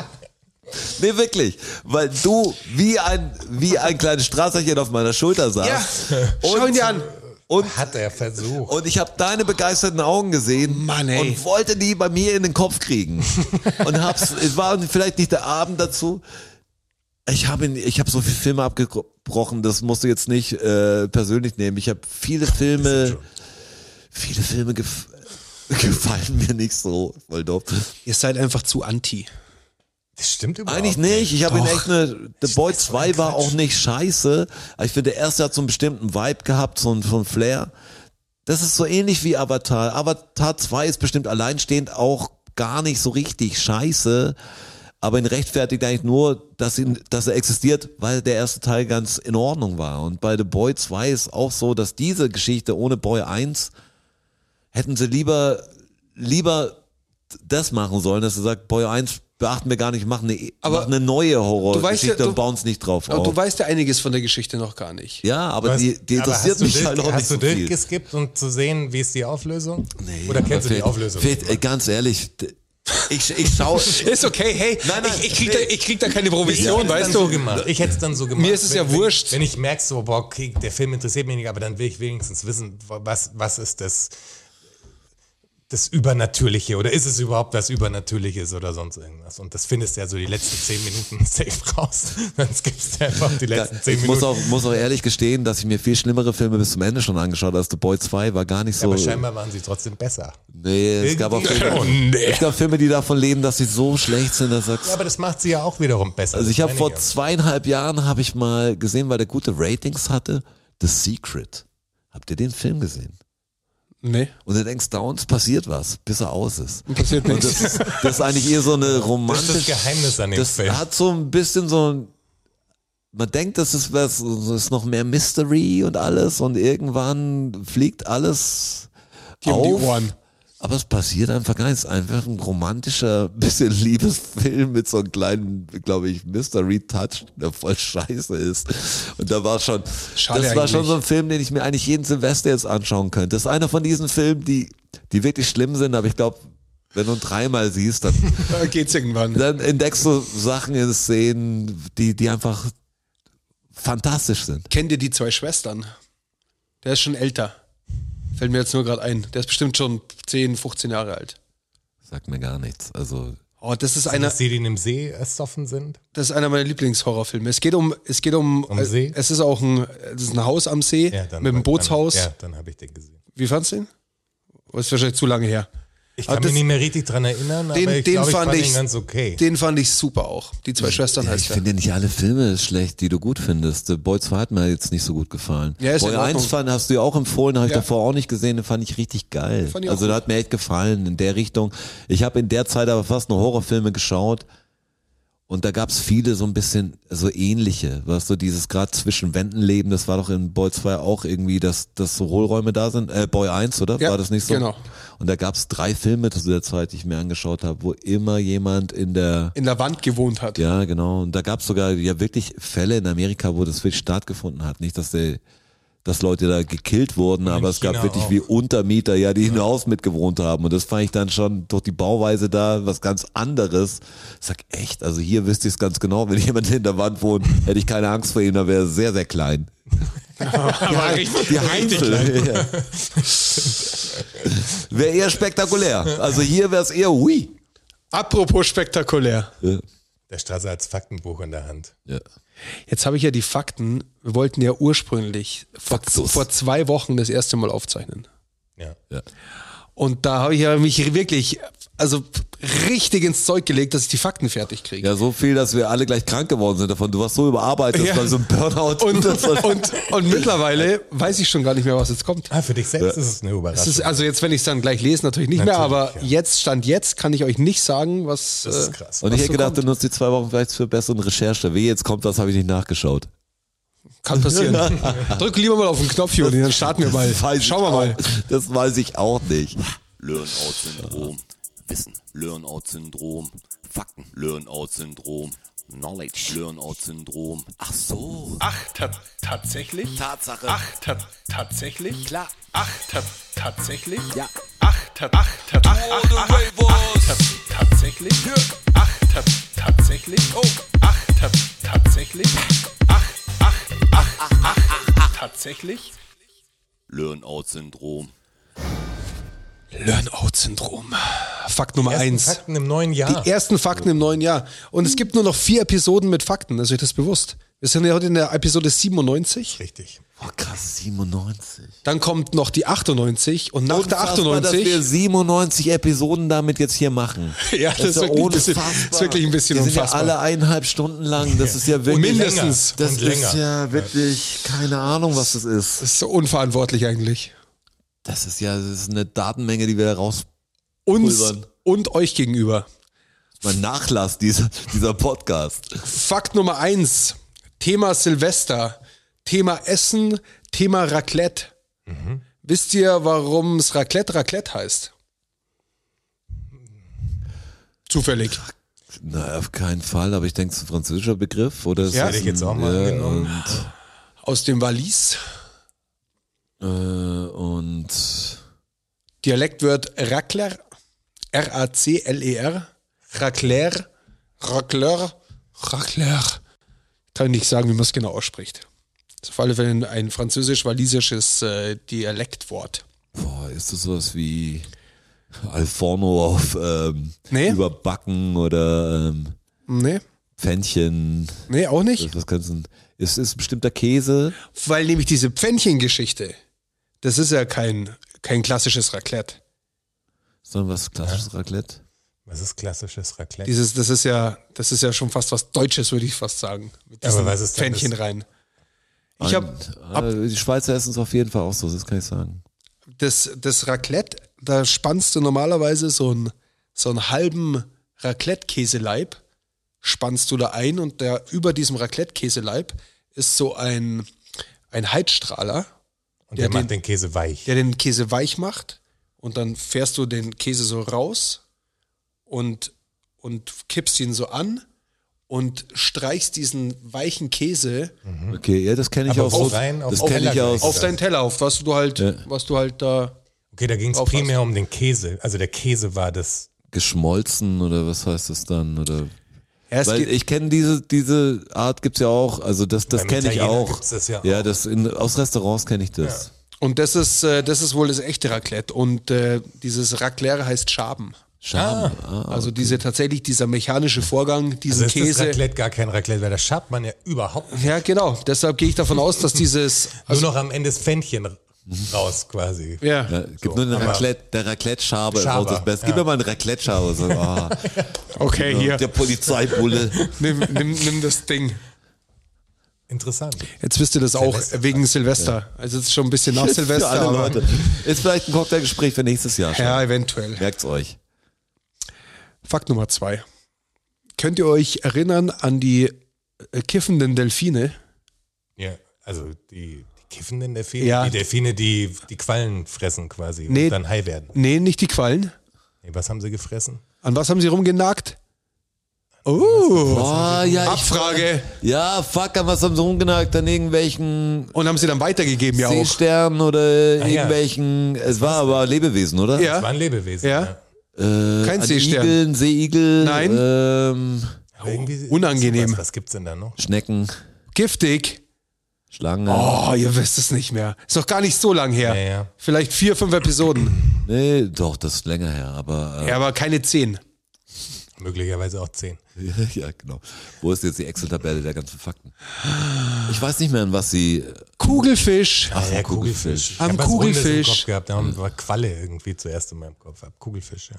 Speaker 4: Nee, wirklich. Weil du wie ein, wie ein kleines Straßerchen auf meiner Schulter saßt.
Speaker 2: Ja, schau ihn dir an.
Speaker 4: Und
Speaker 3: Hat er versucht.
Speaker 4: Und ich habe deine begeisterten Augen gesehen
Speaker 2: Oh Mann, ey.
Speaker 4: und wollte die bei mir in den Kopf kriegen. und hab's, es war vielleicht nicht der Abend dazu. Ich habe ich hab so viele Filme abgebrochen, das musst du jetzt nicht äh, persönlich nehmen. Ich habe viele Filme, viele Filme gef gefallen mir nicht so, voll doof.
Speaker 2: Ihr seid einfach zu anti.
Speaker 3: Das stimmt überhaupt
Speaker 4: Eigentlich nicht. Ich habe ihn
Speaker 2: Doch.
Speaker 4: echt eine. The Boy 2 war auch nicht scheiße. Aber Ich finde, der erste hat so einen bestimmten Vibe gehabt, so einen, so einen Flair. Das ist so ähnlich wie Avatar. Avatar 2 ist bestimmt alleinstehend auch gar nicht so richtig scheiße. Aber ihn rechtfertigt eigentlich nur, dass, ihn, dass er existiert, weil der erste Teil ganz in Ordnung war. Und bei The Boy 2 ist auch so, dass diese Geschichte ohne Boy 1 hätten sie lieber, lieber das machen sollen, dass sie sagt, Boy 1 beachten wir gar nicht, machen eine,
Speaker 2: Aber
Speaker 4: machen eine neue
Speaker 2: du weißt ja,
Speaker 4: Horrorgeschichte
Speaker 2: du-
Speaker 4: und bauen es nicht drauf
Speaker 2: Aber
Speaker 4: auf.
Speaker 3: Oh.
Speaker 2: du weißt ja einiges von der Geschichte noch gar nicht.
Speaker 4: ja, aber
Speaker 3: Was-
Speaker 4: die, die
Speaker 3: aber
Speaker 4: interessiert
Speaker 3: hast du
Speaker 4: mich
Speaker 3: Bild-
Speaker 4: halt auch
Speaker 3: hast
Speaker 4: nicht so
Speaker 3: du Bild
Speaker 4: viel.
Speaker 3: geskippt, um zu sehen, wie ist die Auflösung?
Speaker 4: Nee,
Speaker 3: Oder
Speaker 4: aber
Speaker 3: kennst du die
Speaker 4: Fred-
Speaker 3: Auflösung?
Speaker 4: Fred, ey, ganz ehrlich, d- ich, ich schaue.
Speaker 2: Ist okay, hey,
Speaker 4: Nein, nein,
Speaker 2: ich, ich, krieg
Speaker 4: nee.
Speaker 2: da, ich krieg da keine
Speaker 3: Ich
Speaker 2: Provision,
Speaker 3: hätte es
Speaker 2: weißt
Speaker 3: dann so
Speaker 2: du?
Speaker 3: gemacht. Ich hätte es dann so gemacht.
Speaker 2: Mir ist es
Speaker 3: Wenn-
Speaker 2: ja
Speaker 3: wenn,
Speaker 2: wurscht.
Speaker 3: Wenn ich merke, so, boah, okay, der Film interessiert mich nicht, aber dann will ich wenigstens wissen, was, was ist das, das Übernatürliche oder ist es überhaupt was Übernatürliches oder sonst irgendwas? Und das findest du ja so die letzten zehn Minuten safe raus. Dann skippst du einfach die letzten zehn
Speaker 4: Ich
Speaker 3: Minuten.
Speaker 4: muss auch, muss auch ehrlich gestehen, dass ich mir viel schlimmere Filme bis zum Ende schon angeschaut habe. The Boy 2 war gar nicht so.
Speaker 3: Aber scheinbar waren sie trotzdem besser.
Speaker 4: nee, es gab auch Filme,
Speaker 3: Oh, nee.
Speaker 4: es gab Filme, die davon leben, dass sie so schlecht sind, dass du
Speaker 3: Ja,
Speaker 4: sagst.
Speaker 3: aber das macht sie ja auch wiederum besser.
Speaker 4: Also ich
Speaker 3: Das
Speaker 4: habe
Speaker 3: meine
Speaker 4: vor
Speaker 3: ja.
Speaker 4: zweieinhalb Jahren habe ich mal gesehen, weil der gute Ratings hatte, The Secret. Habt ihr den Film gesehen?
Speaker 2: Nee,
Speaker 4: Und du denkst, dauernd passiert was, bis er aus ist.
Speaker 2: passiert
Speaker 4: Und das
Speaker 2: nichts.
Speaker 4: ist, das ist eigentlich eher so eine
Speaker 3: Das ist
Speaker 4: romantische.
Speaker 3: das Geheimnis an dem
Speaker 4: Das
Speaker 3: Film.
Speaker 4: hat so ein bisschen so ein. Man denkt, das ist was, es ist noch mehr Mystery und alles und irgendwann fliegt alles
Speaker 2: Geh um
Speaker 4: auf.
Speaker 2: die Ohren.
Speaker 4: Aber es passiert einfach gar nichts. Einfach ein romantischer, bisschen Liebesfilm mit so einem kleinen, glaube ich, Mystery-Touch, der voll scheiße ist. Und da war schon,
Speaker 2: Schade
Speaker 4: das war
Speaker 2: eigentlich.
Speaker 4: schon so ein Film, den ich mir eigentlich jeden Silvester jetzt anschauen könnte. Das ist einer von diesen Filmen, die, die wirklich schlimm sind, aber ich glaube, wenn du ihn dreimal siehst, dann
Speaker 2: Da geht's irgendwann.
Speaker 4: dann entdeckst du Sachen in Szenen, die, die einfach fantastisch sind.
Speaker 2: Kennt ihr die zwei Schwestern? Der ist schon älter. Fällt mir jetzt nur gerade ein. Der ist bestimmt schon 10, 15 Jahre alt.
Speaker 4: Sagt mir gar nichts. Also,
Speaker 2: Oh, das ist einer,
Speaker 3: Dass sie in dem See ersoffen sind.
Speaker 2: das ist einer meiner Lieblingshorrorfilme. Es geht um, es geht um,
Speaker 3: Um See?
Speaker 2: es ist auch ein, es ist ein Haus am See
Speaker 3: Ja, dann
Speaker 2: mit einem Bootshaus.
Speaker 3: Dann, ja, dann habe ich den gesehen.
Speaker 2: Wie fandst du ihn? Oh, Ist wahrscheinlich zu lange her.
Speaker 3: Ich
Speaker 2: Aber
Speaker 3: kann
Speaker 2: das-
Speaker 3: mich nicht mehr richtig dran erinnern,
Speaker 2: Den-
Speaker 3: aber ich
Speaker 2: den
Speaker 3: glaube, ich
Speaker 2: fand
Speaker 3: fand
Speaker 2: ich-
Speaker 3: ihn ganz okay.
Speaker 2: Den fand ich super auch. Die zwei Schwestern
Speaker 4: ja, ich
Speaker 2: heißt er.
Speaker 4: finde nicht alle Filme schlecht, die du gut findest. The Boy 2 hat mir jetzt nicht so gut gefallen.
Speaker 2: Ja, ist
Speaker 4: Boy
Speaker 2: in Ordnung.
Speaker 4: 1 fand, hast du ja auch empfohlen, habe ich
Speaker 2: Ja.
Speaker 4: davor auch nicht gesehen, den fand ich richtig geil.
Speaker 2: Fand ich auch
Speaker 4: also, der hat mir echt gefallen in der Richtung. Ich habe in der Zeit aber fast nur Horrorfilme geschaut. Und da gab's viele so ein bisschen so ähnliche, weißt du, dieses gerade zwischen Wänden leben, das war doch in Boy 2 auch irgendwie, dass, dass so Hohlräume da sind. Äh, Boy 1, oder?
Speaker 2: Ja,
Speaker 4: war das nicht so?
Speaker 2: genau.
Speaker 4: Und da gab's drei Filme zu der Zeit, die ich mir angeschaut habe, wo immer jemand in der
Speaker 2: In der Wand gewohnt hat.
Speaker 4: ja, genau. Und da gab's sogar ja wirklich Fälle in Amerika, wo das wirklich stattgefunden hat. Nicht, dass die, dass Leute da gekillt wurden, aber es gab
Speaker 3: China
Speaker 4: wirklich
Speaker 3: auch.
Speaker 4: wie Untermieter, genau. ja, die in im Haus mitgewohnt haben. Und das fand ich dann schon durch die Bauweise da was ganz anderes. Ich sag echt, also hier wisst ihr's ganz genau, wenn jemand hinter der Wand wohnt, hätte ich keine Angst vor ihm, da wäre er sehr, sehr klein.
Speaker 2: Aber richtig,
Speaker 4: Die Heinzel. Ja. Wäre eher spektakulär. Also hier wär's eher hui.
Speaker 2: Apropos spektakulär.
Speaker 4: Ja.
Speaker 3: Der Strasser hat das Faktenbuch in der Hand.
Speaker 4: Ja.
Speaker 2: Jetzt habe ich ja die Fakten. Wir wollten ja ursprünglich vor,
Speaker 4: Faktus.
Speaker 2: vor zwei Wochen das erste Mal aufzeichnen.
Speaker 3: Ja.
Speaker 4: Ja.
Speaker 2: Und da habe ich ja mich wirklich, also richtig ins Zeug gelegt, dass ich die Fakten fertig kriege.
Speaker 4: Ja, so viel, dass wir alle gleich krank geworden sind davon. Du warst so überarbeitet
Speaker 2: Ja.
Speaker 4: bei so einem Burnout.
Speaker 2: Und,
Speaker 4: das war-
Speaker 2: und, und mittlerweile weiß ich schon gar nicht mehr, was jetzt kommt.
Speaker 3: Ah, für dich selbst ist es eine Überraschung.
Speaker 2: Es ist, also jetzt, wenn ich es dann gleich lese, natürlich nicht mehr,
Speaker 3: Natürlich,
Speaker 2: aber
Speaker 3: ja.
Speaker 2: jetzt, Stand jetzt, kann ich euch nicht sagen, was...
Speaker 3: das ist
Speaker 2: äh,
Speaker 3: krass.
Speaker 4: und ich hätte
Speaker 2: so
Speaker 4: gedacht,
Speaker 2: kommt.
Speaker 4: du nutzt die zwei Wochen vielleicht für besseren Recherche. Wehe, jetzt kommt das, habe ich nicht nachgeschaut.
Speaker 2: Kann passieren. Drück lieber mal auf den Knopf, Juli, dann starten wir mal.
Speaker 4: Das weiß ich
Speaker 2: Schauen wir
Speaker 4: auch,
Speaker 2: mal.
Speaker 4: Das weiß ich auch nicht.
Speaker 5: Learn-out-Syndrom. Wissen. Learn-out-Syndrom. Fakten. Learn-out-Syndrom. Knowledge. Learn-out-Syndrom. Ach so.
Speaker 6: Ach, ta tatsächlich?
Speaker 5: Tatsache.
Speaker 6: Ach, ta tatsächlich?
Speaker 5: Klar.
Speaker 6: Ach, ta tatsächlich?
Speaker 5: Ja.
Speaker 6: Ach, ta ach, ta ach, ach, ach, ach, ta tatsächlich? Ach, ta tatsächlich? Oh. Ach, ta tatsächlich? Ach, ach, ach, ach, ach, ach, tatsächlich?
Speaker 5: Learn-out-Syndrom.
Speaker 2: Learn-out-Syndrom. Fakt Nummer
Speaker 3: Ersten
Speaker 2: eins.
Speaker 3: Fakten im neuen
Speaker 4: Ah.
Speaker 3: Jahr.
Speaker 2: Die ersten Fakten im neuen Jahr. Und es gibt nur noch vier Episoden mit Fakten, also ist euch das bewusst? Wir sind ja heute in der Episode 97.
Speaker 3: Richtig.
Speaker 4: Oh, krass, 97.
Speaker 2: Dann kommt noch die 98 und nach der
Speaker 4: Unfassbar, dass wir
Speaker 2: 98.
Speaker 4: 97 Episoden damit jetzt hier machen.
Speaker 2: Ja, das ist
Speaker 4: ja
Speaker 2: wirklich ein bisschen-
Speaker 4: unfassbar.
Speaker 2: ist wirklich ein bisschen
Speaker 4: Die sind
Speaker 2: unfassbar.
Speaker 4: ja alle eineinhalb Stunden lang. Das ist ja wirklich.
Speaker 2: mindestens.
Speaker 4: Das ist
Speaker 3: Und länger.
Speaker 4: ja wirklich keine Ahnung, was das ist.
Speaker 2: Das ist so unverantwortlich eigentlich.
Speaker 4: Das ist ja das ist eine Datenmenge, die wir da raus
Speaker 2: Uns
Speaker 4: Pulvern.
Speaker 2: und euch gegenüber.
Speaker 4: mein Nachlass dieser, dieser Podcast.
Speaker 2: Fakt Nummer eins. Thema Silvester. Thema Essen. Thema Raclette. Wisst ihr, warum es Raclette Raclette heißt? Zufällig.
Speaker 4: Na, auf keinen Fall, aber ich denke, es ist ein französischer Begriff. Oder es
Speaker 2: Ja.
Speaker 4: ist
Speaker 3: Hätte ich jetzt auch mal
Speaker 4: ja,
Speaker 3: angenommen.
Speaker 2: Aus dem Wallis.
Speaker 4: Und, äh, und
Speaker 2: Dialekt wird Racler, E R-A-C-L-E-R, Racler, Racler, Racler. Kann ich nicht sagen, wie man es genau ausspricht. Das ist auf alle Fälle ein französisch-walisisches äh, Dialektwort.
Speaker 4: boah, ist das sowas wie Alforno auf ähm,
Speaker 2: Nee.
Speaker 4: Überbacken oder ähm,
Speaker 2: Nee,
Speaker 4: Pfännchen.
Speaker 2: nee, auch nicht.
Speaker 4: Was, was kannst du denn? Es ist bestimmter Käse.
Speaker 2: Weil nämlich diese Pfännchen-Geschichte, das ist ja kein, kein klassisches Raclette.
Speaker 4: Sondern was klassisches Raclette?
Speaker 3: Was ist klassisches Raclette?
Speaker 2: Dieses, das ist ja, das ist ja schon fast was Deutsches, würde ich fast sagen. Mit
Speaker 3: Ja, aber
Speaker 2: diesen
Speaker 3: was ist denn
Speaker 2: Pfännchen
Speaker 3: das?
Speaker 2: rein. Ich
Speaker 4: Ein-
Speaker 2: habe
Speaker 4: Ah, die Schweizer essen es auf jeden Fall auch so, das kann ich sagen.
Speaker 2: das, das Raclette, da spannst du normalerweise so einen, so einen halben Raclette-Käseleib, spannst du da ein und der, über diesem Raclette-Käseleib ist so ein, ein Heizstrahler,
Speaker 3: Und der
Speaker 2: Ja,
Speaker 3: macht den Käse weich.
Speaker 2: der den Käse weich macht und dann fährst du den Käse so raus und, und kippst ihn so an und streichst diesen weichen Käse
Speaker 4: Okay, ja, das kenne ich
Speaker 3: Hm. Aber
Speaker 4: auch
Speaker 3: wo
Speaker 4: so.
Speaker 3: rein? Auf
Speaker 4: das
Speaker 3: den
Speaker 4: kenne ich
Speaker 3: Teller
Speaker 4: aus.
Speaker 2: auf deinen Teller, auf was du halt,
Speaker 4: Ja.
Speaker 2: was du halt da.
Speaker 3: Okay, da ging es
Speaker 2: Aufpassen.
Speaker 3: primär um den Käse. Also der Käse war das.
Speaker 4: geschmolzen oder was heißt das dann? Oder
Speaker 2: Ja, es
Speaker 4: Weil
Speaker 2: geht-
Speaker 4: ich kenne diese, diese Art gibt's ja auch, also das, das
Speaker 3: Beim
Speaker 4: kenne ich
Speaker 3: Italiener
Speaker 4: auch.
Speaker 3: gibt's das ja auch.
Speaker 4: das in, aus Restaurants kenne ich das.
Speaker 2: Und das ist, äh, das ist wohl das echte Raclette. Und äh, dieses Raclette heißt Schaben.
Speaker 4: Scham. Ah.
Speaker 2: Also diese tatsächlich dieser mechanische Vorgang,
Speaker 3: Also
Speaker 2: diesen
Speaker 3: ist das
Speaker 2: Käse.
Speaker 3: Raclette gar kein Raclette, weil das schabt man ja überhaupt nicht.
Speaker 2: ja, genau. Deshalb gehe ich davon aus, dass dieses. Also, Mhm.
Speaker 3: Nur noch am Ende das Pfännchen raus quasi.
Speaker 2: ja.
Speaker 4: Ja, gibt nur eine
Speaker 3: aber-
Speaker 4: Raclette, der Raclette-Schabe ist
Speaker 3: Schaber,
Speaker 4: auch das Beste. Gib
Speaker 3: ja.
Speaker 4: mir mal einen Raclette-Schabe. So, ah,
Speaker 2: Okay,
Speaker 4: ja. Der
Speaker 2: hier.
Speaker 4: Polizeibulle.
Speaker 2: Nimm, nimm, nimm das Ding.
Speaker 3: Interessant.
Speaker 2: Jetzt wisst ihr das auch
Speaker 3: Silvester.
Speaker 2: wegen Silvester. Also es ist schon ein bisschen nach
Speaker 4: Für alle
Speaker 2: Silvester. Aber,
Speaker 4: Leute. Ist vielleicht ein Cocktailgespräch für nächstes Jahr schon.
Speaker 2: ja, eventuell.
Speaker 4: Merkt's euch.
Speaker 2: Fakt Nummer zwei. Könnt ihr euch erinnern an die äh, kiffenden Delfine?
Speaker 3: Ja, also die, die kiffenden Delfine,
Speaker 2: Ja.
Speaker 3: die Delfine, die die Quallen fressen quasi
Speaker 2: Nee.
Speaker 3: und dann high werden.
Speaker 2: Nee, nicht die Quallen.
Speaker 3: Nee, was haben sie gefressen?
Speaker 2: An was haben sie rumgenagt? Oh,
Speaker 4: Boah, Ah, ja, ich,
Speaker 2: Abfrage.
Speaker 4: ja, fuck, an was haben sie rumgenagt? An irgendwelchen
Speaker 2: Und haben sie dann weitergegeben, ja auch. Ah,
Speaker 4: Seesternen oder
Speaker 3: ja.
Speaker 4: irgendwelchen. Es war aber Lebewesen, oder?
Speaker 3: Das
Speaker 2: Ja,
Speaker 3: waren Lebewesen. ne?
Speaker 2: Ja.
Speaker 3: ja.
Speaker 4: Äh,
Speaker 2: Kein
Speaker 4: an
Speaker 2: Seestern.
Speaker 4: Igeln, Seeigel.
Speaker 2: Nein.
Speaker 4: Ähm,
Speaker 3: Aber irgendwie
Speaker 2: Oh, unangenehm.
Speaker 3: sowas, Was gibt's denn da noch?
Speaker 4: Schnecken,
Speaker 2: giftig.
Speaker 4: Schlangen.
Speaker 2: Oh, ihr wisst es nicht mehr. Ist doch gar nicht so lang her.
Speaker 3: Ja, ja.
Speaker 2: Vielleicht vier, fünf Episoden.
Speaker 4: Nee, doch, das ist länger her, aber. Äh,
Speaker 2: Ja, aber keine zehn.
Speaker 3: Möglicherweise auch zehn.
Speaker 4: ja, genau. Wo ist jetzt die Excel-Tabelle der ganzen Fakten? Ich weiß nicht mehr, an was sie. äh,
Speaker 2: Kugelfisch.
Speaker 4: Ach,
Speaker 3: Ja,
Speaker 4: ein Kugelfisch.
Speaker 3: Ich
Speaker 2: Am
Speaker 3: hab was Rundes
Speaker 2: Kugelfisch.
Speaker 3: im Kopf gehabt, da haben- war Qualle irgendwie zuerst in meinem Kopf. Ab Kugelfisch, ja.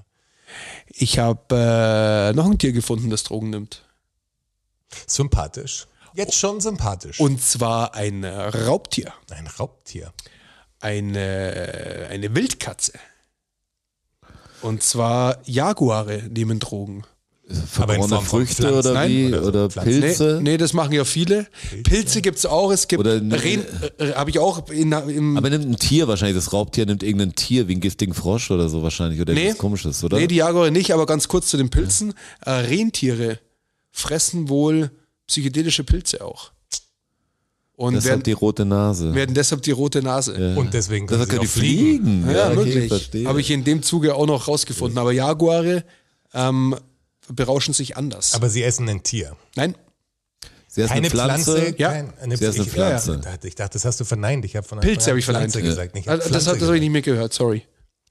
Speaker 2: Ich habe äh, noch ein Tier gefunden, das Drogen nimmt.
Speaker 3: Sympathisch. Jetzt schon sympathisch.
Speaker 2: Oh. Und zwar ein äh, Raubtier.
Speaker 3: ein Raubtier.
Speaker 2: Eine, eine Wildkatze. Und zwar Jaguare nehmen Drogen.
Speaker 3: in
Speaker 4: Verbrannte
Speaker 3: Form von
Speaker 4: Früchte
Speaker 3: Pflanzen
Speaker 4: oder wie?
Speaker 3: oder so.
Speaker 4: Oder
Speaker 3: Pflanzen.
Speaker 2: Nee,
Speaker 4: Pilze?
Speaker 2: nee, das machen ja viele. Pilze gibt's auch. Es gibt
Speaker 4: Oder-
Speaker 2: Rehen. Äh, habe ich auch in, im
Speaker 4: Aber nimmt ein Tier wahrscheinlich, das Raubtier nimmt irgendein Tier wie einen giftigen Frosch oder so wahrscheinlich oder
Speaker 2: Nee.
Speaker 4: irgendwas komisches, oder?
Speaker 2: Nee, die Jaguare nicht, aber ganz kurz zu den Pilzen. Äh, Rentiere fressen wohl psychedelische Pilze auch. Und
Speaker 4: Deshalb
Speaker 2: werden,
Speaker 4: die rote Nase.
Speaker 2: werden deshalb die rote Nase.
Speaker 3: Und deswegen können
Speaker 4: Deshalb können
Speaker 3: sie auch
Speaker 4: die
Speaker 3: fliegen.
Speaker 4: fliegen.
Speaker 2: Ja,
Speaker 4: okay,
Speaker 2: wirklich.
Speaker 4: verstehe.
Speaker 2: Habe ich in dem Zuge auch noch rausgefunden. Aber Jaguare ähm, berauschen sich anders.
Speaker 3: Aber sie essen ein Tier.
Speaker 2: Nein,
Speaker 4: Sie ist eine
Speaker 3: Keine
Speaker 4: Pflanze.
Speaker 3: Pflanze,
Speaker 2: Ja.
Speaker 3: kein, eine,
Speaker 4: Sie ist eine
Speaker 3: ich,
Speaker 4: Pflanze.
Speaker 3: Ich, dachte, ich dachte, das hast du verneint. Ich habe von Anfang
Speaker 2: Pilze
Speaker 3: an
Speaker 2: habe ich verneint.
Speaker 3: Pflanze gesagt. nicht. Ich hab
Speaker 2: Also, das
Speaker 3: Pflanze
Speaker 2: hat das habe ich nicht mehr gehört, sorry.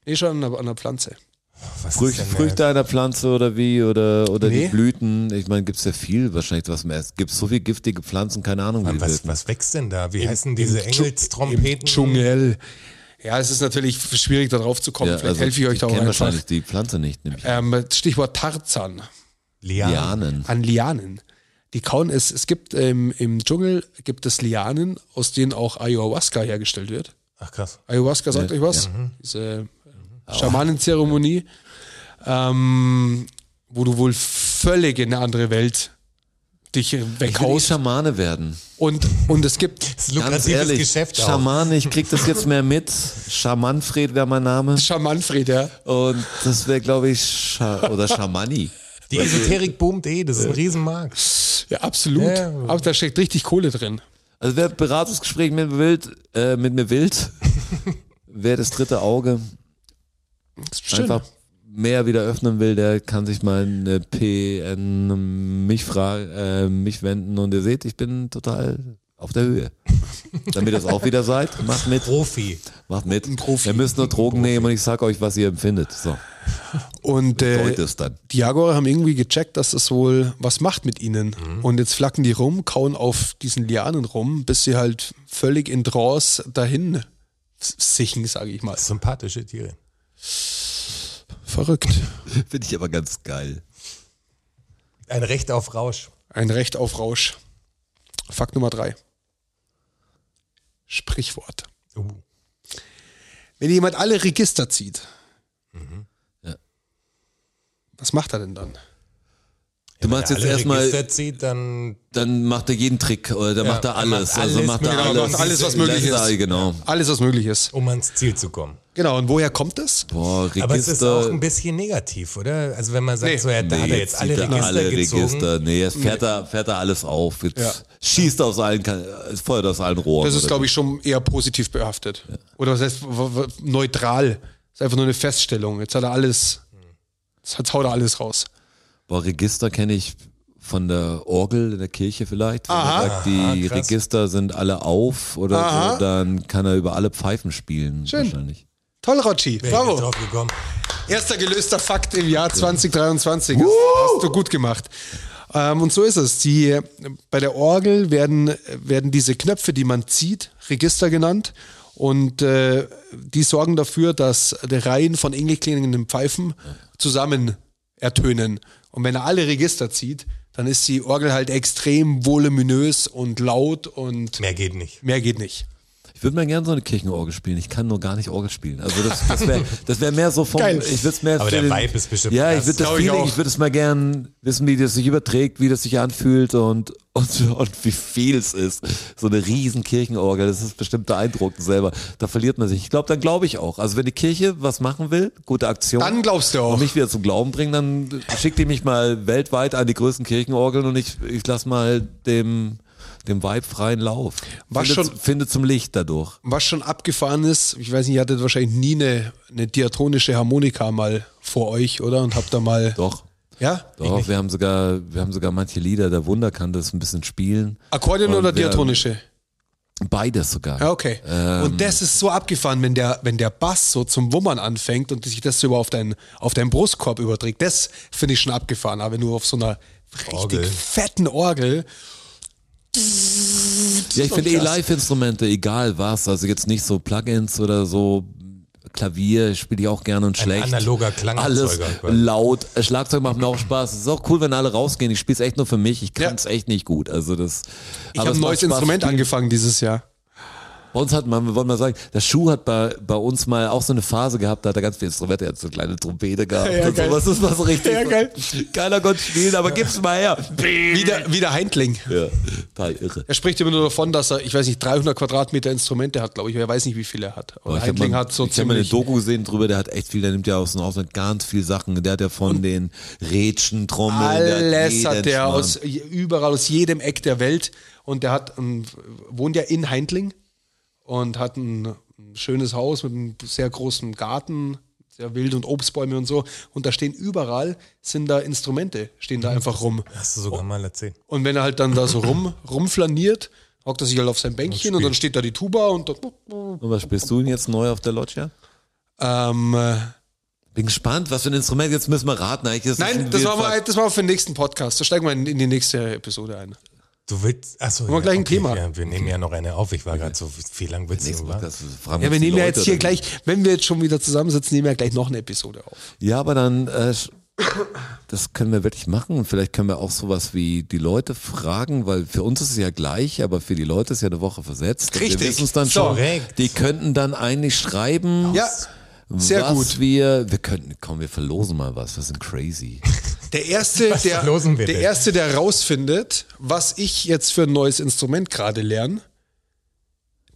Speaker 2: Nee, schon an der, an der Pflanze.
Speaker 3: gesagt. Was ist
Speaker 4: Früchte,
Speaker 3: denn, äh,
Speaker 4: Früchte einer Pflanze oder wie? Oder, oder
Speaker 2: Nee.
Speaker 4: die Blüten? Ich meine, gibt's ja viel wahrscheinlich, was man esst. Gibt so viel giftige Pflanzen, keine Ahnung, wie die
Speaker 3: Was,
Speaker 4: wirken.
Speaker 3: was wächst denn da? Wie heißen diese
Speaker 2: Im Dschung-
Speaker 3: Engelstrompeten?
Speaker 2: Im Dschungel. Ja, es ist natürlich schwierig, da drauf zu kommen.
Speaker 4: Ja,
Speaker 2: Vielleicht helfe ich euch da auch
Speaker 4: kenne
Speaker 2: einfach.
Speaker 4: wahrscheinlich die Pflanze nicht, nämlich
Speaker 2: Ähm, Stichwort Tarzan.
Speaker 3: Lianen.
Speaker 4: Lianen.
Speaker 2: an Lianen. Die kauen es. Es gibt ähm, im Dschungel gibt es Lianen, aus denen auch Ayahuasca hergestellt wird.
Speaker 3: Ach krass.
Speaker 2: Ayahuasca sagt euch was?
Speaker 4: Mhm.
Speaker 2: Diese Schamanenzeremonie, ähm, wo du wohl völlig in eine andere Welt dich
Speaker 4: Ich will eh
Speaker 2: weghaust.
Speaker 4: Schamane werden.
Speaker 2: Und, und es gibt
Speaker 3: Das
Speaker 4: Ganz
Speaker 3: ist lukratives
Speaker 4: ehrlich,
Speaker 3: Geschäft auch.
Speaker 4: Schamane, ich krieg das jetzt mehr mit. Schamanfred wäre mein Name.
Speaker 2: Schamanfred, ja.
Speaker 4: Und das wäre, glaube ich, Scha oder Schamani.
Speaker 3: Die Esoterik boomt eh, das ist
Speaker 4: Äh.
Speaker 3: ein Riesenmarkt.
Speaker 2: Ja, absolut.
Speaker 3: Ja.
Speaker 2: Aber da steckt richtig Kohle drin.
Speaker 4: Also wer Beratungsgespräch mit mir wild, äh, mit mir wild, wer das dritte Auge
Speaker 2: Das ist schön.
Speaker 4: einfach mehr wieder öffnen will, der kann sich mal in äh, PN mich, fra äh, mich wenden und ihr seht, ich bin total auf der Höhe. Damit ihr es auch wieder seid, macht mit,
Speaker 3: Profi.
Speaker 4: macht mit.
Speaker 2: Profi.
Speaker 4: Ihr müsst nur Drogen nehmen und ich sag euch, was ihr empfindet. So.
Speaker 2: Und äh,
Speaker 4: Deutest dann.
Speaker 2: die Jaguare haben irgendwie gecheckt, dass das wohl was macht mit ihnen. Und jetzt flacken die rum, kauen auf diesen Lianen rum, bis sie halt völlig in Draws dahin sichen, sage ich mal.
Speaker 3: Sympathische Tiere.
Speaker 2: Verrückt.
Speaker 4: Finde ich aber ganz geil.
Speaker 3: Ein Recht auf Rausch.
Speaker 2: Ein Recht auf Rausch. Fakt Nummer drei. Sprichwort.
Speaker 3: Uh.
Speaker 2: Wenn jemand alle Register zieht,
Speaker 4: Ja.
Speaker 2: was macht er denn dann?
Speaker 4: Du machst
Speaker 3: also, Wenn
Speaker 4: jetzt
Speaker 3: er alle
Speaker 4: erstmal,
Speaker 3: Register zieht, dann
Speaker 4: dann macht er jeden Trick oder dann
Speaker 3: Ja,
Speaker 4: macht er
Speaker 3: er macht
Speaker 4: alles. also
Speaker 3: alles
Speaker 4: macht er
Speaker 3: mit- genau,
Speaker 4: alles.
Speaker 3: macht alles, was
Speaker 2: möglich
Speaker 4: Lässt
Speaker 2: ist.
Speaker 4: er- Genau.
Speaker 2: Alles, was möglich ist.
Speaker 3: um ans Ziel zu kommen.
Speaker 2: Genau, und woher kommt das?
Speaker 4: Boah, Register.
Speaker 3: Aber es ist auch ein bisschen negativ, oder? Also wenn man sagt,
Speaker 2: Nee.
Speaker 3: so, ja, da hat er jetzt alle
Speaker 4: zieht er
Speaker 3: Register gezogen.
Speaker 4: Register. Nee, jetzt fährt, er, fährt er alles auf. Jetzt
Speaker 2: Ja.
Speaker 4: schießt er aus allen, Kan- äh, feuert aus allen Rohren.
Speaker 2: Das ist,
Speaker 4: oder
Speaker 2: glaube ich, schon eher positiv behaftet. Oder was heißt w- w- neutral? Das ist einfach nur eine Feststellung. Jetzt hat er alles, jetzt haut er alles raus.
Speaker 4: Boah, Register kenne ich von der Orgel in der Kirche vielleicht. Wenn
Speaker 2: Aha.
Speaker 4: er sagt, die
Speaker 3: Aha, krass.
Speaker 4: Register sind alle auf oder
Speaker 2: Aha.
Speaker 4: so, dann kann er über alle Pfeifen spielen
Speaker 2: Schön.
Speaker 4: wahrscheinlich.
Speaker 2: Toll, Rocci.
Speaker 3: Wäre ich nicht
Speaker 2: Bravo.
Speaker 3: drauf gekommen.
Speaker 2: Erster gelöster Fakt im Jahr 2023. Das hast du gut gemacht. Ähm, und so ist es. Die, bei der Orgel werden, äh, werden diese Knöpfe, die man zieht, Register genannt. Und äh, die sorgen dafür, dass die Reihen von ähnlich klingenden Pfeifen zusammen ertönen. Und wenn er alle Register zieht, dann ist die Orgel halt extrem voluminös und laut und
Speaker 3: Mehr geht nicht.
Speaker 2: mehr geht nicht.
Speaker 4: Ich würde mal gerne so eine Kirchenorgel spielen. Ich kann nur gar nicht Orgel spielen. Also das, das wäre das wär mehr so vom.
Speaker 2: Geil.
Speaker 4: Ich würd's mehr
Speaker 3: Aber
Speaker 4: für
Speaker 3: der
Speaker 4: den-
Speaker 3: Vibe ist bestimmt
Speaker 4: Ja, ich
Speaker 3: krass.
Speaker 4: würde das
Speaker 2: Glaub ich
Speaker 4: Feeling,
Speaker 2: auch.
Speaker 4: ich würde es mal gern wissen, wie das sich überträgt, wie das sich anfühlt und, und, und wie viel es ist. So eine riesen Kirchenorgel, das ist bestimmt beeindruckend selber. Da verliert man sich. Ich glaube, dann glaube ich auch. Also wenn die Kirche was machen will, gute Aktion.
Speaker 2: Dann glaubst du auch.
Speaker 4: Und mich wieder zum Glauben bringen, dann schickt die mich mal weltweit an die größten Kirchenorgeln und ich, ich lasse mal dem, dem Vibe freien Lauf.
Speaker 2: Was
Speaker 4: finde,
Speaker 2: schon-
Speaker 4: finde zum Licht dadurch.
Speaker 2: was schon abgefahren ist, ich weiß nicht, ihr hattet wahrscheinlich nie eine, eine diatonische Harmonika mal vor euch, oder? Und habt da mal.
Speaker 4: Doch.
Speaker 2: Ja?
Speaker 4: Doch, wir haben sogar, wir haben sogar manche Lieder, der Wunder kann das ein bisschen spielen.
Speaker 2: Akkordeon
Speaker 4: Und
Speaker 2: oder
Speaker 4: wir-
Speaker 2: diatonische?
Speaker 4: Beides sogar.
Speaker 2: Ja, okay.
Speaker 4: Ähm.
Speaker 2: und das ist so abgefahren, wenn der, wenn der Bass so zum Wummern anfängt und sich das so über auf deinen, auf deinen Brustkorb überträgt, das finde ich schon abgefahren. Aber wenn du auf so einer richtig
Speaker 3: Orgel.
Speaker 2: fetten Orgel,
Speaker 4: Ja, ich
Speaker 2: doch
Speaker 4: finde eh
Speaker 2: krass.
Speaker 4: Live-Instrumente, egal was, also jetzt nicht so Plugins oder so. Klavier spiele ich auch gerne und schlecht.
Speaker 3: analoger Klangerzeuger.
Speaker 4: Alles laut. Äh, Schlagzeug macht mir auch Spaß. Es ist auch cool, wenn alle rausgehen. Ich spiele es echt nur für mich. Ich kann es echt nicht gut. Also das.
Speaker 2: ich habe ein neues Instrument angefangen dieses Jahr.
Speaker 4: Bei uns hat man, wir wollen mal sagen, der Schuh hat bei, bei uns mal auch so eine Phase gehabt, da hat er ganz viele Instrumente, er hat so eine kleine Trompete gehabt
Speaker 2: Ja,
Speaker 4: und
Speaker 2: geil.
Speaker 4: sowas. Das war so richtig.
Speaker 2: Ja, geil.
Speaker 4: Keiner konnte spielen, aber gib's mal her.
Speaker 2: Wieder, wieder Heindling.
Speaker 4: Ja, total irre.
Speaker 2: Er spricht immer nur davon, dass er, ich weiß nicht, 300 Quadratmeter Instrumente hat, glaube ich. Er weiß nicht, wie viele er hat. Aber
Speaker 4: Aber ich hab
Speaker 2: Heindling
Speaker 4: mal-
Speaker 2: hat so
Speaker 4: ich habe mal eine
Speaker 2: ziemlich.
Speaker 4: Doku gesehen drüber, der hat echt viel, der nimmt ja aus dem Ausland ganz viel Sachen. Der hat ja von den Rätschen, Trommeln, der
Speaker 2: Alles
Speaker 4: jeden
Speaker 2: hat der
Speaker 4: Schmarrn.
Speaker 2: aus je- überall aus jedem Eck der Welt und der hat ein, wohnt ja in Heindling und hat ein schönes Haus mit einem sehr großen Garten, sehr wild und Obstbäume und so und da stehen überall sind da Instrumente, stehen da einfach rum.
Speaker 3: Hast du
Speaker 4: Oh.
Speaker 3: sogar mal erzählt.
Speaker 2: Und wenn er halt dann da so rum rumflaniert, hockt er sich halt auf sein Bänkchen und dann steht da die Tuba und dann,
Speaker 4: Und was spielst du denn jetzt neu auf der Loggia?
Speaker 2: ähm, äh,
Speaker 4: Bin gespannt, was für ein Instrument, jetzt müssen wir raten. Eigentlich, ist
Speaker 2: nein,
Speaker 4: ein
Speaker 2: das machen
Speaker 4: Wildfang.
Speaker 2: wir halt, das machen wir für den nächsten Podcast. Da steigen wir in, in die nächste Episode ein.
Speaker 3: Du willst. Achso,
Speaker 2: wir gleich ein Thema.
Speaker 3: Ja, wir nehmen ja noch eine auf. Ich war gerade so, wie lang willst
Speaker 4: Nächsten
Speaker 3: du? wa?
Speaker 4: Podcast fragen
Speaker 2: Ja, wir
Speaker 4: uns die
Speaker 2: nehmen ja
Speaker 4: Leute
Speaker 2: jetzt hier
Speaker 4: dann.
Speaker 2: gleich, wenn wir jetzt schon wieder zusammensitzen, nehmen wir ja gleich noch eine Episode auf.
Speaker 4: Ja, aber dann, äh, sch- das können wir wirklich machen. Und vielleicht können wir auch sowas wie die Leute fragen, weil für uns ist es ja gleich, aber für die Leute ist ja eine Woche versetzt. Und
Speaker 2: Richtig.
Speaker 4: Wir wissen es dann
Speaker 2: So.
Speaker 4: schon.
Speaker 3: Korrekt.
Speaker 4: Die könnten dann eigentlich schreiben.
Speaker 2: Ja, sehr
Speaker 4: was
Speaker 2: gut.
Speaker 4: wir, wir könnten, komm, wir verlosen mal was. Wir sind crazy.
Speaker 2: Der erste, der,
Speaker 3: verlosen wir
Speaker 2: der
Speaker 3: denn?
Speaker 2: erste, der rausfindet, was ich jetzt für ein neues Instrument gerade lerne,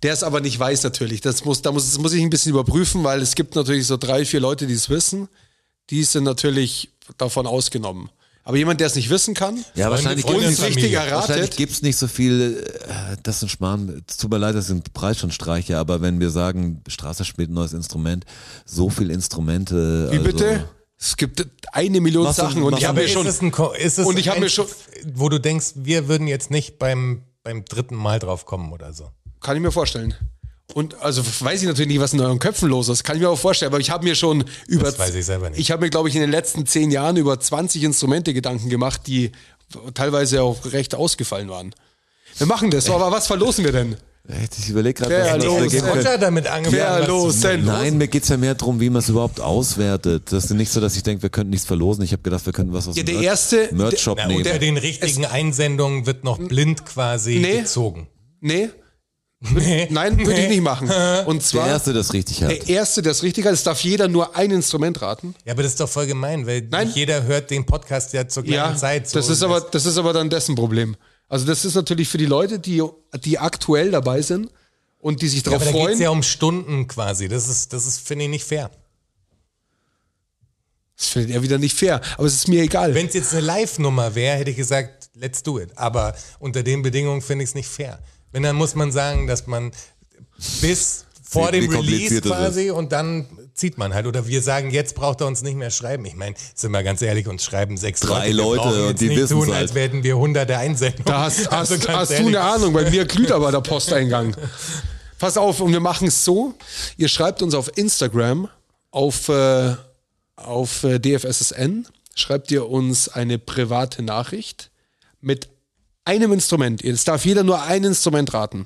Speaker 2: der es aber nicht weiß natürlich. Das muss, da muss, das muss ich ein bisschen überprüfen, weil es gibt natürlich so drei, vier Leute, die es wissen. Die sind natürlich davon ausgenommen. Aber jemand, der es nicht wissen kann,
Speaker 4: Ja, wahrscheinlich
Speaker 2: und
Speaker 3: Freunde
Speaker 4: gibt's
Speaker 2: es
Speaker 3: und Familie.
Speaker 2: richtig
Speaker 4: Wahrscheinlich
Speaker 2: erratet,
Speaker 4: gibt's nicht so viel, äh, das sind Schmarrn, es tut mir leid, das sind Preis schon Streiche, aber wenn wir sagen, Straße spielt ein neues Instrument, so viel Instrumente.
Speaker 2: wie
Speaker 4: also,
Speaker 2: bitte? Es gibt eine Million
Speaker 4: Machst du-
Speaker 2: Sachen und
Speaker 4: machst
Speaker 2: ich
Speaker 4: du-
Speaker 2: habe mir
Speaker 3: Ist
Speaker 2: schon
Speaker 3: es ein, Ko- ist es
Speaker 2: Und ich hab
Speaker 3: ein-
Speaker 2: mir schon-
Speaker 3: Wo du denkst, wir würden jetzt nicht beim, beim dritten Mal drauf kommen oder so.
Speaker 2: Kann ich mir vorstellen. Und also weiß ich natürlich nicht, was in euren Köpfen los ist. Kann ich mir auch vorstellen. Aber ich habe mir schon über.
Speaker 3: Das weiß ich selber nicht.
Speaker 2: Ich habe mir, glaube ich, in den letzten zehn Jahren über 20 Instrumente Gedanken gemacht, die teilweise auch recht ausgefallen waren. Wir machen das, aber was verlosen wir denn?
Speaker 4: Hätte Äh, ich überlegt gerade,
Speaker 2: Wer
Speaker 4: was
Speaker 2: los
Speaker 4: da gehen
Speaker 2: ist?
Speaker 4: könnte.
Speaker 3: Roger damit angefangen. was zu
Speaker 2: Verlosen.
Speaker 3: machen.
Speaker 4: Nein, mir geht's ja mehr darum, wie man es überhaupt auswertet. Das ist nicht so, dass ich denke, wir könnten nichts verlosen. Ich habe gedacht, wir könnten was aus
Speaker 2: Ja,
Speaker 4: dem
Speaker 2: der
Speaker 4: Merch-
Speaker 2: erste-
Speaker 4: Merch-Shop
Speaker 3: Na,
Speaker 4: nehmen.
Speaker 3: unter den richtigen Einsendungen wird noch blind quasi
Speaker 2: Nee.
Speaker 3: gezogen.
Speaker 2: Nee? Nein, würde ich nicht machen. Und
Speaker 4: der
Speaker 2: zwar.
Speaker 4: erste, das richtig hat.
Speaker 2: Der erste, der es richtig hat, es darf jeder nur ein Instrument raten.
Speaker 3: Ja, aber das ist doch voll gemein, weil
Speaker 2: Nein.
Speaker 3: nicht jeder hört den Podcast ja zur gleichen Zeit. so.
Speaker 2: das ist aber, das ist aber dann dessen Problem. Also das ist natürlich für die Leute, die, die aktuell dabei sind und die sich
Speaker 3: ja,
Speaker 2: darauf
Speaker 3: aber da geht
Speaker 2: freuen.
Speaker 3: es ja um Stunden quasi. Das ist, das ist finde ich, nicht fair.
Speaker 2: das findet er wieder nicht fair, aber es ist mir egal.
Speaker 3: Wenn es jetzt eine Live-Nummer wäre, hätte ich gesagt, let's do it. Aber unter den Bedingungen finde ich es nicht fair. Wenn dann muss man sagen, dass man bis vor
Speaker 4: Wie- wie
Speaker 3: dem Release
Speaker 4: kompliziert das
Speaker 3: quasi und dann zieht man halt. Oder wir sagen, jetzt braucht er uns nicht mehr schreiben. Ich meine, sind wir ganz ehrlich, uns schreiben sechs
Speaker 4: Drei
Speaker 3: Wir
Speaker 4: Leute
Speaker 3: brauchen
Speaker 4: und
Speaker 3: jetzt
Speaker 4: die
Speaker 3: nicht
Speaker 4: wissen's
Speaker 3: tun,
Speaker 4: halt.
Speaker 3: als hätten wir hunderte Einsendungen.
Speaker 2: da hast, hast,
Speaker 3: Also ganz
Speaker 2: hast du
Speaker 3: ehrlich.
Speaker 2: eine Ahnung, bei mir glüht aber der Posteingang. Pass auf, und wir machen es so, ihr schreibt uns auf Instagram, auf, äh, auf äh, DFSSN, schreibt ihr uns eine private Nachricht mit einem Instrument. Jetzt darf jeder nur ein Instrument raten.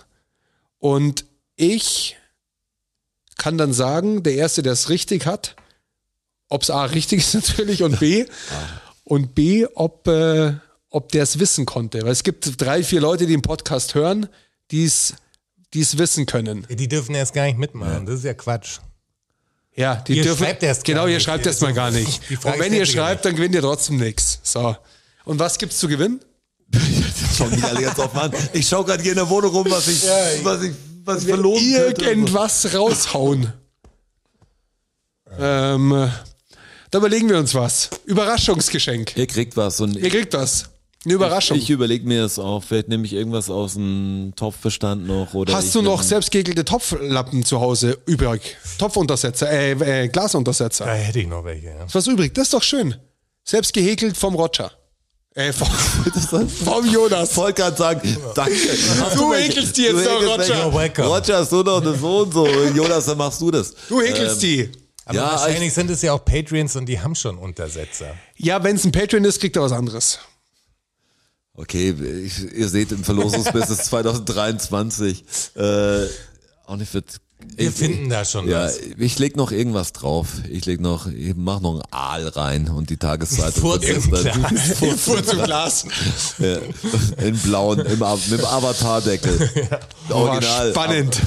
Speaker 2: Und ich kann dann sagen, der Erste, der es richtig hat, ob es A richtig ist natürlich und B und B, ob, äh, ob der es wissen konnte. Weil es gibt drei, vier Leute, die den Podcast hören, die es die es wissen können.
Speaker 3: Die dürfen erst gar nicht mitmachen. Das ist ja Quatsch.
Speaker 2: Ja, die
Speaker 3: Ihr
Speaker 2: dürfen.
Speaker 3: schreibt erst gar
Speaker 2: genau, ihr
Speaker 3: nicht.
Speaker 2: schreibt erst mal gar nicht.
Speaker 3: Die Frage
Speaker 2: Und wenn
Speaker 3: stellt
Speaker 2: ihr
Speaker 3: sich ja
Speaker 2: schreibt, dann gewinnt ihr trotzdem nichts. So. Und was gibt's zu gewinnen?
Speaker 4: Schau mich alle ganz offen an. Ich schaue gerade hier in der Wohnung rum, was ich, was ich, was ich verloren könnte.
Speaker 2: Irgendwas raushauen. ähm, da überlegen wir uns was. Überraschungsgeschenk.
Speaker 4: Ihr kriegt was und
Speaker 2: Ihr kriegt das. Eine Überraschung.
Speaker 4: ich überlege mir das auch. Vielleicht nehme ich irgendwas aus dem Topfbestand noch. Oder ich
Speaker 2: Hast du noch
Speaker 4: nehm-
Speaker 2: selbstgegelte Topflappen zu Hause übrig? Topfuntersetzer, äh, äh Glasuntersetzer.
Speaker 3: Da hätte ich noch welche. Ja.
Speaker 2: Ist was übrig? Das ist doch schön. Selbst gehäkelt vom Roger. Äh, vom, vom
Speaker 4: Ich
Speaker 2: Jonas.
Speaker 4: wollte gerade sagen, danke. Hast
Speaker 2: Du
Speaker 4: welche?
Speaker 2: häkelst die jetzt
Speaker 4: Du
Speaker 2: noch,
Speaker 4: häkelst
Speaker 2: Roger.
Speaker 4: welche?
Speaker 3: You're welcome.
Speaker 4: Roger, hast du noch das so und so. Jonas, dann machst du das.
Speaker 2: Du häkelst die.
Speaker 3: Aber
Speaker 4: Ja,
Speaker 3: wahrscheinlich sind es ja auch Patreons und die haben schon Untersetzer.
Speaker 2: Ja, wenn es ein Patreon ist, kriegt er was anderes.
Speaker 4: Okay, ich, ihr seht im Verlosungsbusiness 2023. Äh, auch nicht wird.
Speaker 3: Wir finden da schon
Speaker 4: Ja,
Speaker 3: was.
Speaker 4: ich leg noch irgendwas drauf. Ich leg noch, ich mach noch ein Aal rein und die Tageszeitung.
Speaker 3: Furz im Glas.
Speaker 2: Fuhr zum Glas.
Speaker 4: Ja, in blauen, im, A- mit dem Avatardeckel. Original.
Speaker 2: spannend.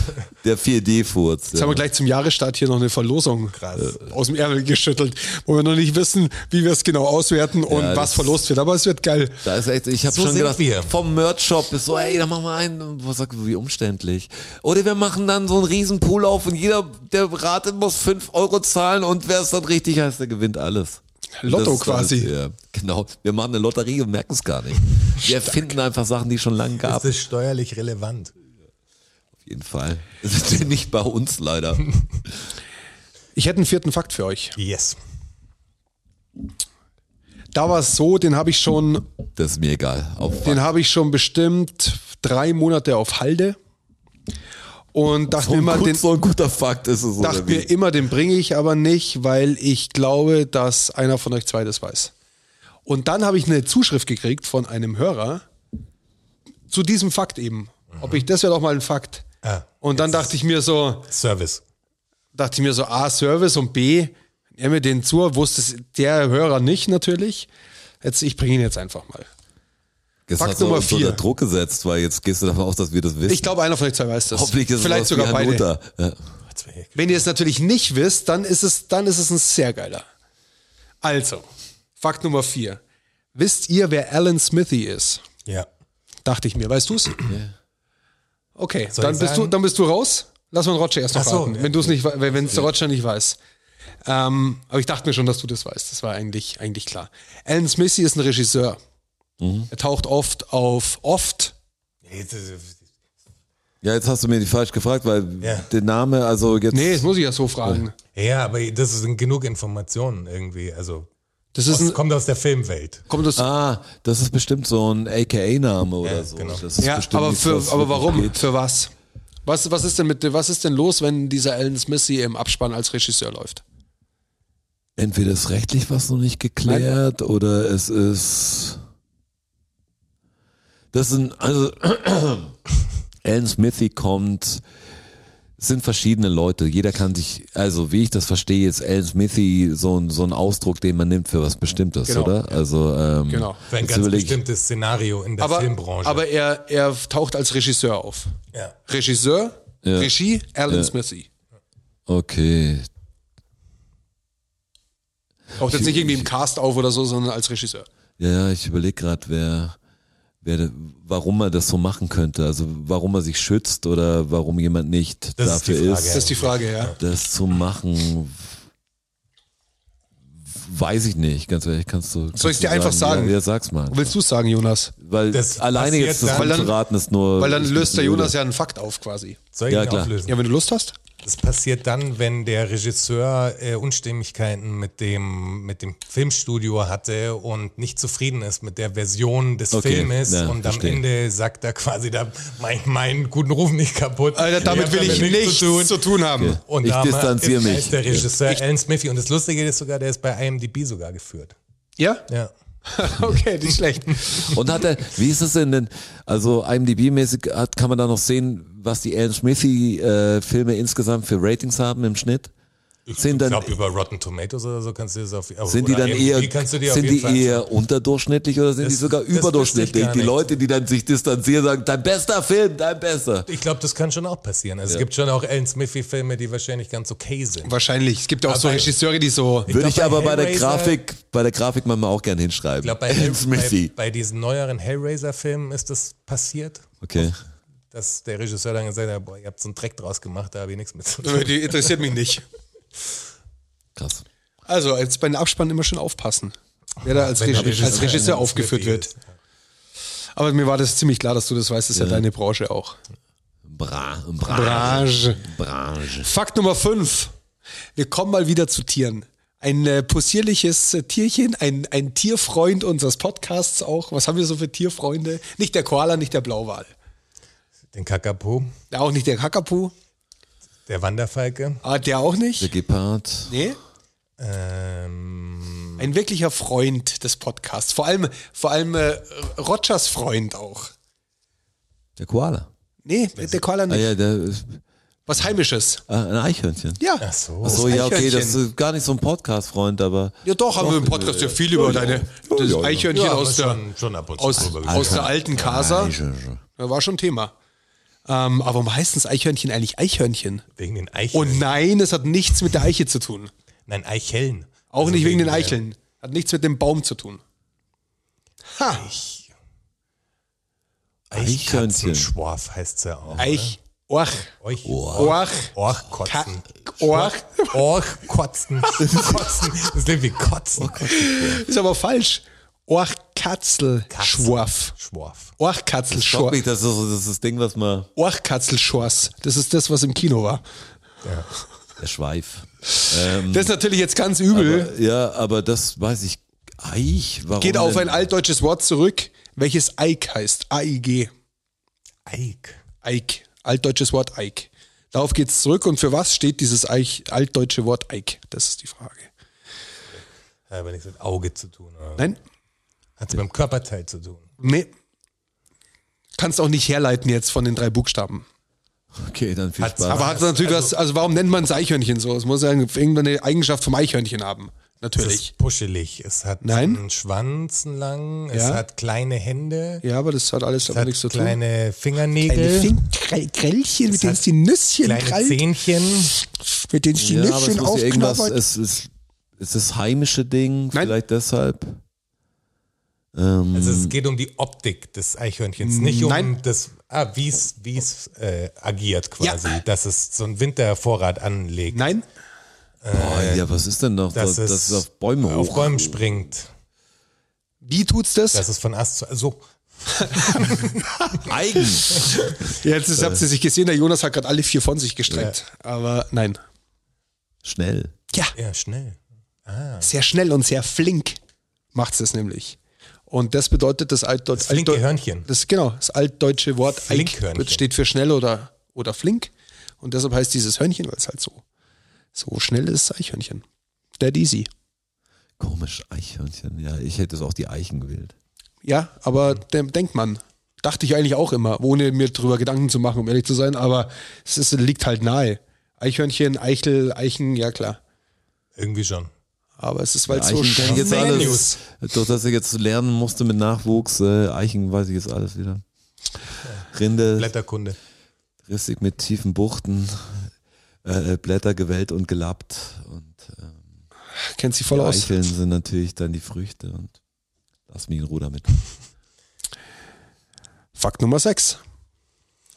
Speaker 4: Der 4D-Furz.
Speaker 2: Jetzt haben
Speaker 4: Ja.
Speaker 2: wir gleich zum Jahresstart hier noch eine Verlosung äh, aus dem Ärmel geschüttelt, wo wir noch nicht wissen, wie wir es genau auswerten und
Speaker 4: Ja,
Speaker 2: was
Speaker 4: das-
Speaker 2: verlost wird. Aber es wird geil.
Speaker 4: Da ist echt, ich habe
Speaker 3: So
Speaker 4: schon
Speaker 3: sind
Speaker 4: gedacht,
Speaker 3: wir.
Speaker 4: vom Merch-Shop ist so, ey, da machen wir einen, und was sagt, wie umständlich. Oder wir machen dann so einen riesen Pool auf und jeder, der ratet, muss 5 Euro zahlen und wer es dann richtig heißt, der gewinnt alles. Und
Speaker 2: Lotto
Speaker 4: das ist
Speaker 2: quasi.
Speaker 4: Alles, ja, genau. Wir machen eine Lotterie und merken es gar nicht. Wir erfinden einfach Sachen, die es schon lange gab.
Speaker 3: Das ist steuerlich relevant.
Speaker 4: Auf jeden Fall. Das ist nicht bei uns leider.
Speaker 2: Ich hätte einen vierten Fakt für euch.
Speaker 3: Yes.
Speaker 2: Da war es so, den habe ich schon
Speaker 4: Das ist mir egal. Auf
Speaker 2: Den habe ich schon bestimmt drei Monate auf Halde und dachte
Speaker 4: so,
Speaker 2: mir
Speaker 4: ein
Speaker 2: immer,
Speaker 4: gut,
Speaker 2: den,
Speaker 4: so ein guter Fakt ist es.
Speaker 2: dachte
Speaker 4: oder wie?
Speaker 2: mir immer, den bringe ich aber nicht, weil ich glaube, dass einer von euch zwei das weiß. Und dann habe ich eine Zuschrift gekriegt von einem Hörer zu diesem Fakt eben. Ob
Speaker 4: Mhm.
Speaker 2: ich das wäre doch mal ein Fakt.
Speaker 3: Ah,
Speaker 2: und dann dachte ich mir so,
Speaker 3: Service.
Speaker 2: dachte ich mir so, A, Service und B, er mir den zu, wusste es der Hörer nicht natürlich. Jetzt, ich bringe ihn jetzt einfach mal.
Speaker 4: Jetzt
Speaker 2: Fakt
Speaker 4: hast du
Speaker 2: Nummer
Speaker 4: uns
Speaker 2: vier.
Speaker 4: unter Druck gesetzt, weil jetzt gehst du davon aus, dass wir das wissen.
Speaker 2: Ich glaube, einer von euch zwei weiß das.
Speaker 4: Hoffentlich ist
Speaker 2: Vielleicht
Speaker 4: es
Speaker 2: sogar beide.
Speaker 4: Mutter. Ja.
Speaker 2: Wenn ihr es natürlich nicht wisst, dann ist es, dann ist es ein sehr geiler. Also, Fakt Nummer vier. Wisst ihr, wer Alan Smithy ist?
Speaker 3: Ja.
Speaker 2: Dachte ich mir. Weißt du's? Okay,
Speaker 3: Soll
Speaker 2: dann
Speaker 3: ich
Speaker 2: bist, du,
Speaker 3: sagen?
Speaker 2: dann bist du raus. Lass mal den Roger erst noch
Speaker 3: Ach so,
Speaker 2: raten,
Speaker 3: ja.
Speaker 2: wenn du es nicht, wei- wenn es der Roger nicht weiß. Ähm, aber ich dachte mir schon, dass du das weißt. Das war eigentlich, eigentlich klar. Alan Smithy ist ein Regisseur.
Speaker 3: Mhm.
Speaker 2: Er taucht oft auf, oft
Speaker 3: Jetzt ist-
Speaker 4: ja, jetzt hast du mir die falsch gefragt, weil
Speaker 3: Ja.
Speaker 4: der Name, also jetzt.
Speaker 2: Nee, das muss ich ja so fragen.
Speaker 3: Ja, aber das sind genug Informationen irgendwie. Also,
Speaker 2: Das ist
Speaker 3: das
Speaker 2: ein,
Speaker 3: kommt aus der Filmwelt.
Speaker 2: kommt das,
Speaker 4: Ah, das ist bestimmt so ein AKA-Name oder so.
Speaker 3: genau.
Speaker 4: Das ist
Speaker 2: ja,
Speaker 4: bestimmt
Speaker 2: aber
Speaker 4: nichts,
Speaker 2: für,
Speaker 4: was
Speaker 2: aber
Speaker 4: wirklich
Speaker 2: warum?
Speaker 4: geht.
Speaker 2: Für was? Was, was, ist denn mit, was ist denn los, wenn dieser Alan Smith hier im Abspann als Regisseur läuft?
Speaker 4: Entweder ist rechtlich was noch nicht geklärt oder es ist. Das sind, also, Alan Smithy kommt, es sind verschiedene Leute. Jeder kann sich, also wie ich das verstehe, ist Alan Smithy so ein, so ein Ausdruck, den man nimmt für was Bestimmtes,
Speaker 2: Genau.
Speaker 4: oder? Also, ähm,
Speaker 2: Genau.
Speaker 3: Für ein
Speaker 4: Jetzt
Speaker 3: ganz
Speaker 4: überleg ich-
Speaker 3: bestimmtes Szenario in der
Speaker 2: Aber,
Speaker 3: Filmbranche.
Speaker 2: aber er, er taucht als Regisseur auf.
Speaker 3: ja.
Speaker 2: Regisseur,
Speaker 4: Ja.
Speaker 2: Regie, Alan Smithy.
Speaker 4: okay,
Speaker 2: Taucht jetzt nicht irgendwie im Cast auf oder so, sondern als Regisseur.
Speaker 4: Ja, ja, ich überlege gerade, wer, wer, warum er das so machen könnte. Also warum er sich schützt oder warum jemand nicht
Speaker 3: Das ist
Speaker 4: dafür
Speaker 3: die Frage,
Speaker 4: ist,
Speaker 2: Das ist die Frage, ja.
Speaker 4: das zu machen. Weiß ich nicht, ganz ehrlich, kannst du. kannst
Speaker 2: Soll ich's
Speaker 4: du
Speaker 2: dir einfach sagen?
Speaker 4: Ja, ja, sag's mal.
Speaker 2: Willst du sagen, Jonas?
Speaker 4: Weil
Speaker 3: Das
Speaker 4: alleine
Speaker 3: passiert
Speaker 4: jetzt das
Speaker 3: dann- Weil
Speaker 2: dann-
Speaker 4: anzuraten ist nur.
Speaker 2: Weil dann
Speaker 4: ich
Speaker 2: löst
Speaker 4: bin
Speaker 2: der
Speaker 4: blöde.
Speaker 2: Jonas ja einen Fakt auf quasi.
Speaker 3: Soll ich
Speaker 4: Ja,
Speaker 3: ihn
Speaker 4: klar.
Speaker 3: auflösen?
Speaker 2: Ja, wenn du Lust hast.
Speaker 3: Das passiert dann, wenn der Regisseur äh, Unstimmigkeiten mit dem, mit dem Filmstudio hatte und nicht zufrieden ist mit der Version des
Speaker 4: Okay,
Speaker 3: Filmes
Speaker 4: ja,
Speaker 3: und
Speaker 4: verstehe.
Speaker 3: am Ende sagt er quasi, da mach ich meinen guten Ruf nicht kaputt.
Speaker 2: Alter, damit
Speaker 3: Ihr habt
Speaker 2: will ich nichts zu tun, haben.
Speaker 3: Und
Speaker 4: Ich
Speaker 3: da ma-
Speaker 4: distanziere
Speaker 3: ist,
Speaker 4: mich.
Speaker 3: ist der Regisseur Alan Smithy und das Lustige ist sogar, der ist bei IMDb sogar geführt.
Speaker 2: Ja?
Speaker 3: Ja.
Speaker 2: Okay, nicht schlecht.
Speaker 4: Und hat er, wie ist es denn denn, also IMDb-mäßig hat, kann man da noch sehen, was die Alan Smithy-Filme insgesamt für Ratings haben im Schnitt? Sind
Speaker 3: Ich
Speaker 4: dann
Speaker 3: glaube, über Rotten Tomatoes oder so kannst du das auf
Speaker 4: Sind die
Speaker 3: oder
Speaker 4: dann
Speaker 3: IMDb
Speaker 4: eher,
Speaker 3: kannst du dir auf
Speaker 4: sind
Speaker 3: jeden
Speaker 4: die
Speaker 3: Fall
Speaker 4: eher unterdurchschnittlich oder sind die
Speaker 3: Das-
Speaker 4: sogar
Speaker 3: das wüsste ich
Speaker 4: überdurchschnittlich?
Speaker 3: gar
Speaker 4: Die
Speaker 3: nicht.
Speaker 4: Leute, die dann sich distanzieren, sagen, dein bester Film, dein bester.
Speaker 3: Ich glaube, das kann schon auch passieren. Also es gibt schon auch Alan Smithy-Filme, die wahrscheinlich ganz okay sind.
Speaker 2: Wahrscheinlich. Es gibt ja auch so
Speaker 3: Aber-
Speaker 2: Regisseure, die so.
Speaker 4: Würde
Speaker 3: glaub,
Speaker 4: ich
Speaker 3: bei
Speaker 4: aber bei der
Speaker 3: Hellraiser-
Speaker 4: Grafik, bei der Grafik manchmal auch gern hinschreiben.
Speaker 3: Ich glaube, bei,
Speaker 4: Alan
Speaker 3: bei,
Speaker 4: Smithy.
Speaker 3: bei diesen neueren Hellraiser-Filmen ist das passiert,
Speaker 4: Okay.
Speaker 3: dass der Regisseur dann gesagt hat, boah, ihr habt so einen Dreck draus gemacht, da habe ich nichts mit zu tun.
Speaker 2: Die interessiert mich nicht.
Speaker 4: Krass.
Speaker 2: Also, jetzt bei den Abspannen immer schön aufpassen. Wer da als,
Speaker 3: Wenn der
Speaker 2: Regi als Regisseur
Speaker 3: Alan
Speaker 2: aufgeführt
Speaker 3: Smithy
Speaker 2: wird.
Speaker 3: ist.
Speaker 2: Aber mir war das ziemlich klar, dass du das weißt. Das ist ja, deine Branche auch.
Speaker 4: Bra, bra,
Speaker 2: Branche.
Speaker 4: Branche.
Speaker 2: Fakt Nummer 5. Wir kommen mal wieder zu Tieren. Ein äh, possierliches äh, Tierchen, ein, ein Tierfreund unseres Podcasts auch. Was haben wir so für Tierfreunde? Nicht der Koala, nicht der Blauwal.
Speaker 3: Den Kakapo,
Speaker 2: Ja, auch nicht der Kakapu.
Speaker 3: der Wanderfalke.
Speaker 2: Ah, der auch
Speaker 4: Der
Speaker 2: nicht.
Speaker 4: Gepard.
Speaker 2: Nee.
Speaker 3: Ähm,
Speaker 2: Ein wirklicher Freund des Podcasts. Vor allem, vor allem äh, Rogers Freund auch.
Speaker 4: Der Koala.
Speaker 2: Nee, der Koala
Speaker 4: Ah
Speaker 2: nicht.
Speaker 4: ja, der ist
Speaker 2: Was Heimisches.
Speaker 4: ah, ein Eichhörnchen.
Speaker 2: Ja.
Speaker 3: ach so.
Speaker 4: Ach so, ja, okay,
Speaker 2: Eichhörnchen.
Speaker 4: das ist gar nicht so ein Podcast-Freund, aber
Speaker 2: Ja, doch, haben wir im Podcast ja viel über deine das Eichhörnchen
Speaker 3: Ja, Also, aber
Speaker 2: aus, der,
Speaker 3: schon, schon ab und zu
Speaker 2: aus,
Speaker 3: drüber
Speaker 2: aus
Speaker 3: gesprochen.
Speaker 2: der alten Casa. Da war schon Thema. Ähm, aber warum heißt das Eichhörnchen eigentlich Eichhörnchen?
Speaker 3: Wegen den
Speaker 2: Und
Speaker 3: Eicheln.
Speaker 2: nein, es hat nichts mit der Eiche zu tun.
Speaker 3: Nein, Eicheln.
Speaker 2: Auch
Speaker 3: Also
Speaker 2: nicht wegen den
Speaker 3: der-
Speaker 2: Eicheln. Hat nichts mit dem Baum zu tun. Ha!
Speaker 4: Eichhörnchen.
Speaker 3: Eichkatzenschwarf heißt ja auch.
Speaker 2: Eich, Orch,
Speaker 3: Euch.
Speaker 2: Orch,
Speaker 3: Orchkotzen.
Speaker 2: Ka- Orch.
Speaker 3: Orchkotzen. Kotzen. Das klingt wie Kotzen.
Speaker 2: Oh ist aber falsch. Orchkatzelschworf.
Speaker 3: Schwarf.
Speaker 4: Schock
Speaker 2: Orchkatzelschworf.
Speaker 4: mich, das ist so- das ist das Ding, was man.
Speaker 2: Orchkatzelschorf. Das ist das, was im Kino war.
Speaker 4: Der Schweif. Ähm,
Speaker 2: Das ist natürlich jetzt ganz übel.
Speaker 4: Ja, aber das weiß ich. Eich, warum?
Speaker 2: Geht auf
Speaker 4: denn?
Speaker 2: ein altdeutsches Wort zurück, welches Eik heißt. A-I-G.
Speaker 3: Eik.
Speaker 2: Eik. Altdeutsches Wort Eik. Darauf geht's zurück. Und für was steht dieses Eich, altdeutsche Wort Eik? Das ist die Frage.
Speaker 3: Hat aber nichts mit Auge zu tun. Oder?
Speaker 2: Nein?
Speaker 3: Hat es mit dem Körperteil zu tun.
Speaker 2: Nee. Kannst auch nicht herleiten jetzt von den drei Buchstaben.
Speaker 4: Okay, dann viel
Speaker 3: Hat's-
Speaker 4: Spaß.
Speaker 2: Aber hat natürlich was, also warum nennt man es Eichhörnchen so? Es muss ja irgendeine Eigenschaft vom Eichhörnchen haben.
Speaker 3: Es
Speaker 2: Natürlich.
Speaker 3: ist puschelig. Es hat
Speaker 2: Nein.
Speaker 3: einen Schwanz einen langen. Es
Speaker 2: Ja.
Speaker 3: hat kleine Hände.
Speaker 2: Ja, aber das hat alles
Speaker 3: Es
Speaker 2: damit
Speaker 3: hat
Speaker 2: nichts zu tun.
Speaker 3: kleine Fingernägel.
Speaker 2: Krellchen, mit
Speaker 3: denen es die
Speaker 2: Nüsschen
Speaker 3: kleine Zähnchen.
Speaker 2: mit denen die
Speaker 4: ja, aber es muss ja irgendwas, äh, es ist, es ist das heimische Ding,
Speaker 2: Nein.
Speaker 4: vielleicht deshalb. Ähm,
Speaker 3: Also es geht um die Optik des Eichhörnchens, nicht um
Speaker 2: Mhm. Nein.
Speaker 3: das, ah, wie es wie es äh, agiert quasi,
Speaker 2: Ja.
Speaker 3: dass es so einen Wintervorrat anlegt,
Speaker 2: Nein?
Speaker 4: boah, Oh
Speaker 2: Äh,
Speaker 4: ja, was ist denn noch?
Speaker 3: dass
Speaker 4: Das, das
Speaker 3: es
Speaker 4: ist auf Bäume
Speaker 3: auf
Speaker 4: hoch.
Speaker 3: Bäumen springt,
Speaker 2: Wie tut's das?
Speaker 3: dass es von Ast zu so
Speaker 4: Eigen.
Speaker 2: Jetzt
Speaker 4: äh,
Speaker 2: ist, habt ihr sich gesehen, der Jonas hat gerade alle vier von sich gestreckt. Aber nein.
Speaker 4: Schnell.
Speaker 2: Ja,
Speaker 3: ja schnell.
Speaker 2: sehr schnell und sehr flink macht's das nämlich. Und das bedeutet das altdeutsch.
Speaker 3: Das flinke
Speaker 2: altdeu-
Speaker 3: Hörnchen.
Speaker 2: Das, genau, das altdeutsche Wort Eik
Speaker 3: Flinkhörnchen.
Speaker 2: steht für schnell oder oder flink. Und deshalb heißt dieses Hörnchen, weil es halt so, so schnell ist, Eichhörnchen. Dead easy.
Speaker 4: Komisch, Eichhörnchen. Ja, ich hätte es auch die Eichen gewählt.
Speaker 2: Ja, aber de- denkt man. Dachte ich eigentlich auch immer, ohne mir drüber Gedanken zu machen, um ehrlich zu sein, aber es ist, liegt halt nahe. Eichhörnchen, Eichel, Eichen, ja klar.
Speaker 3: Irgendwie schon.
Speaker 2: Aber es ist, weil es so
Speaker 4: Eichen kenn
Speaker 2: schnell
Speaker 4: ich jetzt
Speaker 3: Mega
Speaker 4: alles. Durch das ich jetzt lernen musste mit Nachwuchs, äh, Eichen weiß ich jetzt alles wieder. Rinde,
Speaker 3: Blätterkunde.
Speaker 4: Rissig mit tiefen Buchten, äh, Blätter gewellt und gelappt. Und ähm,
Speaker 2: kennt sie
Speaker 4: die
Speaker 2: voll aus.
Speaker 4: Eicheln sind natürlich dann die Früchte und lass mich in Ruhe damit.
Speaker 2: Fakt Nummer 6.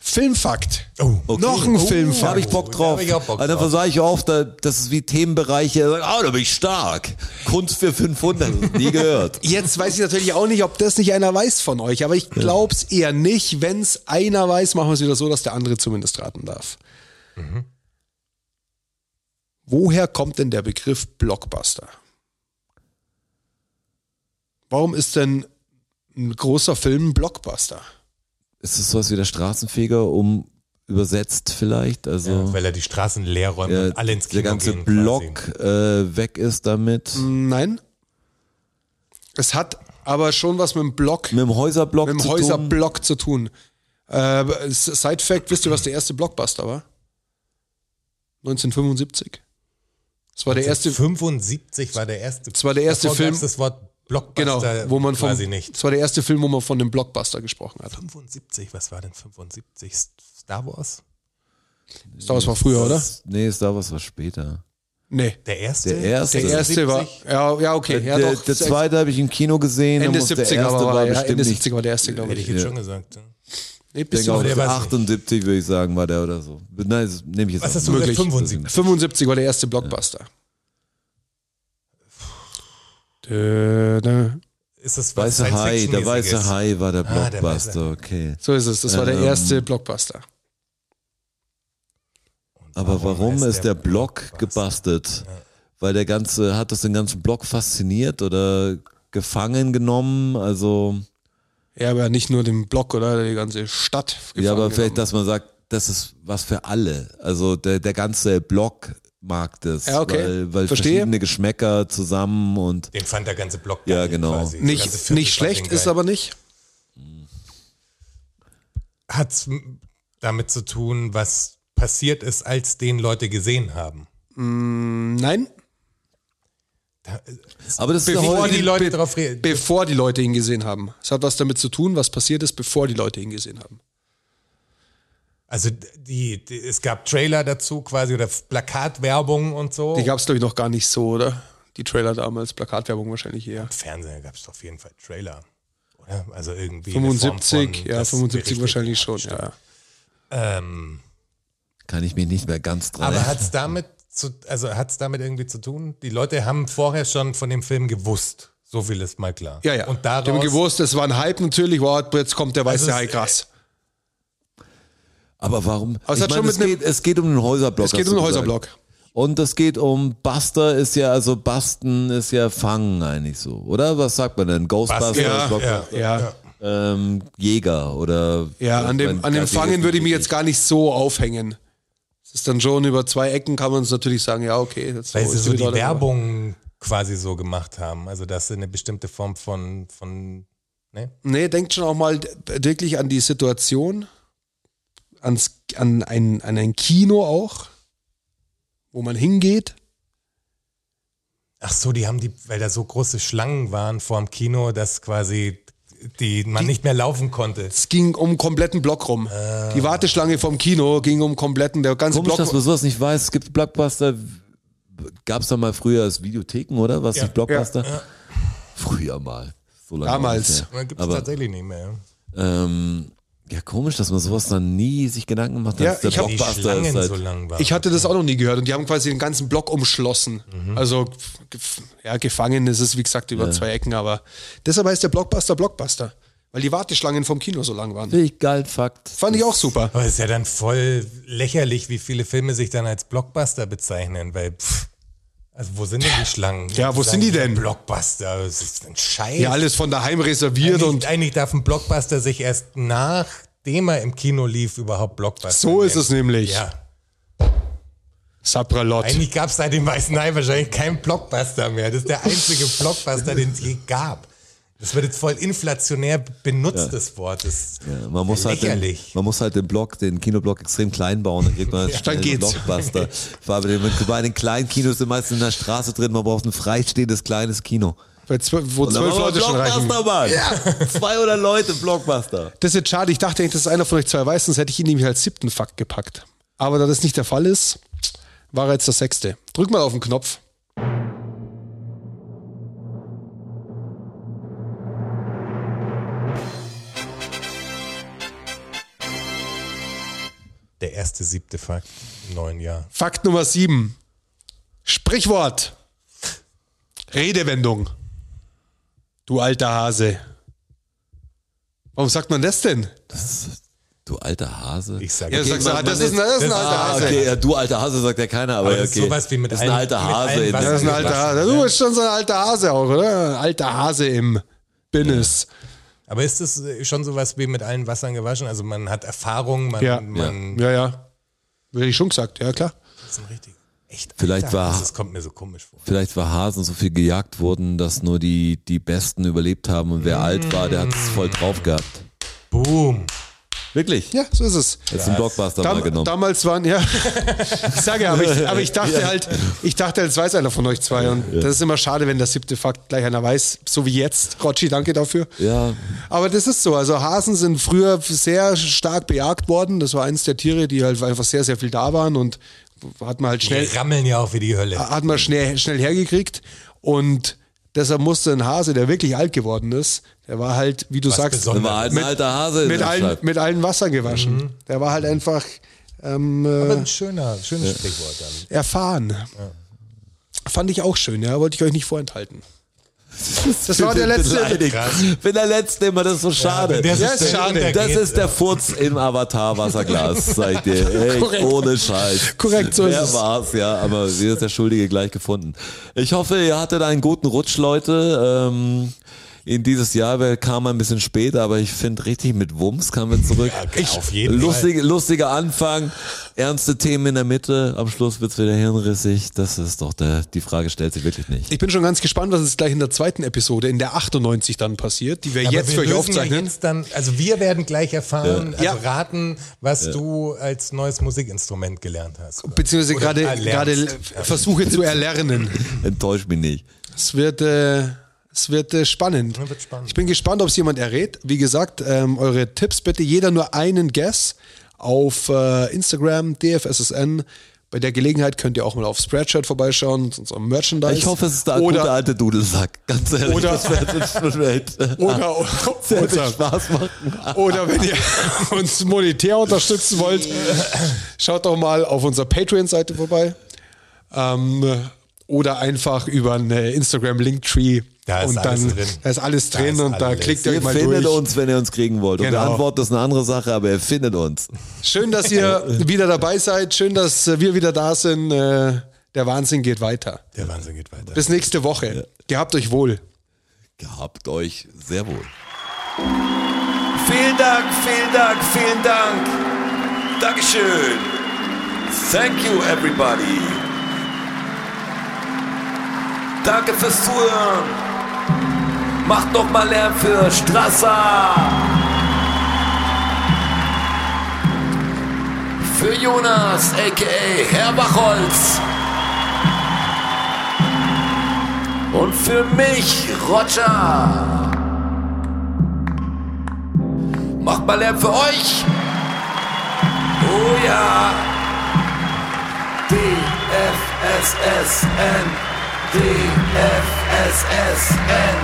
Speaker 2: Filmfakt.
Speaker 3: Oh.
Speaker 2: Noch ein Filmfakt.
Speaker 4: Da habe ich Bock drauf.
Speaker 3: Da hab ich auch Bock
Speaker 4: Alter,
Speaker 3: drauf.
Speaker 4: versage ich oft, da- das ist wie Themenbereiche. Ah, da bin ich stark. Kunst für 500. Nie gehört.
Speaker 2: Jetzt weiß ich natürlich auch nicht, ob das nicht einer weiß von euch, aber ich glaub's eher nicht. Wenn's einer weiß, machen wir es wieder so, dass der andere zumindest raten darf. Woher kommt denn der Begriff Blockbuster? Warum ist denn ein großer Film ein Blockbuster?
Speaker 4: Ist es sowas wie der Straßenfeger um übersetzt vielleicht? Also
Speaker 3: Ja, weil er die Straßen leer räumt
Speaker 4: äh,
Speaker 3: und alle ins Kino
Speaker 4: der ganze
Speaker 3: gehen.
Speaker 4: Block
Speaker 3: Quasi.
Speaker 4: äh, weg ist damit.
Speaker 2: Nein. Es hat aber schon was mit dem Block,
Speaker 4: Mit dem Häuserblock
Speaker 2: mit dem
Speaker 4: zu tun.
Speaker 2: Häuserblock zu tun. Äh, Side Fact, wisst ihr, was der erste Blockbuster war? 1975. Das war der erste,
Speaker 3: 75 war der erste.
Speaker 2: Das war der erste
Speaker 3: Davor
Speaker 2: Film-
Speaker 3: gab's das Wort
Speaker 2: genau,
Speaker 3: Blockbuster
Speaker 2: wo man vom,
Speaker 3: quasi nicht.
Speaker 2: das war der erste Film, wo man von dem Blockbuster gesprochen hat.
Speaker 3: 75, was war denn 75? Star Wars?
Speaker 2: Star Wars war früher, oder?
Speaker 4: Nee, Star Wars war später.
Speaker 2: Nee.
Speaker 3: Der erste?
Speaker 4: Der erste.
Speaker 2: Der erste war, ja, ja, okay, ja,
Speaker 4: der,
Speaker 2: doch,
Speaker 4: der zweite habe ich im Kino gesehen.
Speaker 2: Ende
Speaker 4: muss
Speaker 2: 70er
Speaker 4: der erste
Speaker 2: war,
Speaker 4: war
Speaker 2: ja,
Speaker 4: bestimmt
Speaker 2: Ende
Speaker 4: nicht.
Speaker 2: 70er war der erste, glaube
Speaker 3: Hätte ich
Speaker 2: ich.
Speaker 3: jetzt
Speaker 4: Ja.
Speaker 3: schon gesagt. ne?
Speaker 2: Nee,
Speaker 4: Ich
Speaker 2: bist
Speaker 4: denke
Speaker 2: du,
Speaker 4: auch,
Speaker 3: der weiß nicht.
Speaker 4: 78 würde ich sagen, war der oder so. Nein, das nehme ich jetzt
Speaker 3: Was
Speaker 4: auch
Speaker 3: hast du
Speaker 4: mal.
Speaker 3: gesagt?
Speaker 2: Möglich.
Speaker 3: 75.
Speaker 2: 75 war der erste Blockbuster. Dö, dö.
Speaker 3: Ist das was
Speaker 4: Weiße Hai, der
Speaker 3: Science-Fiction-mäßiges?
Speaker 4: weiße Hai war der
Speaker 3: Ah, der
Speaker 4: Blockbuster, okay.
Speaker 2: So ist es. Das war der
Speaker 4: Ähm.
Speaker 2: erste Blockbuster.
Speaker 4: Aber warum,
Speaker 3: heißt
Speaker 4: ist der, Block gebastelt? Weil der ganze, hat das den ganzen Block fasziniert oder gefangen genommen? Also,
Speaker 2: Ja, aber nicht nur den Block oder die ganze Stadt.
Speaker 4: ja, aber
Speaker 2: gefangen
Speaker 4: vielleicht,
Speaker 2: genommen.
Speaker 4: dass man sagt, das ist was für alle. Also der, der ganze Block mag das.
Speaker 2: Ja, okay.
Speaker 4: Weil, weil
Speaker 2: Verstehe.
Speaker 4: verschiedene Geschmäcker zusammen und
Speaker 3: Den fand der ganze Block
Speaker 4: Ja,
Speaker 3: geil
Speaker 4: genau.
Speaker 3: quasi. Der ganze
Speaker 2: nicht,
Speaker 3: Viertel
Speaker 2: nicht
Speaker 3: fand den
Speaker 2: schlecht
Speaker 3: geil.
Speaker 2: ist aber nicht.
Speaker 3: Hat's m- damit zu tun, was passiert ist, als den Leute gesehen haben.
Speaker 2: Nein,
Speaker 4: aber das ist ja
Speaker 3: Bevor
Speaker 4: heute,
Speaker 3: die Leute darauf reden.
Speaker 2: bevor die Leute ihn gesehen haben. Es hat was damit zu tun, was passiert ist, bevor die Leute ihn gesehen haben.
Speaker 3: Also die, die, es gab Trailer dazu quasi oder Plakatwerbung und so.
Speaker 4: Oh.
Speaker 2: Die gab es, glaube ich, noch gar nicht so, oder? Die Trailer damals, Plakatwerbung wahrscheinlich eher.
Speaker 3: Fernsehen gab es auf jeden Fall Trailer. Oder? Also irgendwie. eine Form
Speaker 2: 75,
Speaker 3: von,
Speaker 2: ja,
Speaker 3: das
Speaker 2: 75
Speaker 3: berichtet
Speaker 2: wahrscheinlich
Speaker 3: die
Speaker 2: schon,
Speaker 3: Stadt.
Speaker 2: ja.
Speaker 3: Ähm,
Speaker 4: kann ich mich nicht mehr ganz dran
Speaker 3: aber
Speaker 4: erinnern.
Speaker 3: hat es damit, zu, also hat's damit irgendwie zu tun? Die Leute haben vorher schon von dem Film gewusst. So viel ist mal klar.
Speaker 2: Ja, ja.
Speaker 3: Und
Speaker 2: Die haben
Speaker 3: daraus,
Speaker 2: gewusst, das war ein Hype natürlich. Wow, jetzt kommt der weiße
Speaker 3: Also es-
Speaker 2: Hai, krass.
Speaker 4: Aber warum?
Speaker 2: es
Speaker 4: ich
Speaker 2: hat
Speaker 4: meine,
Speaker 2: schon mit
Speaker 4: es,
Speaker 2: einem-
Speaker 4: geht, es geht um einen Häuserblock.
Speaker 2: Es geht
Speaker 4: hast
Speaker 2: um
Speaker 4: du
Speaker 2: den
Speaker 4: gesagt.
Speaker 2: Häuserblock.
Speaker 4: Und es geht um Buster ist ja, also Basten ist ja Fangen eigentlich so, oder? Was sagt man denn? Ghostbuster,
Speaker 3: Buster,
Speaker 2: ja,
Speaker 4: Blockbuster,
Speaker 2: Ja,
Speaker 4: Ähm, Jäger oder
Speaker 2: ja an dem, an dem Fangen würde ich mich jetzt gar nicht so aufhängen. Es ist dann schon über zwei Ecken, kann man es natürlich sagen, ja, okay. das-
Speaker 3: weil
Speaker 2: so
Speaker 3: sie
Speaker 2: ist
Speaker 3: so die
Speaker 2: Leute-
Speaker 3: Werbung quasi so gemacht haben. Also dass sie eine bestimmte Form von, von ne?
Speaker 2: Nee, denkt schon auch mal wirklich an die Situation, ans, an, ein, an ein Kino auch, wo man hingeht.
Speaker 3: Ach so, die haben die, weil da so große Schlangen waren vor dem Kino, dass quasi die man nicht mehr laufen konnte.
Speaker 2: Es ging um einen kompletten Block rum. Die Warteschlange vom Kino ging um einen kompletten, der ganze
Speaker 4: Komisch,
Speaker 2: Block.
Speaker 4: dass man sowas nicht weiß. Es gibt Blockbuster, gab es da mal früher als Videotheken, oder? Was
Speaker 3: Ja,
Speaker 4: nicht Blockbuster? Früher mal. So lange
Speaker 2: Damals.
Speaker 4: nicht mehr.
Speaker 3: Man gibt es
Speaker 4: Aber,
Speaker 3: tatsächlich nicht mehr.
Speaker 4: ähm, ja, komisch, dass man sowas dann nie sich Gedanken gemacht hat.
Speaker 2: Ja,
Speaker 4: dass der
Speaker 2: ich hab-
Speaker 3: Die
Speaker 4: Blockbuster
Speaker 3: Schlangen
Speaker 4: ist halt,
Speaker 3: so lang waren.
Speaker 2: Ich hatte das auch noch nie gehört und die haben quasi den ganzen Block umschlossen. Also, gef- ja, gefangen ist es, wie gesagt, über zwei Ecken, aber deshalb heißt der Blockbuster Blockbuster, weil die Warteschlangen vom Kino so lang waren.
Speaker 4: Finde ich geil, Fakt.
Speaker 2: Fand ich auch super.
Speaker 3: Aber es ist ja dann voll lächerlich, wie viele Filme sich dann als Blockbuster bezeichnen, weil pff, also wo sind denn die Schlangen?
Speaker 2: Ja, wo sind die denn?
Speaker 3: Blockbuster, das ist ein Scheiß.
Speaker 2: Ja, alles von daheim reserviert
Speaker 3: eigentlich,
Speaker 2: und
Speaker 3: eigentlich darf ein Blockbuster sich erst nach nachdem er im Kino lief, überhaupt Blockbuster.
Speaker 2: So ist es nämlich.
Speaker 3: Ja.
Speaker 2: Sapralot.
Speaker 3: Eigentlich gab es seit dem Weißen Ei wahrscheinlich keinen Blockbuster mehr. Das ist der einzige Blockbuster, den es je gab. Das wird jetzt voll inflationär benutzt, das Wort. Das
Speaker 4: Ja, man, muss halt den,
Speaker 3: lächerlich.
Speaker 4: man muss halt den Block, den Kinoblock extrem klein bauen, dann kriegt man halt
Speaker 2: Dann
Speaker 4: einen
Speaker 2: geht's.
Speaker 4: Blockbuster. Weil bei den, bei den kleinen Kinos sind meistens in der Straße drin, man braucht ein freistehendes kleines Kino.
Speaker 2: Bei zwölf- wo
Speaker 4: Und dann
Speaker 2: zwölf
Speaker 4: machen
Speaker 2: Leute
Speaker 4: wir
Speaker 2: schon reichen.
Speaker 4: Blockbuster, Mann! Ja. 200 Leute, Blockbuster.
Speaker 2: Das ist jetzt schade. Ich dachte eigentlich, dass einer von euch zwei weiß, sonst hätte ich ihn nämlich als siebten Fakt gepackt. Aber da das nicht der Fall ist, war er jetzt der sechste. Drück mal auf den Knopf.
Speaker 3: der erste siebte Fakt im neuen Jahr.
Speaker 2: Fakt Nummer sieben. Sprichwort. Redewendung. Du alter Hase. Warum sagt man das denn?
Speaker 4: Du alter Hase.
Speaker 3: Ich sage,
Speaker 2: Ja,
Speaker 3: okay,
Speaker 2: sagst du,
Speaker 4: man-
Speaker 2: das
Speaker 4: man
Speaker 2: ist ein- das ist ein alter
Speaker 4: ah,
Speaker 2: Hase.
Speaker 4: Okay, ja, du alter Hase sagt ja keiner, aber,
Speaker 3: Aber das
Speaker 4: okay.
Speaker 3: ist sowas wie mit
Speaker 4: das ist ein
Speaker 3: allen-
Speaker 4: alter
Speaker 3: mit
Speaker 4: Hase.
Speaker 3: allen
Speaker 4: in-
Speaker 3: Wassern.
Speaker 2: Das ist ein alter
Speaker 3: Gelassen,
Speaker 2: Hase. Du bist schon so ein alter Hase auch, oder? Ein alter Hase im Business.
Speaker 3: aber ist das äh, schon sowas wie mit allen Wassern gewaschen? Also man hat Erfahrung, man,
Speaker 2: Ja.
Speaker 3: man
Speaker 2: Ja, ja. Hätte ich schon gesagt, ja klar.
Speaker 3: Das ist ein richtig. Echt
Speaker 4: Vielleicht
Speaker 3: alter
Speaker 4: war-
Speaker 3: Hass, Das kommt mir so komisch vor.
Speaker 4: Vielleicht war Hasen so viel gejagt worden, dass nur die, die Besten überlebt haben und wer alt war, der hat es voll drauf gehabt.
Speaker 3: Boom.
Speaker 4: Wirklich?
Speaker 2: Ja, so ist es.
Speaker 4: Jetzt einen Blockbuster mal
Speaker 2: Dam
Speaker 4: genommen.
Speaker 2: Damals waren, ja. Ich sage ja, aber ich, aber ich dachte halt, ich dachte, jetzt weiß einer von euch zwei. Und das ist immer schade, wenn der siebte Fakt gleich einer weiß, so wie jetzt. Rotschi, danke dafür.
Speaker 4: ja,
Speaker 2: Aber das ist so. Also Hasen sind früher sehr stark bejagt worden. Das war eins der Tiere, die halt einfach sehr, sehr viel da waren und hat man halt schnell
Speaker 3: Die rammeln ja auch wie die Hölle.
Speaker 2: hat man schnell, schnell hergekriegt und deshalb musste ein Hase, der wirklich alt geworden ist, der war halt, wie du
Speaker 3: Was
Speaker 2: sagst,
Speaker 3: Besonderes.
Speaker 4: dann war halt ein
Speaker 2: Mit-
Speaker 4: alter Hase. halt. in
Speaker 2: mit
Speaker 4: der
Speaker 2: allen,
Speaker 4: Stadt.
Speaker 2: mit allen Wasser gewaschen. Der war halt einfach ähm,
Speaker 3: Aber
Speaker 2: äh,
Speaker 3: ein schöner, schönes Sprichwort dann.
Speaker 2: erfahren. Fand ich auch schön, ja, wollte ich euch nicht vorenthalten. Das war der letzte.
Speaker 4: Beleidigt. Bin der letzte immer, das ist so schade.
Speaker 3: das
Speaker 2: ist
Speaker 3: der
Speaker 2: schade.
Speaker 3: Untergeht.
Speaker 4: Das ist der Furz im Avatar-Wasserglas, sag ich dir. Echt,
Speaker 2: Korrekt.
Speaker 4: ohne Scheiß.
Speaker 2: Korrekt, so ist
Speaker 4: Wer
Speaker 2: es.
Speaker 4: war's, ja, aber wir ist der Schuldige gleich gefunden. Ich hoffe, ihr hattet einen guten Rutsch, Leute. Ähm, in dieses Jahr wir kamen ein bisschen später, aber ich finde richtig mit Wumms kamen wir zurück.
Speaker 3: Ich- auf jeden
Speaker 4: Lustig, Lustiger Anfang, ernste Themen in der Mitte, am Schluss wird's wieder hirnrissig. Das ist doch der, die Frage stellt sich wirklich nicht.
Speaker 2: Ich bin schon ganz gespannt, was jetzt gleich in der zweiten Episode, in der 98 dann passiert, die wir
Speaker 3: Aber
Speaker 2: jetzt
Speaker 3: wir
Speaker 2: für euch
Speaker 3: lösen
Speaker 2: aufzeichnen.
Speaker 3: Ja jetzt dann, also wir werden gleich erfahren, also
Speaker 2: Ja.
Speaker 3: raten, was du als neues Musikinstrument gelernt hast.
Speaker 2: Beziehungsweise
Speaker 3: Oder
Speaker 2: gerade
Speaker 3: Äh, erlernst.
Speaker 2: gerade Versuche zu erlernen.
Speaker 4: Enttäuscht mich nicht.
Speaker 2: Es wird, äh, es wird, äh, spannend.
Speaker 3: Ja, wird spannend.
Speaker 2: Ich bin gespannt, ob es jemand errät. Wie gesagt, ähm, eure Tipps bitte. Jeder nur einen Guess auf äh, Instagram, DFSSN. Bei der Gelegenheit könnt ihr auch mal auf Spreadshirt vorbeischauen, zu unserem Merchandise.
Speaker 4: Ich hoffe, es ist der gute
Speaker 2: Also, oder,
Speaker 4: alte Dudelsack. Ganz ehrlich,
Speaker 2: Oder-
Speaker 4: das wird uns schon welt.
Speaker 2: oder,
Speaker 4: Ah. Sehr viel
Speaker 2: oder,
Speaker 4: Spaß machen.
Speaker 2: oder wenn ihr uns monetär unterstützen wollt, schaut doch mal auf unserer Patreon-Seite vorbei. Ähm, oder einfach über eine Instagram-Linktree.
Speaker 3: Da ist
Speaker 2: und
Speaker 3: alles
Speaker 2: dann,
Speaker 3: drin.
Speaker 2: Da ist alles
Speaker 3: Da
Speaker 2: drin
Speaker 3: ist
Speaker 2: und da
Speaker 3: alles.
Speaker 2: klickt ihr
Speaker 4: Ihr
Speaker 2: mal
Speaker 4: findet
Speaker 2: durch.
Speaker 4: uns, wenn ihr uns kriegen wollt. Und
Speaker 2: Genau.
Speaker 4: der Antwort ist eine andere Sache, aber ihr findet uns.
Speaker 2: Schön, dass ihr wieder dabei seid. Schön, dass äh, wir wieder da sind. Äh, Der Wahnsinn geht weiter.
Speaker 3: Der Wahnsinn geht weiter.
Speaker 2: Bis nächste Woche. Gehabt euch wohl.
Speaker 4: Gehabt euch sehr wohl.
Speaker 5: Vielen Dank, vielen Dank, vielen Dank. Dankeschön. Thank you, everybody. Danke fürs Zuhören. Macht noch mal Lärm für Strasser. Für Jonas, a.k.a. Herr Bachholz. Und für mich, Roger. Macht mal Lärm für euch. Oh ja. DFSSN. DFSSN.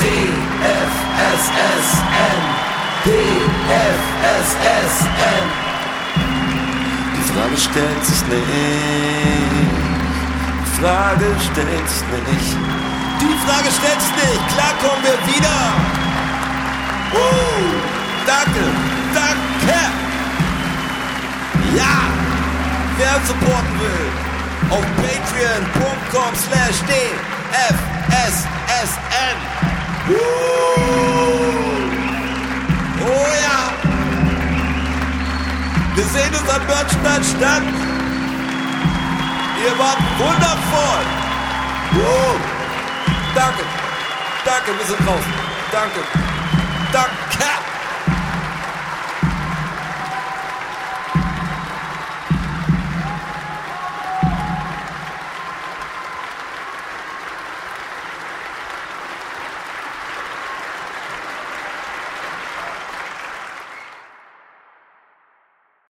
Speaker 5: DFSSN. DFSSN. Die Frage stellt sich nicht. Die Frage stellt sich nicht. Die Frage stellt sich nicht. Klar kommen wir wieder. Uh, danke, danke. Ja, wer uns supporten will, auf patreon.com slash dfssn. Uh, oh ja, Mercedes an Börnstein statt. Ihr wart wundervoll. Uh, danke. Danke, wir sind draußen. Danke. Danke.